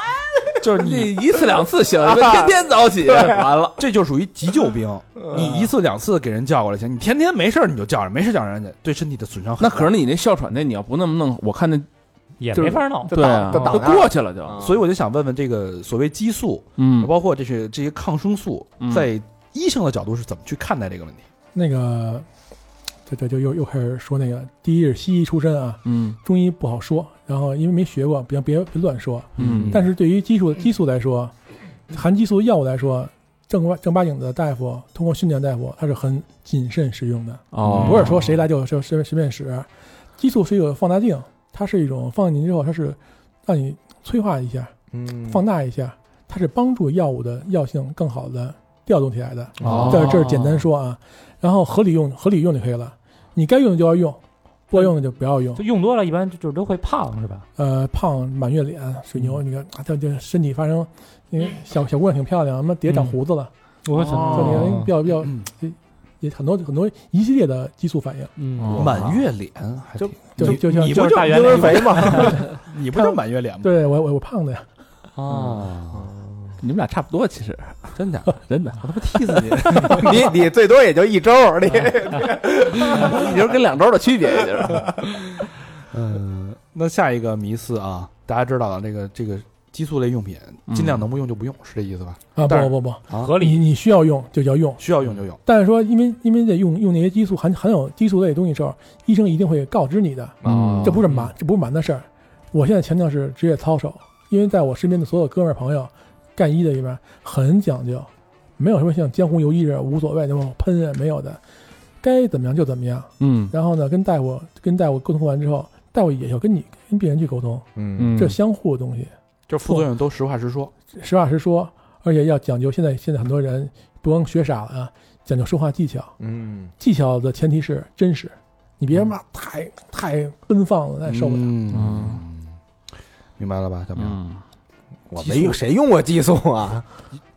S1: 就是你
S3: 你 [laughs] 一次两次行，
S2: 啊
S3: 天天早起，完了。
S1: 这就属于急救兵，你一次两次给人叫过来行，你天天没事儿你就叫人，没事叫人家，对身体的损伤很
S3: 那
S1: 大
S3: 可是你那哮喘那，你要不那么弄，我看那
S4: 也
S3: 就是
S4: 没法弄。
S2: 就
S3: 对啊，
S2: 倒就倒
S3: 都
S2: 那儿
S3: 过去了就。
S2: 啊
S1: 所以我就想问问这个所谓激素，
S3: 嗯，
S1: 包括这些这些抗生素
S3: 嗯，
S1: 在医生的角度是怎么去看待这个问题？
S5: 那个，这这就又又开始说那个，第一是西医出身啊，
S3: 嗯
S5: 中医不好说，然后因为没学过，别别别乱说。
S3: 嗯，
S5: 但是对于激素激素来说，含激素药物来说，正儿正八经的大夫通过训练大夫，他是很谨慎使用的，
S3: 哦，
S5: 不是说谁来就就随便随便使。啊激素是一个放大镜，它是一种放进去之后，它是让你催化一下、
S2: 嗯
S5: 放大一下，它是帮助药物的药性更好的调动起来的。
S3: 哦
S5: 这这是简单说啊，然后合理用合理用就可以了，你该用的就要用，不该用的就不要用
S4: 就。用多了，一般就就都会胖，是吧？
S5: 呃，胖满月脸，水牛，你看啊这这身体发生，那个小小姑娘挺漂亮，他妈底下长胡子了，
S4: 我
S5: 就那个
S4: 操
S5: 比！较比较
S1: 嗯，
S5: 也很多很多一系列的激素反应，
S4: 嗯，
S1: 满月脸还
S2: 就
S5: 就
S1: 你
S5: 就像
S1: 你
S4: 就
S1: 不
S4: 是大
S1: 就
S4: 圆
S2: 婴儿肥嘛，
S1: 你不就满月脸吗？
S5: 对我我我胖的呀，
S4: 啊，
S3: 嗯你们俩差不多，其实真的真的，我他妈踢死你！
S2: 你 [laughs] 你最多也就一周，你 [laughs]
S3: 你就是跟两周的区别，也就是。
S1: 嗯，那下一个迷思啊，大家知道了，这个这个激素类用品
S3: 嗯
S1: 尽量能不用就不用，是这意思吧？
S5: 啊
S1: 但是
S5: 不不不，
S4: 合
S5: 你
S4: 理。
S5: 你需要用就要用，
S1: 需要用就用。
S3: 嗯
S5: 但是说因为因为得用用那些激素含含有激素类的东西的时候，医生一定会告知你的，
S3: 嗯
S2: 啊
S5: 这不是瞒这不是瞒的事儿，我现在强调是职业操守，因为在我身边的所有哥们儿朋友，干医的里边很讲究，没有什么像江湖游医人无所谓那么喷啊没有的，该怎么样就怎么样。
S3: 嗯
S5: 然后呢，跟大夫跟大夫沟通完之后，大夫也要跟你跟病人去沟通，
S2: 嗯
S3: 嗯，
S5: 这相互的东西，
S1: 就副作用都实话实说，
S5: 实话实说，而且要讲究现在现在很多人不光学傻了啊，讲究说话技巧，
S2: 嗯
S5: 技巧的前提是真实，你别嘛太太奔放了，那受不了。
S1: 嗯，明白了吧，小明？
S3: 嗯
S2: 我没用，谁用过激素啊？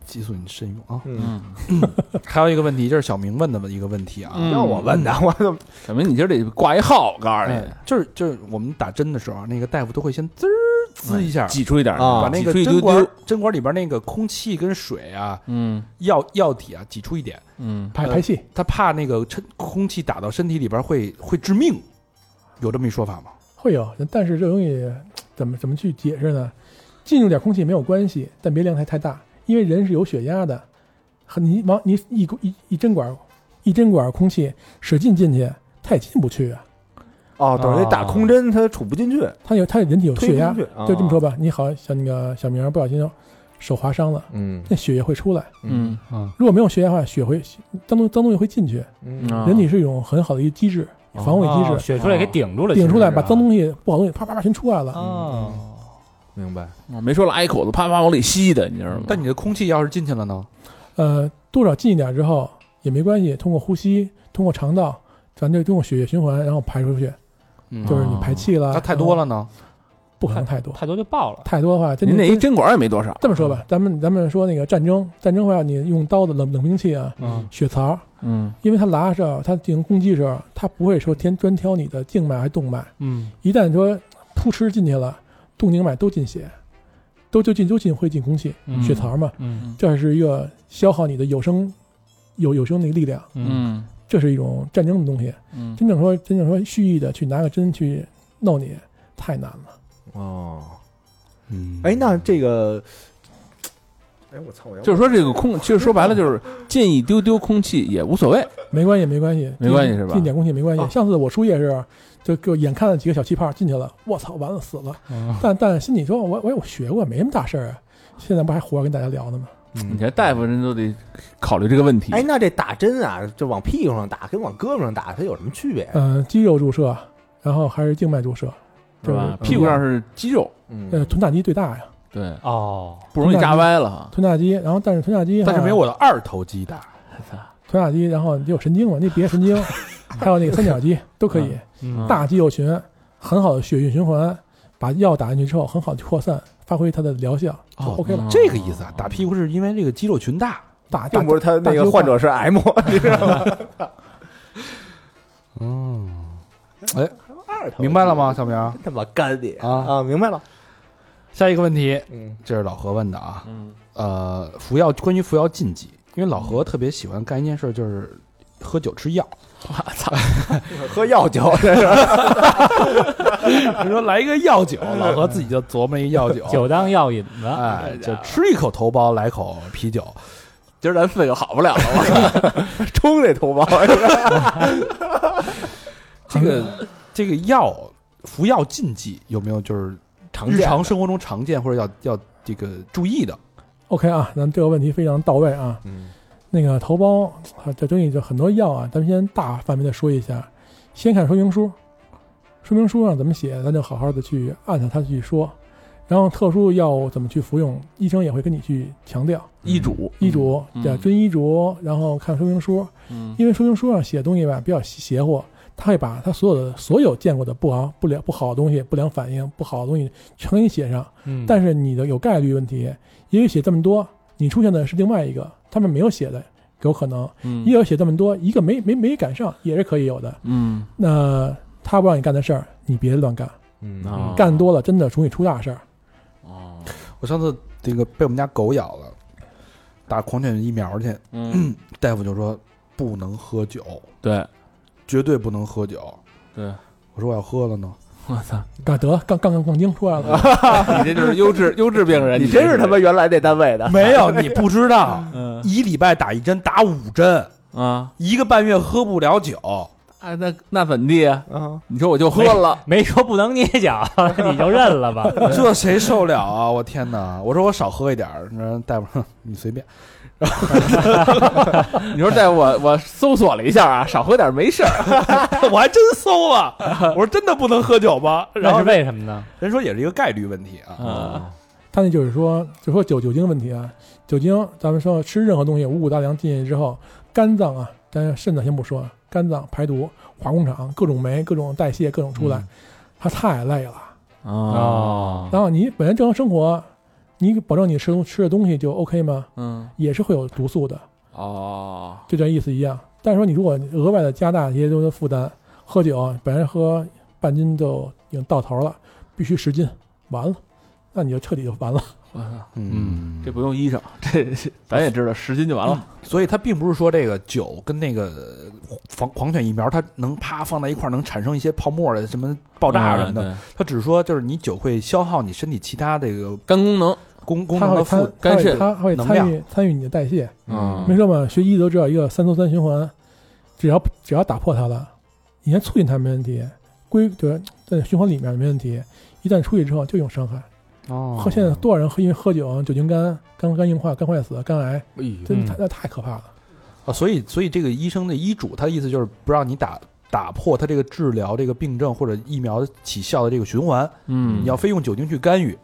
S1: 激素你慎用啊。
S2: 嗯，
S3: 嗯，
S1: 还有一个问题，这是小明问的一个问题啊，
S3: 嗯
S2: 要我问的，我怎么
S3: 小明，你今儿得挂一号，我告诉
S1: 哎
S3: 你，，
S1: 就是就是我们打针的时候，那个大夫都会先滋儿滋一下，
S3: 哎挤出一点儿
S2: 啊
S1: 把那
S3: 挤
S1: 个
S3: 出一
S1: 针
S3: 丢
S1: 管
S3: 丢。
S1: 针管里边那个空气跟水啊、
S3: 嗯
S1: 药药体啊挤出一点，
S3: 嗯，
S5: 排排气，
S1: 他怕那个趁空气打到身体里边会会致命，有这么一说法吗？
S5: 会有，但是这东西怎么怎么去解释呢？进入点空气没有关系，但别量太太大，因为人是有血压的，很你往你一一一针管一针管空气使劲进去，它也进不去啊。
S2: 哦，等于打空针它杵不进去，
S5: 它有它人体有
S2: 推
S5: 血
S2: 不
S5: 压
S2: 进，去，啊
S5: 就这么说，吧。你好像那个小明儿不小心手划伤了，
S2: 嗯
S5: 那血液会出来。
S3: 嗯
S4: 嗯，
S5: 如果没有血液的话，血会脏东脏东西会进去。
S2: 嗯
S3: 啊
S5: 人体是一种很好的一个机制，防卫机
S4: 哦
S5: 制，
S4: 血出来给顶住了，
S5: 顶出来
S4: 其实
S5: 把
S4: 是啊
S5: 脏东西、不好东西啪啪啪全出来了。
S4: 哦，
S2: 明白，
S3: 啊没说拉一口子，啪啪往里吸的，你知道吗？
S1: 但你的空气要是进去了呢？
S5: 呃，多少进一点之后也没关系，通过呼吸，通过肠道，咱就通过血液循环，然后排出去，
S1: 嗯
S5: 就是你排气了。
S1: 它太多
S5: 了，
S1: 了呢，
S5: 不可能太多，
S4: 太多就爆了。
S5: 太多的话，真
S3: 您那一
S5: 真
S3: 针管也没多少，
S5: 这么说吧，咱们咱们说那个战争，战争话你用刀的冷冷兵器啊，
S4: 嗯，
S5: 血槽，
S3: 嗯，
S5: 因为它拉的时候，它进行攻击的时候，它不会说天专挑你的静脉还是动脉，
S4: 嗯，
S5: 一旦说扑哧进去了，动静脉都进血，都就进都进会进空气，
S4: 嗯
S5: 血槽嘛，
S4: 嗯
S5: 这是一个消耗你的有生有有生的力量，
S4: 嗯
S3: 嗯
S5: 这是一种战争的东西。
S3: 嗯，
S5: 真正说真正说蓄意的去拿个针去弄你，太难了。
S2: 哦，
S1: 嗯
S2: 哎，那这个，哎，我操，我要
S3: 就是说这个空，其实说白了就是进一丢丢空气也无所谓，
S5: 没关系，没关系，
S3: 没关系是吧
S5: 进点空气没关系。
S2: 哦
S5: 上次我输液是，就就眼看了几个小气泡进去了，我操，完了死了。
S1: 哦
S4: 嗯，
S5: 但但心里说，我我我学过，没什么大事儿啊。现在不还活着跟大家聊呢吗？
S2: 嗯
S3: 你看大夫人都得考虑这个问题。
S2: 哎，那这打针啊，就往屁股上打，跟往胳膊上打，它有什么区别？
S5: 嗯、肌肉注射，然后还是静脉注射，
S3: 是吧？
S5: 就是
S3: 屁股上是肌肉，
S5: 呃
S2: 嗯，
S5: 臀大肌最大呀，
S3: 对，
S4: 哦，
S3: 不容易扎歪了哈。
S5: 臀大肌，然后但是臀大肌哈，
S1: 但是没有我的二头肌大。
S5: 臀大肌，然后你就有神经嘛，那别神经，还有那个三角肌都可以，
S4: 嗯
S5: 大肌肉群很好的血液循环，把药打进去之后很好的扩散，发挥它的疗效
S1: 哦
S5: 就
S3: 嗯
S5: OK 了。
S1: 这个意思啊，打屁股是因为这个肌肉群大。
S5: 打打
S2: 并不是他那
S5: 大
S2: 个
S5: 肌
S2: 患者是 M，你知道吗？
S1: 嗯，哎，明白了吗，小明？
S2: 他妈干你
S1: 啊
S2: 啊！明白了，
S1: 下一个问题，
S2: 嗯
S1: 这是老何问的啊。
S3: 嗯
S1: 呃，服药关于服药禁忌，因为老何特别喜欢干一件事，就是喝酒吃药。
S2: 喝药酒这是
S1: 你说来一个药酒，哎老何自己就琢磨一药酒
S4: 酒啊当药引子，
S1: 哎，就吃一口头孢，来口啤酒。
S3: 今儿咱四个好不 [laughs] 了了，
S2: [laughs] 冲这头孢，
S1: 这个这个药服药禁忌有没有就是
S2: 常
S1: 日
S2: 见
S1: 常生活中常见或者要要这个注意的？
S5: OK 啊，咱们这个问题非常到位啊。
S2: 嗯
S5: 那个头孢啊，这东西就很多药啊，咱们先大范围的说一下，先看说明书，说明书上怎么写，咱就好好的去按照它去说，然后特殊药物怎么去服用，医生也会跟你去强调。
S3: 医嘱，
S5: 医嘱
S3: 嗯
S5: 对，遵医嘱，然后看说明书，
S3: 嗯
S5: 因为说明书上写的东西吧比较邪乎，他会把他所有的所有见过的不好、不良、不好的东西、不良反应、不好的东西全给你写上。
S4: 嗯
S5: 但是你的有概率问题，也有写这么多，你出现的是另外一个，他们没有写的，有可能；
S3: 嗯
S5: 也有写这么多，一个没没没赶上，也是可以有的。
S3: 嗯
S5: 那他不让你干的事儿，你别乱干，
S2: 嗯
S3: 啊哦
S5: 干多了真的容易出大事儿。
S3: 哦
S1: 我上次这个被我们家狗咬了，打狂犬疫苗去，
S3: 嗯，
S1: 大夫就说不能喝酒，
S3: 对
S1: 绝对不能喝酒。
S3: 对，
S1: 我说我要喝了呢，
S3: 我操，
S5: 嘎得杠杠杠杠精出来了，
S3: [laughs] 你这就是优质优质病人，
S2: 你真是他妈原来那单位的，
S1: 没有你不知道，
S3: 嗯
S1: 一礼拜打一针，打五针，
S3: 啊，
S1: 一个半月喝不了酒，
S3: 哎那那怎么地啊？
S2: 啊，
S3: 你说我就喝了，
S4: [laughs] 没说不能捏脚，你就认了吧。
S1: 这谁受了啊！我天哪！我说我少喝一点儿，然后大夫哼你随便。
S3: 你说在我我搜索了一下啊，少喝点没事儿，
S1: 我还真搜了，我说真的不能喝酒吗？然
S4: 那
S1: 后
S4: 是为什么呢？
S1: 人说也是一个概率问题啊。
S3: 啊
S5: 他那就是说，就说酒酒精问题啊，酒精，咱们说吃任何东西五谷杂粮进去之后，肝脏啊，咱肾脏先不说啊，肝脏排毒、化工厂各种酶、各种代谢、各种出来，它太累了。
S4: 啊
S3: 哦
S5: 然后你本来正常生活，你保证你吃东吃的东西就 OK 吗？
S3: 嗯
S5: 也是会有毒素的，
S3: 哦
S5: 就这意思一样。但是说你如果额外的加大一些东西的负担，喝酒啊本来喝半斤就已经到头了，必须十斤，完了，那你就彻底就完了。
S3: 我操，
S1: 嗯
S3: 这不用医生， [laughs] 这咱也知道十斤就完了，
S1: 所以它并不是说这个酒跟那个防狂犬疫苗，它能啪放在一块儿能产生一些泡沫的什么爆炸什么的，
S3: 嗯，
S1: 它只是说就是你酒会消耗你身体其他这个
S3: 对肝功能，
S1: 功功
S5: 它
S1: 能的
S5: 会
S1: 负
S5: 参，它
S3: 干
S5: 会
S3: 涉
S5: 它会
S1: 能
S5: 参与参与你的代谢。
S3: 嗯
S5: 没说嘛，学医都知道一个三缩三循环，只要只要打破它了，你先促进它没问题，归对在循环里面没问题，一旦出去之后就有伤害。
S1: 哦
S5: 喝现在多少人喝因为喝酒酒精肝肝肝硬化肝坏死肝癌，
S2: 哎呦，
S5: 真
S4: 嗯
S5: 的太那太可怕了。
S1: 啊，所以所以这个医生的医嘱，他的意思就是不让你打打破他这个治疗这个病症或者疫苗起效的这个循环。
S3: 嗯，
S1: 你要非用酒精去干预，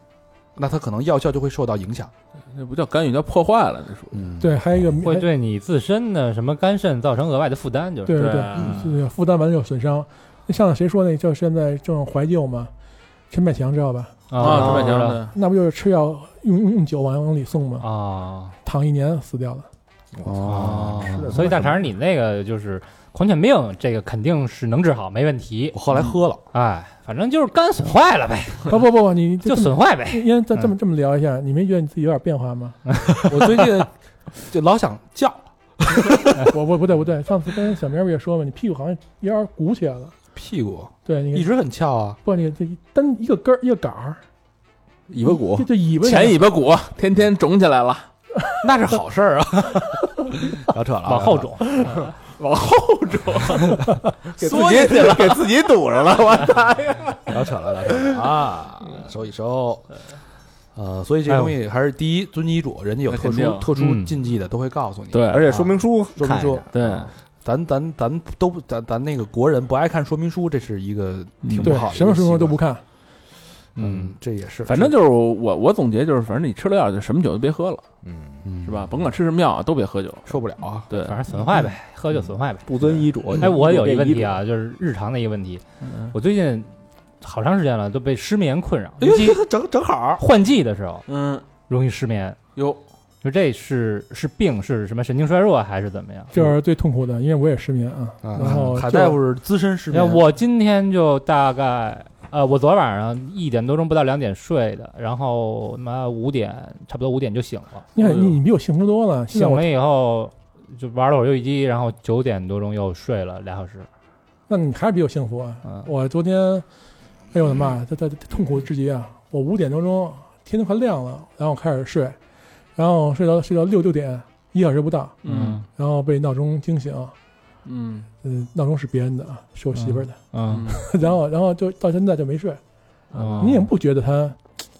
S1: 那它可能药效就会受到影响。
S3: 那不叫干预，叫破坏了，这属于。
S1: 嗯，
S5: 对，还有一个
S4: 会
S5: 还
S4: 对你自身的什么肝肾造成额外的负担，就是
S5: 对对对，
S3: 嗯
S5: 对，负担完了有损伤。那上次谁说那叫现在正怀旧嘛？陈百强知道吧？
S3: 啊，
S2: 哦
S3: 陈百强
S4: 了
S3: 的，
S5: 那不就是吃药用用用酒往往里送吗？
S4: 啊
S5: 躺一年死掉了。
S1: 哦
S2: 是的
S4: 所以大肠你那个就是狂犬病，这个肯定是能治好，没问题
S1: 我。后来喝了，
S4: 哎，反正就是肝损坏了呗，
S5: 不不不，你
S4: 就
S5: 这么
S4: 损坏呗。
S5: 因为咱这么这么聊一下，你没觉得你自己有点变化吗？
S1: 我最近 [laughs] 就老想叫
S5: 我我不对不对，上次跟小明儿不也说嘛，你屁股好像有点鼓起来了。
S1: 屁股，
S5: 对，
S1: 一
S5: 你
S1: 直很翘啊，
S5: 不你这单一个根儿一个杆儿，
S1: 尾巴骨
S3: [laughs]
S5: 就，就尾巴
S3: 前尾巴骨天天肿起来了，
S1: [laughs] 那是好事儿啊。聊扯了啊，
S4: 往后肿，
S3: 往后
S2: 给自
S3: 缩进去
S2: 己给自己堵上了，我
S1: 聊扯了，聊扯了啊，收一收。呃，所以这个东西还是第一，遵纪医嘱，人家有
S3: 那
S1: 特
S3: 肯
S1: 殊
S3: 定
S1: 特殊
S4: 嗯
S1: 禁忌的都会告诉你。
S3: 对
S2: 而且说明书
S1: 说明书
S2: 啊看一下啊
S3: 对，
S1: 咱咱咱都不咱咱那个国人不爱看说明书，这是一个挺不
S5: 对
S1: 好的，
S5: 什么时候都不
S1: 看。
S5: 看。
S1: 嗯，这也是，
S3: 反正就是我我总结就是，反正你吃了药就什么酒都别喝了，
S2: 嗯，
S1: 嗯
S3: 是吧？甭管吃什么药啊都别喝酒。
S1: 受不了啊。
S3: 对，
S4: 反正损坏呗，喝就损坏呗。
S2: 不遵医嘱。
S4: 哎，我有一
S2: 一
S4: 个问题，啊，就是日常的一个问题，我最近好长时间了都被失眠困扰，尤其
S1: 正正好，
S4: 换季的时候
S3: 嗯，
S4: 容易失眠。
S3: 哟，
S4: 就这是是病是什么神经衰弱还是怎么样？
S5: 就是最痛苦的，因为我也失眠啊。然后
S1: 海
S5: 就
S1: 大夫是资深失
S4: 哎
S1: 眠，
S4: 我今天就大概呃，我昨晚上一点多钟不到两点睡的，然后他妈五点差不多五点就醒了，
S5: 你看
S3: 哎呦
S5: 你你比我幸福多了，现在
S4: 醒
S5: 我
S4: 了以后就玩了会儿游戏机，然后九点多钟又睡了俩小时。
S5: 那你还是比我幸福啊！
S4: 嗯
S5: 我昨天，哎呦我的妈呀，这这这痛苦至极啊！我五点多钟，天都快亮了，然后开始睡，然后睡到睡到六六点，一小时不到，
S3: 嗯
S5: 然后被闹钟惊醒。
S3: 嗯
S5: 嗯，闹钟是别人的啊，是我媳妇儿的。
S4: 嗯，
S5: [laughs] 然后，然后就到现在就没睡。
S4: 嗯
S5: 你也不觉得它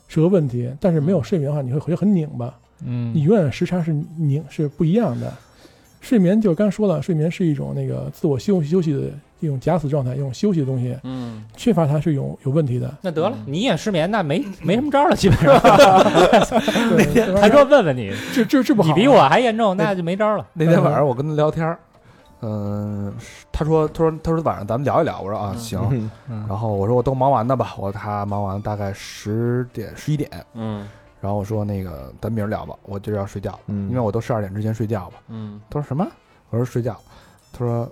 S5: 是个问题，但是没有睡眠的话，你会觉得很拧巴。
S4: 嗯
S5: 你永远时差是拧是不一样的。睡眠就是刚说了，睡眠是一种那个自我休息休息的一种假死状态，一种休息的东西。
S3: 嗯，
S5: 缺乏它是有有问题
S4: [laughs]
S5: 的。
S4: 那得了
S3: 嗯，
S4: 你也失眠，
S5: [laughs]
S4: 那没没什么招了，基本上。
S5: 那天
S4: 他说问问你，
S5: 治治治不好，
S4: 你比我还严重，那就没招了。
S1: 那天晚上我跟他聊天儿，嗯，他说他说他说晚上咱们聊一聊，我说啊
S3: 嗯
S1: 行，
S2: [laughs] 嗯
S1: 然后我说我都忙完的吧，我他忙完大概十点十一点，
S3: 嗯
S1: 然后我说那个咱明儿聊吧，我今儿要睡觉，
S2: 嗯
S1: 因为我都十二点之前睡觉吧。
S3: 嗯
S1: 他说什么？我说睡觉。他说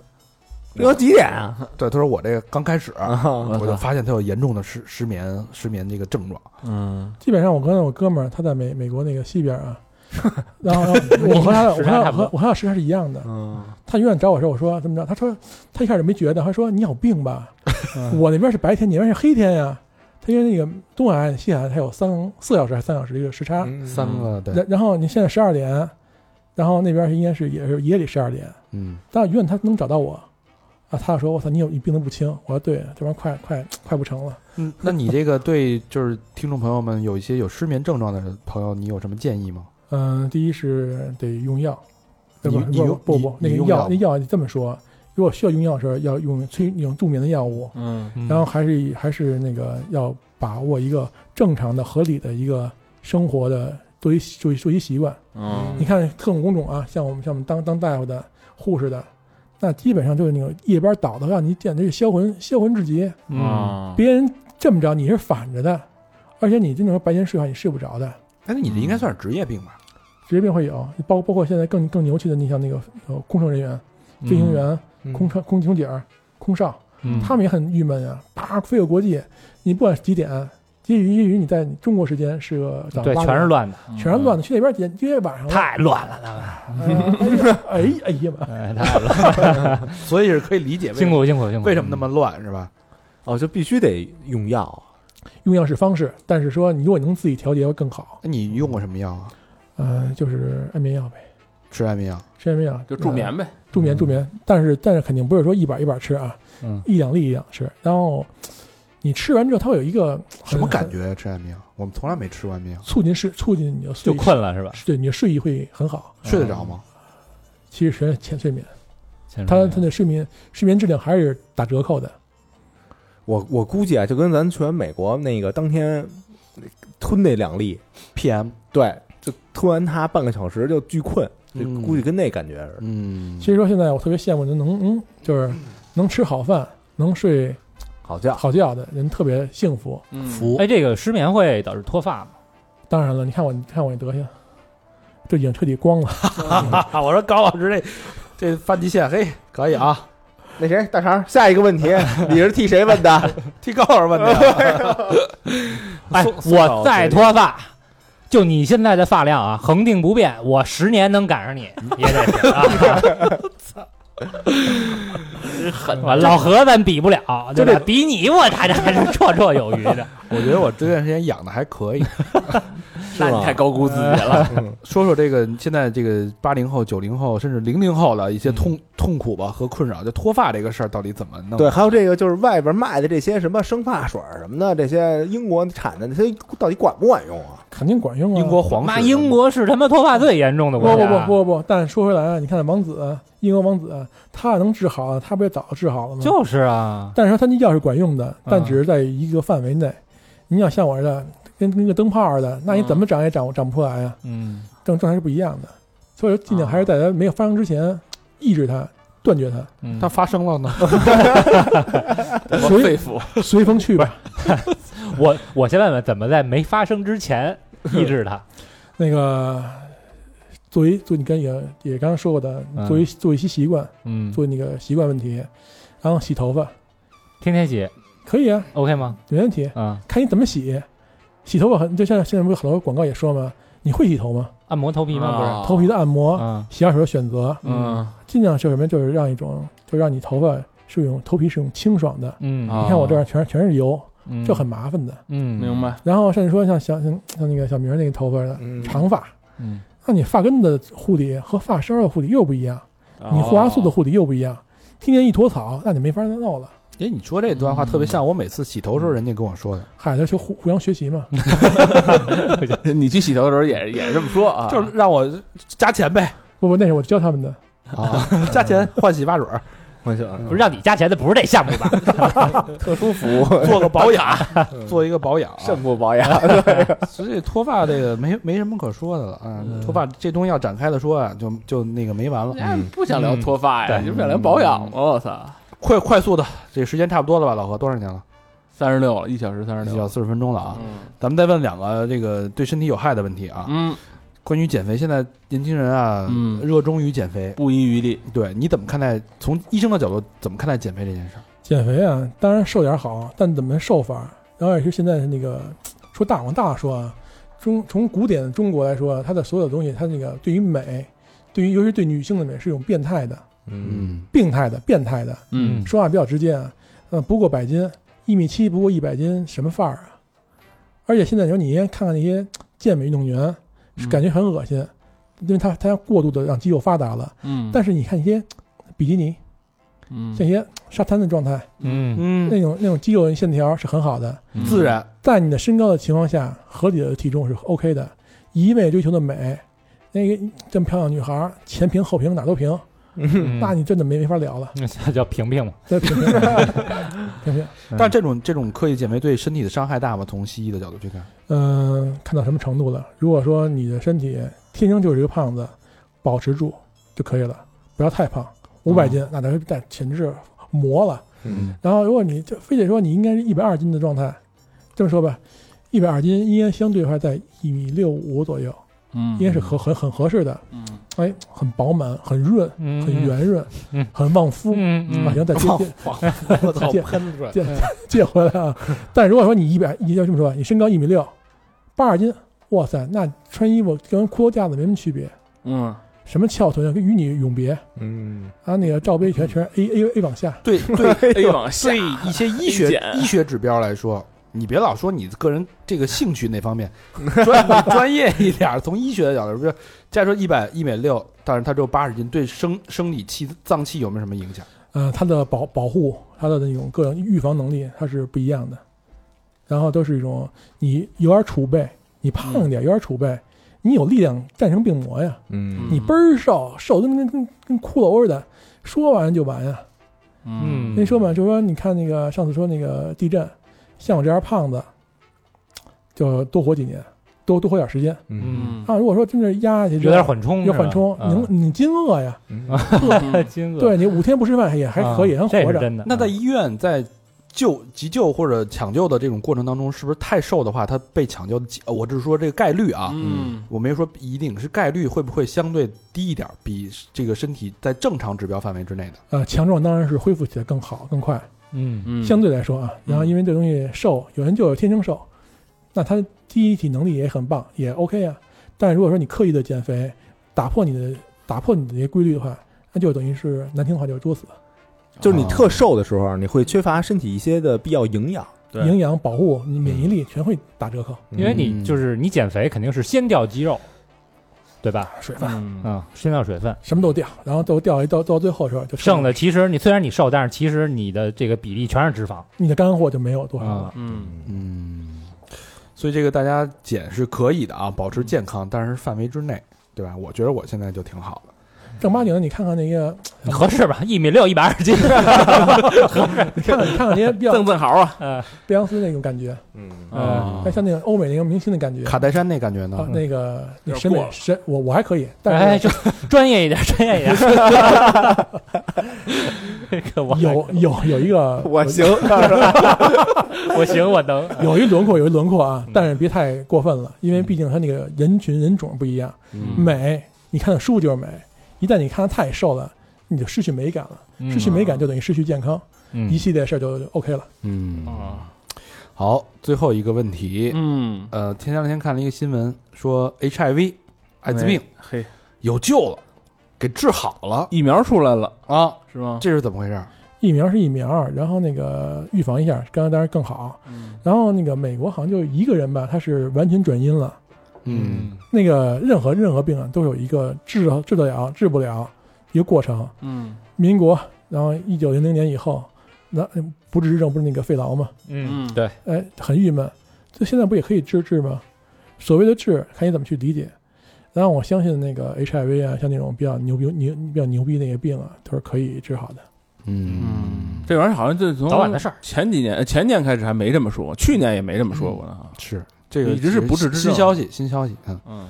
S2: 聊几点啊？
S1: 对，他说我这个刚开始，
S2: 啊
S1: 我就发现他有严重的失失眠失眠这个症状。
S3: 嗯，
S5: 基本上我跟我哥们儿他在美美国那个西
S4: [laughs]
S5: 边啊，然后然后我和他我
S4: 时
S5: 和
S4: 差
S5: 他
S4: 差
S5: 我
S4: 不多
S5: 和我和他时差是一样的。
S2: 嗯，
S5: 他永远找我说，我说怎么着？他说他一开始没觉得，他说你有
S1: [laughs]
S5: 病吧？
S1: 嗯
S5: 我那边是白天，你那边是黑天呀。他因为那个东海岸、西海岸，它有三四小时还是三小时的一个时差。
S2: 嗯
S1: 三个嗯对，
S5: 然然后你现在十二点，然后那边是应该是也是也得十二点，
S1: 嗯，
S5: 但永远他能找到我。啊，他说我操，你有你病得不轻。我说对，这玩意儿快快快不成了。
S1: 嗯，那你这个对就是听众朋友们有一些有失眠症状的朋友，你有什么建议吗？
S5: 嗯，第一是得用药，对吧？
S1: 你
S5: 不
S1: 你用
S5: 不
S1: 你
S5: 不，
S1: 你
S5: 那个
S1: 用药
S5: 药那药这么说，如果需要用药的时候，要用催用助眠的药物，
S3: 嗯
S5: 然后还是还是那个要把握一个正常的、合理的一个生活的作息作息作息习惯。
S3: 嗯
S5: 你看特种工种啊，像我们像我们当当大夫的、护士的，那基本上就是那种夜班倒的，让你简直是销魂销魂至极。
S4: 嗯，
S3: 啊
S5: 别人这么着，你是反着的，而且你这种白天睡的话，你睡不着的。
S1: 哎，那你这应该算是职业病吧？
S5: 职业病会有，包包括现在更更牛气的，你像那个呃空乘人员、飞行员、
S3: 嗯
S1: 嗯
S5: 空乘空空姐儿、空少，
S4: 嗯，
S5: 他们也很郁闷呀、啪飞过国际，你不管几点，也许也许你在中国时间是个早上
S4: 嗯对
S5: 八
S4: 全是
S5: 点
S4: 乱
S5: [laughs]
S4: 的，
S3: 嗯
S5: 全是乱的，去那边点因为晚上了
S4: 太乱了，他们
S5: 哎呀哎
S4: [laughs]
S5: 呀妈，
S4: 哎太乱了，
S1: 所以是可以理解为
S4: 辛苦辛苦辛苦。嗯
S1: 为什么那么乱是吧？
S2: 哦，就必须得用药。啊
S5: 用药是方式，但是说你如果能自己调节会更好，
S1: 那你用过什么药啊？
S5: 呃，就是安眠药呗。
S1: 吃安眠药，
S5: 吃安眠药呃
S3: 就助眠呗。
S5: 助眠助眠，但是但是肯定不是说一板一板吃啊，
S4: 嗯
S5: 一两粒一两吃，然后你吃完之后，它会有一个
S1: 什么感
S5: 很？
S1: 觉呀？吃安眠药，我们从来没吃过安眠药，
S5: 促进睡，促进你的睡
S4: 就
S5: 意，
S4: 困了是吧？
S5: 对你的睡意会很好。
S1: 睡得着吗？
S5: 其实实际上浅睡眠，
S4: 先
S5: 它
S4: 说
S5: 它的睡眠睡眠质量还是打折扣的。
S2: 我我估计啊，就跟咱去完美国那个当天吞那两粒，
S1: ？PM，
S2: 对，就吞完它半个小时就巨困，就
S1: 嗯
S2: 估计跟那感觉似的。
S1: 嗯，
S5: 其实说现在我特别羡慕能能嗯，就是能吃好饭、能睡
S2: 好觉，
S5: 好觉的人，特别幸福。
S3: 嗯，
S1: 服
S4: 哎，这个失眠会导致脱发吗？
S5: 当然了，你看我，你看我这德行，这已经彻底光了。
S1: 啊！我说高老师这这发际线，嘿，可以 [laughs] 啊，
S2: 那谁大肠，下一个 [laughs] 问题你是替谁问的？
S1: 替高老师问的 [laughs] 呀。
S4: 哎，
S1: 宋
S4: 我再脱发，就你现在的发量啊，恒定不变，我十年能赶上你，也得是啊。 [laughs]
S3: 狠
S4: 我啊老何咱比不了，对
S1: 就
S4: 吧？比你我大家还是绰绰有余的。
S1: 我觉得我这段时间养的还可以。
S3: 那你太高估自己了。
S1: 说说这个现在这个八零后、九零后，甚至零零后的一些痛、痛苦吧和困扰，就脱发这个事儿到底怎么弄？
S2: [laughs] 对，，还有这个就是外边卖的这些什么生发水儿什么的，这些英国产的，它到底管不管用啊？
S5: 肯定管用啊！
S1: 英国皇
S4: 妈，
S1: 室
S4: 英国是他妈脱发最严重的
S5: 不
S4: 国
S5: 不
S4: 家。
S5: 不不不，但说回来啊，你看王子，英国王子，啊他能治好，他不也早治好了吗？
S4: 就是
S5: [laughs]
S4: 啊，
S5: 但是说他那药是管用的，但
S4: 嗯
S5: 只是在一个范围内。你要像我似的，跟跟个灯泡似的，那你
S3: 嗯
S5: 怎么长也长长不出来呀、啊
S4: 嗯，
S5: 正正常是不一样的。所以说，尽量还是在它没有发生之前抑制它，断绝它， [laughs]
S4: 嗯
S1: 它发生了呢。
S3: 我
S5: 所以
S3: 肺腑，
S5: 随风去吧。
S4: 我我先问问，怎么在没发生之前抑制它？
S5: 那个，作为做你刚也也刚刚说过的，
S4: 嗯
S5: 作为做一些习惯，
S4: 嗯，
S5: 做那个习惯问题，然后洗头发
S4: 天天洗
S5: 可以啊，
S4: ，OK 吗？
S5: 没问题。
S4: 啊，
S5: 看你怎么洗。洗头发很，就像现在不是很多广告也说吗？你会洗头吗？
S4: 按摩头皮吗？不
S3: 啊
S4: 是
S5: 头皮的按摩、
S4: 啊，
S5: 洗发水的选择，
S3: 嗯
S5: 尽量是什么？就是让一种，就让你头发是用头皮是用清爽的。
S4: 嗯
S3: 啊
S5: 你看我这儿全全是油，这很麻烦的。
S4: 嗯
S3: 明白。
S5: 然后甚至说像像像像那个小明儿那个头发的
S2: 嗯
S5: 长发，
S4: 嗯，
S5: 那你发根的护理和发梢的护理又不一样，
S1: 啊哦
S5: 你护
S3: 花
S5: 发素的护理又不一样。天天一坨草，那你没法弄了。
S1: 哎，你说这段话特别像我每次洗头时候人家跟我说的，
S5: 嗨，就互互相学习嘛。
S3: 你去洗头的时候也也这么说啊？
S1: 就是让我加钱呗，
S5: 不不，那是我教他们的。
S1: 啊， [laughs] 加钱换洗发水儿，
S2: 我想
S5: 嗯
S4: 不是让你加钱的，不是这项目
S5: [laughs]
S4: 吧？
S2: 特殊服务
S1: [laughs] 做个保
S3: [laughs]
S1: 养，
S3: 嗯
S1: 做一个保养啊。
S2: 胜过保养，
S1: 所以脱发这个没没什么可说的了啊，
S3: 嗯
S1: 脱发这东西要展开的说啊，就就那个没完了。嗯
S3: 哎不想聊脱发呀，
S4: 嗯对
S3: 你不想聊保养吗？我操，
S1: 快快速的，这时间差不多了吧，老何多少年了？
S3: 三十六了，一小时三十
S1: 一
S3: 六
S1: 小。四十分钟了啊。
S3: 嗯
S1: 咱们再问两个这个对身体有害的问题啊。
S3: 嗯，
S1: 关于减肥，现在年轻人啊，
S3: 嗯
S1: 热衷于减肥。
S3: 不遗余力。
S1: 对，你怎么看待？从医生的角度，怎么看待减肥这件事儿？
S5: 减肥啊，当然瘦点儿好，但怎么瘦法儿？然后也是现在那个说大往大说啊，中从古典的中国来说啊，它的所有东西，它那个对于美，对于尤其是对女性的美是一种变态的、
S2: 嗯，
S5: 病态的、变态的，
S3: 嗯，
S5: 说话比较直接啊。呃，不过百斤，一米七不过一百斤，什么范儿啊？而且现在你说你看看那些健美运动员，
S3: 嗯
S5: 是感觉很恶心，因为他他过度的让肌肉发达了。
S3: 嗯，
S5: 但是你看一些比基尼，
S3: 嗯
S5: 像一些沙滩的状态。
S4: 嗯，
S1: 嗯，
S5: 那种那种肌肉线条是很好的，
S3: 嗯
S1: 自然。
S5: 在你的身高的情况下，合理的体重是 OK 的。一味追求的美，那个这么漂亮的女孩儿，前平后平哪儿都平，
S4: 嗯
S5: 那你真的没没法聊了。
S4: [laughs] 那叫平平嘛。
S5: 再平平平 [laughs] 平，
S3: 嗯
S1: 但这种这种刻意减肥对身体的伤害大吗？从西医的角度去看，
S5: 嗯、看到什么程度了？如果说你的身体天生就是一个胖子，保持住就可以了，不要太胖，五百斤那咱那简直是磨了。
S2: 嗯，
S5: 然后如果你就非得说你应该是一百二斤的状态，这么说吧，一百二斤应该相对的话在一米六五左右，
S3: 嗯
S5: 应该是合很很合适的，
S3: 嗯
S5: 哎，很饱满，很润，
S4: 嗯，
S5: 很圆润
S4: 嗯，
S5: 很旺夫。
S4: 嗯
S3: 嗯
S5: 啊，行，再接
S2: 旺
S5: 接
S2: 我操
S5: 见
S2: 喷出来，
S5: 借借回来啊！但如果说你一百，你要这么说，你身高一米六，八十斤，哇塞，那穿衣服跟骷髅架子没什么区别，
S3: 嗯，
S5: 什么翘臀啊，跟与你永别
S2: 嗯，
S5: 啊，那个罩
S3: [laughs]
S5: 杯全全是 A A A 往下，
S1: 对对
S3: A 哎往下
S1: 对一些医学
S3: 减
S1: 医学指标来说，你别老说你个人这个兴趣那方面，
S3: [laughs]
S1: 专专业一点儿，从医学的角度，比如再说一百一米六，但是他只有八十斤，对生生理器脏器有没有什么影响？
S5: 呃，它的保保护，它的那种个人预防能力，它是不一样的。然后都是一种你有点储备，你胖一点有点储备，你有力量战胜病魔呀。
S2: 嗯
S5: 你倍儿瘦，瘦得跟跟跟跟骷髅似的，说完就完呀。
S3: 嗯
S5: 那说嘛，就说你看那个上次说那个地震，像我这样胖子，就多活几年，多多活点时间
S2: 嗯
S5: 啊。如果说真是压下去，
S4: 有点缓冲，啊
S5: 有缓冲，你能你金饿呀，
S3: 嗯
S4: 能金额嗯
S5: 对你五天不吃饭也还可以，还
S4: 啊这
S5: 活
S4: 是
S5: 着。
S4: 真的。
S1: 那在
S4: 在
S1: 医院在救急救或者抢救的这种过程当中，是不是太瘦的话，他被抢救的几，呃我只是说这个概率啊，
S3: 嗯
S1: 我没说一定是概率会不会相对低一点儿，比这个身体在正常指标范围之内的。
S5: 呃，强壮当然是恢复起来更好更快，
S4: 嗯
S3: 嗯，
S5: 相对来说啊。然后
S3: 嗯
S5: 因为这东西瘦，有人就有天生瘦，那他第一体能力也很棒，也 OK 啊。但如果说你刻意的减肥，打破你的打破你的这些规律的话，那就等于是难听的话就是作死，
S2: 就是你特瘦的时候，你会缺乏身体一些的必要营养，
S3: 对
S5: 营养保护、你免疫
S4: 嗯
S5: 力全会打折扣。
S4: 因为
S1: 嗯
S4: 你就是你减肥肯定是先掉肌肉，对吧？
S5: 水分
S3: 嗯
S4: 嗯，先掉水分，
S5: 什么都掉，然后都掉一到到最后的时候就
S4: 剩的其实你虽然你瘦，但是其实你的这个比例全是脂肪
S5: 你的干货就没有多少了。
S4: 啊。
S3: 嗯，
S1: 嗯，所以这个大家减是可以的啊，保持健康，但是范围之内，对吧？我觉得我现在就挺好了。
S5: 正八经的，你看看
S4: [laughs]
S5: 那个，
S4: 合适吧？一米六，一百二十
S5: [laughs]
S4: 斤，
S5: 你看看你看看那些比
S4: [laughs]
S5: 较
S3: 正正好啊，
S4: 嗯
S5: 碧昂斯那种感觉，
S2: 嗯
S4: 嗯，
S3: 哎
S5: 但像那种欧美那种明星的感觉，
S1: 卡戴珊那感觉
S5: 啊
S3: 哦
S1: 呢，？
S5: 那个那
S3: 有点
S5: 审美
S3: 过了
S5: 审我我还可以，但
S4: 哎，
S5: 是
S4: 就专业一点，专业一点。这个我
S5: 有有有一
S4: [laughs]
S5: 个
S2: 我行，
S4: 我行，我能。 [laughs]
S5: 有一轮廓有一轮廓啊
S4: 嗯，
S5: 但是别太过分了，因为毕竟他那个人群人种不一样。
S3: 嗯
S5: 美，你看的舒服就是美，一旦你看的太瘦了，你就失去美感了，
S3: 嗯
S5: 失去美感就等于失去健康，一系列事儿就就 OK 了。
S1: 嗯
S3: 啊
S1: 好，最后一个问题，
S3: 嗯，
S1: 呃，前两天看了一个新闻，说 HIV 艾滋病
S3: 哎嘿，
S1: 有救了，给治好了
S3: 疫苗出来了
S1: 啊，
S3: 是吗？
S1: 这是怎么回事？
S5: 疫苗是疫苗，然后那个预防一下，刚刚当然更好。
S3: 嗯
S5: 然后那个美国好像就一个人吧，他是完全转阴了。
S1: 嗯，
S5: 那个任何任何病啊，都有一个治治得了、治不了一个过程。
S3: 嗯
S5: 民国，然后一九零零年以后，那嗯不治之症不是那个肺痨吗？
S4: 嗯
S3: 嗯
S4: 对，
S5: 哎，很郁闷。这现在不也可以治治吗？所谓的治，看你怎么去理解。然后我相信那个 HIV 啊，像那种比较牛逼、牛比较牛逼那些病啊，都是可以治好的。
S1: 嗯，
S3: 这玩意儿好像就从
S4: 早晚的事儿。
S3: 前几年呃前年开始还没这么说，去年也没这么说过呢啊。
S1: 是这个
S3: 一直是不治之
S1: 新
S3: 症
S1: 消息，新消息，嗯，
S3: 嗯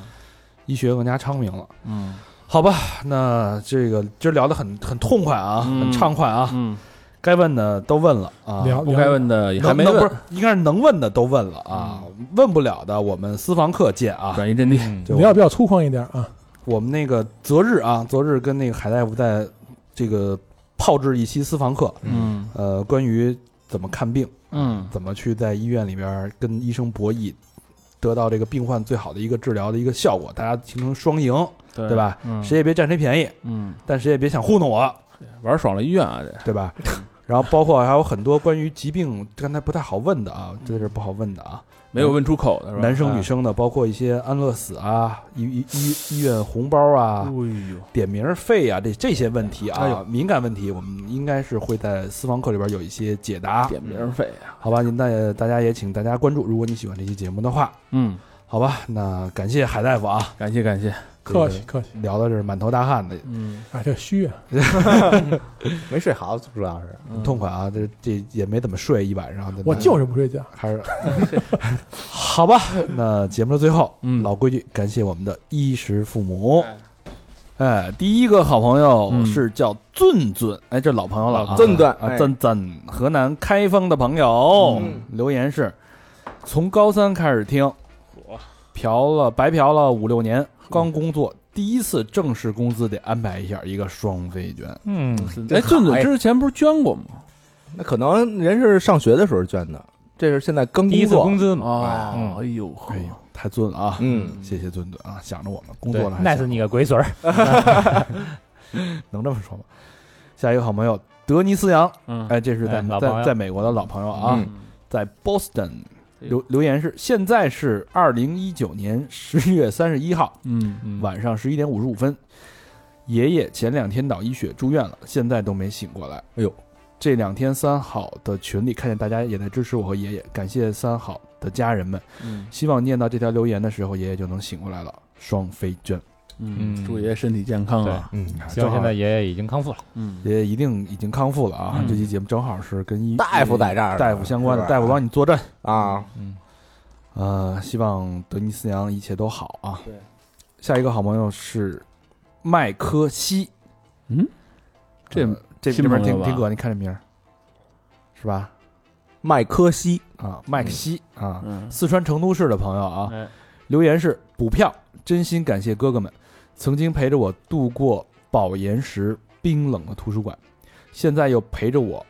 S1: 医学更加昌明了。
S3: 嗯
S1: 好吧，那这个今儿聊得很很痛快啊，
S3: 嗯
S1: 很畅快啊，
S3: 嗯，
S1: 该问的都问了啊，
S5: 聊
S3: 不该嗯问的也还没
S1: 能能
S3: 问
S1: 不，是应该是能问的都问了啊，
S3: 嗯
S1: 问不了的我们私房课见啊。
S3: 转移阵地。
S4: 嗯
S1: 就
S5: 聊比较粗犷一点啊。
S1: 我们那个择日啊，择日跟那个海大夫在这个炮制一期私房课，
S3: 嗯
S1: 呃，关于怎么看病，
S3: 嗯
S1: 怎么去在医院里边跟医生博弈，得到这个病患最好的一个治疗的一个效果，大家形成双赢，
S3: 对
S1: 对吧？
S3: 嗯
S1: 谁也别占谁便宜，
S3: 嗯
S1: 但谁也别想糊弄我。
S3: 玩爽了医院啊这
S1: 对吧？ [laughs] 然后包括还有很多关于疾病，刚才不太好问的啊，这是不好问的啊，
S3: 没有问出口的是吧？哎
S1: 男生女生的，包括一些安乐死啊、医医医医院红包
S3: 哎
S1: 啊、
S3: 呦
S1: 点名费啊，这这些问题
S3: 哎
S1: 啊
S3: 呦，
S1: 敏感问题，我们应该是会在私房课里边有一些解答，
S3: 点名费啊，
S1: 好吧？您大家大家也请大家关注，如果你喜欢这期节目的话，
S3: 嗯，
S1: 好吧？那感谢海大夫啊，
S3: 感谢感谢，
S5: 客气，客气
S1: 聊的是满头大汗的，
S3: 嗯，
S5: 啊，这虚啊，
S2: 没睡好，主要是
S3: 嗯
S1: 痛快啊，这这也没怎么睡一晚上，
S5: 我就是不睡觉。
S1: 还是好吧。那节目的最后，
S3: 嗯
S1: 老规矩，感谢我们的衣食父母
S3: 哎。
S1: 哎，第一个好朋友
S3: 嗯
S1: 是叫俊俊，哎，这老朋友了啊，
S3: 老
S2: 俊俊
S1: 啊，
S2: 哎
S1: 俊俊，河南开封的朋友，
S2: 嗯
S1: 留言是：从高三开始听，嫖了白嫖了五六年，刚工作第一次正式工资得安排一下一个双飞卷，
S4: 嗯，
S3: 哎，
S2: 这
S3: 俊子
S2: 卡呀
S3: 之前不是捐过吗？
S2: 那可能人是上学的时候捐的，这是现在刚
S4: 第一
S2: 工
S4: 次
S2: 作，
S4: 工资嘛，
S3: 哦，哎呦呵
S1: 哎，呦，太俊了啊！
S2: 嗯，
S1: 谢谢俊俊啊，想着我们工
S4: 对
S1: 作了还想
S4: ，nice 你个鬼孙儿，
S1: 能这么说吗？下一个好朋友德尼斯杨，
S3: 嗯，
S1: 哎，这是在、
S4: 哎老朋友
S1: 在在美国的老朋友啊，
S2: 嗯
S1: 在 Boston 留留言是：现在是二零一九年十月三十一号
S3: 嗯，
S4: 嗯
S1: 晚上十一点五十五分，爷爷前两天脑溢血住院了，现在都没醒过来。
S2: 哎呦，
S1: 这两天三好的群里看见大家也在支持我和爷爷，感谢三好的家人们。
S3: 嗯
S1: 希望念到这条留言的时候，爷爷就能醒过来了。双飞娟，
S3: 嗯，
S4: 嗯
S3: 祝爷爷身体健康啊！
S2: 嗯，
S4: 希望现在爷爷已经康复了。
S3: 嗯，
S1: 爷爷一定已经康复了啊！
S3: 嗯
S1: 这期节目正好是跟医
S2: 大夫在这儿呢，
S1: 大夫相关的，
S2: 是吧
S1: 大夫帮你作证。
S2: 啊，
S4: 嗯，
S1: 呃，希望德尼斯扬一切都好啊。对，下一个好朋友是麦科西，
S3: 嗯，这
S1: 呃这
S3: 新
S1: 这边
S3: 朋友
S1: 听
S3: 吧
S1: 听哥，你看这名儿是吧？
S2: 麦科西，
S1: 啊，麦克西啊，
S3: 嗯，
S1: 四川成都市的朋友啊，
S3: 哎，
S1: 留言是补票，真心感谢哥哥们，曾经陪着我度过保研时冰冷的图书馆，现在又陪着我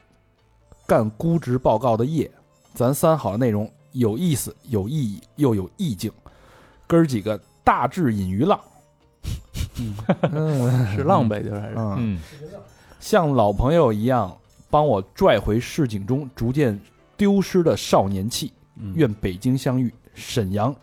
S1: 干估值报告的夜。咱三好的内容有意思、有意义又有意境，哥儿几个大智隐于浪。嗯，
S3: 是 [laughs] 浪呗，就是还是
S1: 嗯，
S4: 嗯，
S1: 像老朋友一样帮我拽回市井中逐渐丢失的少年气。
S3: 嗯
S1: 愿北京相遇，沈阳，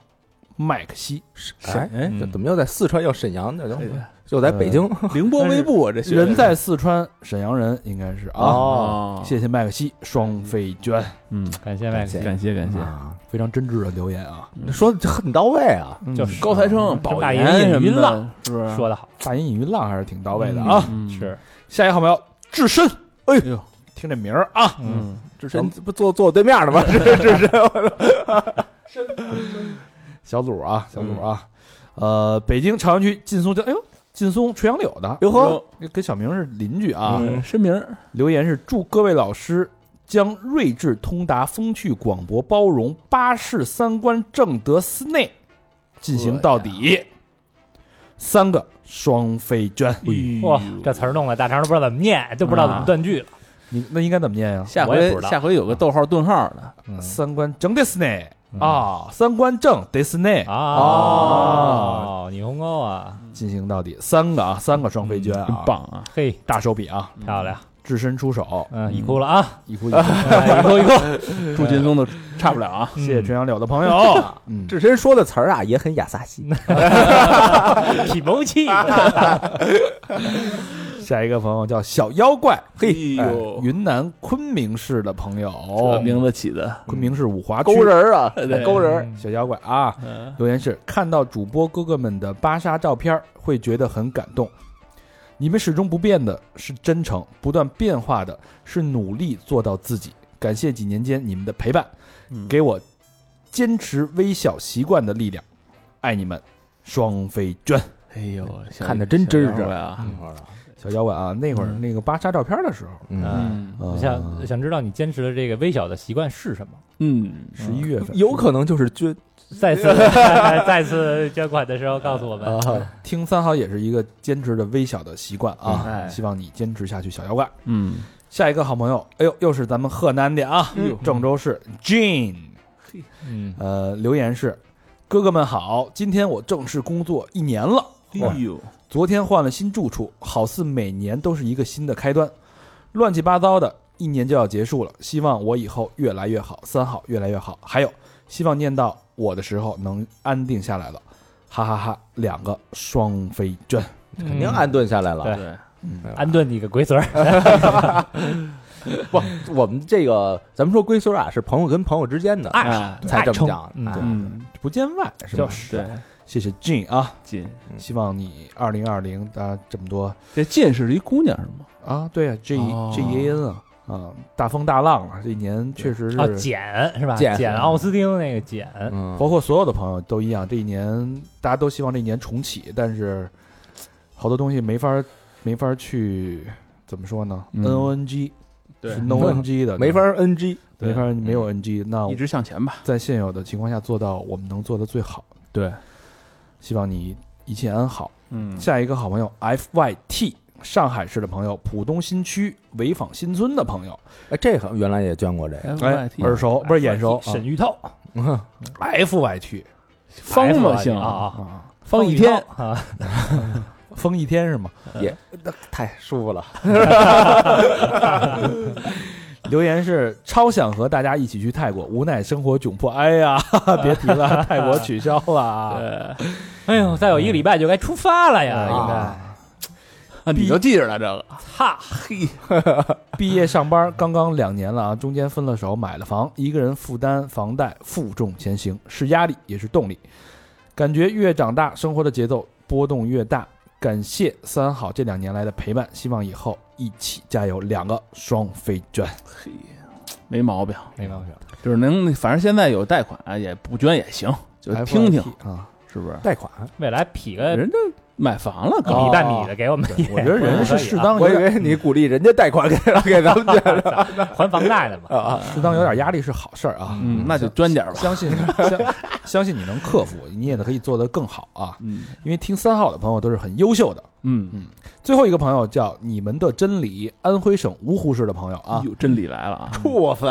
S1: 麦克西。
S2: 哎，
S3: 哎，
S2: 这怎么又在四川，又沈阳，这
S3: 这
S2: 又
S3: 个
S2: 又在北京？
S3: 凌
S2: [laughs]
S3: 波微步啊，这学的
S1: 人在四川，沈阳人应该是啊。
S2: 哦，
S3: 哦，
S1: 谢谢麦克西双飞娟，
S3: 嗯，
S4: 感谢麦克西，
S3: 感谢感谢，
S2: 啊，
S1: 非常真挚的留言啊，
S2: 说的很到位啊，
S4: 就
S1: 嗯
S4: 是
S3: 高材生、
S4: 睁
S3: 保
S4: 大
S3: 研
S4: 眼
S3: 什
S4: 睛一
S3: 么的
S4: 浪，
S3: 是
S2: 嗯
S3: 不是？
S4: 说的好，
S1: 大隐隐于浪还是挺到位的啊。
S3: 嗯，
S4: 是，
S1: 下一个好朋友智深，哎
S3: 哎呦，
S1: 听这名儿啊，
S4: 嗯，
S2: 这深不坐坐我对面
S1: [laughs]
S2: 的吗？这这这，
S1: 小组啊，小组啊，呃，北京朝阳区劲松江，哎呦，劲松垂杨柳的，
S2: 哟呵，
S1: 跟小明是邻居啊。
S2: 嗯
S3: 申明儿，
S1: 留言是祝各位老师将睿智通达、风趣广博、包容、八世三观正德思内进行到底。三个双飞娟，
S4: 哇，这词儿弄的大肠都不知道怎么念，都不知道怎么断句了。
S1: 你那应该怎么念呀、
S3: 下
S4: 我也
S3: 回
S4: 不知道
S3: 下回有个逗号顿号的，
S1: 三观正得是内啊，三观正得是内
S4: 啊，
S1: 哦，
S4: 霓虹沟啊，
S1: 进行到底。三个啊，三个双飞娟啊，
S3: 真棒啊！
S4: 嘿，
S1: 大手笔啊，
S4: 漂亮，
S1: 置身出手，
S4: 嗯，已哭了啊，
S1: 一哭一哭。
S4: 哎已哭已哭，
S3: 祝劲松的差不了啊！
S1: 谢谢
S4: [laughs] 嗯
S1: 垂杨柳的朋友，嗯，
S2: 智深说的词儿啊也很雅萨西，
S4: [laughs] 体毛气，
S2: [laughs]
S1: 下一个朋友叫小妖怪，
S3: 哎
S1: 哎
S3: 呦，哦
S1: 云南昆明市的朋友，
S3: 这名字起的，
S1: 昆明市五华区
S2: 勾人儿啊
S3: 对，
S2: 勾人儿，
S1: 小妖怪啊，
S3: 嗯
S1: 留言是看到主播哥哥们的芭莎照片儿，会觉得很感动。你们始终不变的是真诚，不断变化的是努力做到自己。感谢几年间你们的陪伴，
S3: 嗯
S1: 给我坚持微小习惯的力量。爱你们，双飞娟。
S3: 哎呦，小
S2: 看着真真实
S3: 小妖怪啊！
S1: 小妖怪啊，那会儿那个芭莎照片儿的时候，
S2: 嗯，
S3: 嗯
S1: 呃
S4: 想想知道你坚持的这个微小的习惯是什么？
S3: 嗯，
S1: 十一月份，
S2: 有可能就是捐
S4: 再次 [laughs] 再次捐款的时候告诉我们，
S2: 啊，
S1: 听三好也是一个坚持的微小的习惯啊，
S3: 嗯哎
S1: 希望你坚持下去，小妖怪。
S3: 嗯，
S1: 下一个好朋友，哎呦，又是咱们河南的啊，郑州市 Jean，
S4: 嗯，
S1: 呃，留言是：哥哥们好，今天我正式工作一年了，
S3: 哎呦，
S1: 昨天换了新住处，好似每年都是一个新的开端，乱七八糟的，一年就要结束了，希望我以后越来越好，三好越来越好，还有希望念到我的时候能安定下来了，哈哈哈两个双飞娟，
S4: 肯
S2: 肯定安顿下来
S4: 对
S2: 了。嗯
S3: 对，
S4: 嗯安顿你个龟孙儿，
S2: 不，我们这个咱们说归宿啊，是朋友跟朋友之间的
S3: 爱好
S2: 才啊这
S4: 爱
S2: 么讲
S4: 称。嗯
S2: 哎
S3: 嗯，
S1: 不见外是吧？
S3: 对，
S1: 谢谢 Jean 啊，
S3: 进
S1: 希望你二零二零啊这么多。
S3: 这进是一姑娘是吗？
S1: 啊，对呀、这
S3: 哦
S1: G E N 啊，啊，大风大浪啊，这一年确实
S4: 哦，
S1: 是，
S4: 简是吧？
S2: 简
S4: 简奥斯汀那个简，
S2: 嗯，
S1: 包括所有的朋友都一样，这一年大家都希望这一年重启，但是好多东西没法没法去怎么说呢
S3: 嗯
S1: ？N O N G
S3: 对
S1: 是 No N G
S3: [laughs]
S1: 的，
S2: 没法 NG，
S1: 没法没有 N G，那
S3: 一直向前吧。
S1: 在现有的情况下做到我们能做的最好，
S3: 对，
S1: 希望你一切安好。
S3: 嗯
S1: 下一个好朋友 F Y T，上海市的朋友，浦东新区潍坊新村的朋友。
S2: 哎，这个原来也捐过这个，嗯
S1: 哎，耳熟不是眼熟，
S4: 哎
S1: 啊
S4: 沈玉透，
S1: F Y T
S3: 方嘛行
S4: 啊，啊，
S1: 啊，
S3: 方一天
S4: 啊，
S1: 风一天是吗？
S4: 啊
S2: 也那太舒服了。
S1: 留言是超想和大家一起去泰国，无奈生活窘迫，哎呀， [laughs] 哈哈别提了，泰国取消了啊。
S4: 对，哎呦，再有一个礼拜就该出发了呀，应该。
S3: 啊你就记着了这个，
S4: 哈，嘿，
S1: 毕业上班刚刚两年了啊，中间分了手，买了房，一个人负担房贷，负重前行，是压力也是动力。感觉越长大，生活的节奏波动越大。感谢三好这两年来的陪伴，希望以后一起加油，两个双飞卷。
S3: 嘿，没毛病，
S4: 没办法，
S3: 就是能，反正现在有贷款啊也不捐也行，就听听
S1: FYP 啊，
S3: 是不是？
S2: 贷款，
S4: 未来匹个
S3: 人这买房了，
S4: 米
S3: 刚
S4: 半米的给我们也，
S1: 哦我觉得人是适
S3: 哎
S1: 当
S2: 我
S1: 有
S2: 以
S1: 点
S2: 为你鼓励人家贷款给 [laughs] 给咱们家
S4: [laughs] 还房贷的嘛。
S2: 啊，
S1: 适当有点压力是好事儿啊。
S3: 嗯，那就捐点吧。
S1: 相信相 [laughs] 相信你能克服，你也可以做得更好啊！
S3: 嗯
S1: 因为听三号的朋友都是很优秀的。
S3: 嗯
S1: 最后一个朋友叫你们的真理，安徽省芜湖市的朋友啊，
S3: 有真理来了啊！
S2: 畜生，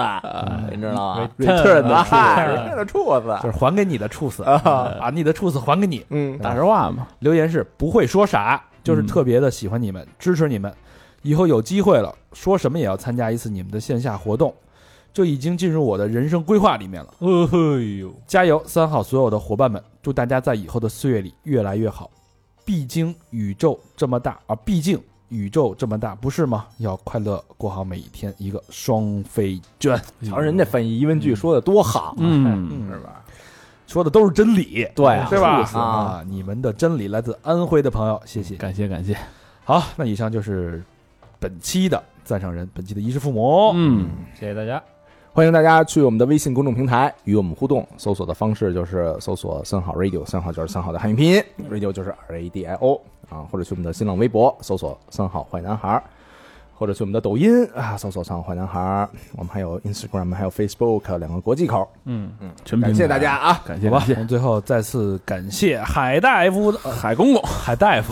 S2: 你知道吗？
S3: return 的
S2: 嗨，人家的畜
S1: 就
S2: 生，
S1: 是还给你的处
S3: [laughs]
S1: 死啊，把你的处死还给你。
S2: 嗯，
S3: 打实话嘛，
S1: 留言是不会说啥，就是
S3: 嗯
S1: 特别的喜欢你们，支持你们，以后有机会了，说什么也要参加一次你们的线下活动，这已经进入我的人生规划里面了。
S4: 哎呦，
S1: 加油，三好所有的伙伴们，祝大家在以后的岁月里越来越好。毕竟宇宙这么大啊，毕竟宇宙这么大，不是吗？要快乐过好每一天，一个双飞娟。
S2: 瞧人家翻译疑问句说的多好，
S3: 嗯，
S2: 是吧？
S1: 说的都是真理，
S2: 对啊
S1: 对吧
S2: 猝？死啊，
S1: 你们的真理来自安徽的朋友，谢谢。
S3: 嗯感谢感谢，
S1: 好，那以上就是本期的赞赏人，本期的衣食父母。
S3: 嗯，
S4: 谢谢大家，
S2: 欢迎大家去我们的微信公众平台与我们互动，搜索的方式就是搜索“三好 radio”，三好就是三好的汉语拼音，radio 就是 R A D I O 啊，或者去我们的新浪微博搜索“三好坏男孩”，或者去我们的抖音啊搜索“三好坏男孩”，我们还有 Instagram，还有 Facebook 两个国际口，
S3: 嗯嗯，全
S2: 感谢大家，啊！
S3: 感谢
S1: 好
S3: 感
S1: 吧，我
S3: 谢
S1: 们最后再次感谢海大夫的、呃
S3: 海公公，
S1: 海大夫、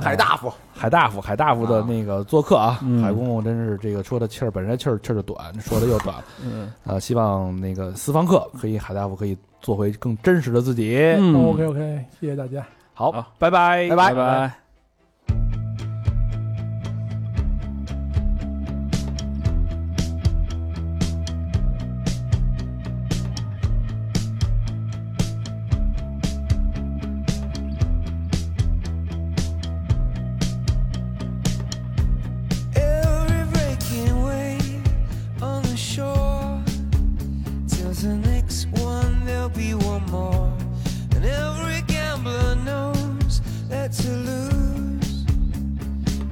S2: 海大夫，
S1: 海大夫、海大夫的那个做客啊，
S3: 啊嗯
S1: 海公公真是这个说的气儿，本身气儿气儿就短，说的又短，
S3: 嗯
S1: 呃，希望那个私房课可以，海大夫可以做回更真实的自己。
S3: 嗯
S5: OK OK，谢谢大家。
S1: 好，
S3: 好
S1: 拜拜，
S3: 拜拜。
S8: Every breaking wave on the shore tells the next one there'll be one more. And every gambler knows that to lose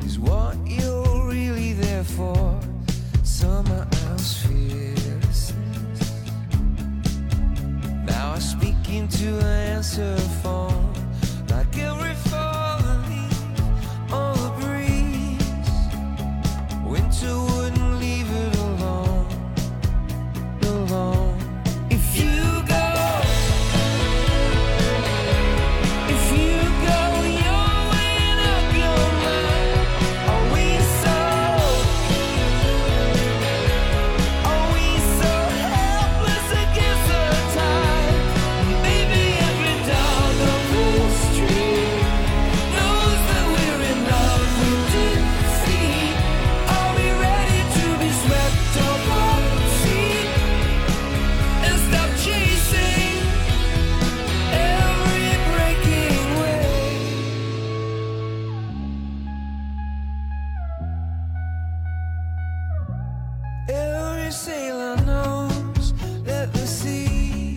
S8: is what you're really there for. Someone else fearlessness. Now I speak into an answer phone. Like every fallen leaf on the breeze. Winter wouldn't leave it alone, alone. If you go, if you go, you're weighing up your mind. Are we so? Are we so helpless against the tide? Maybe every dog on the street knows that we're in love with defeat. Are we ready to be swept off our feet and stop chasing every breaking wave? Every sailor knows that the sea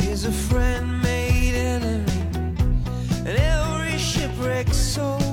S8: is a friend made enemy, and every shipwrecked soul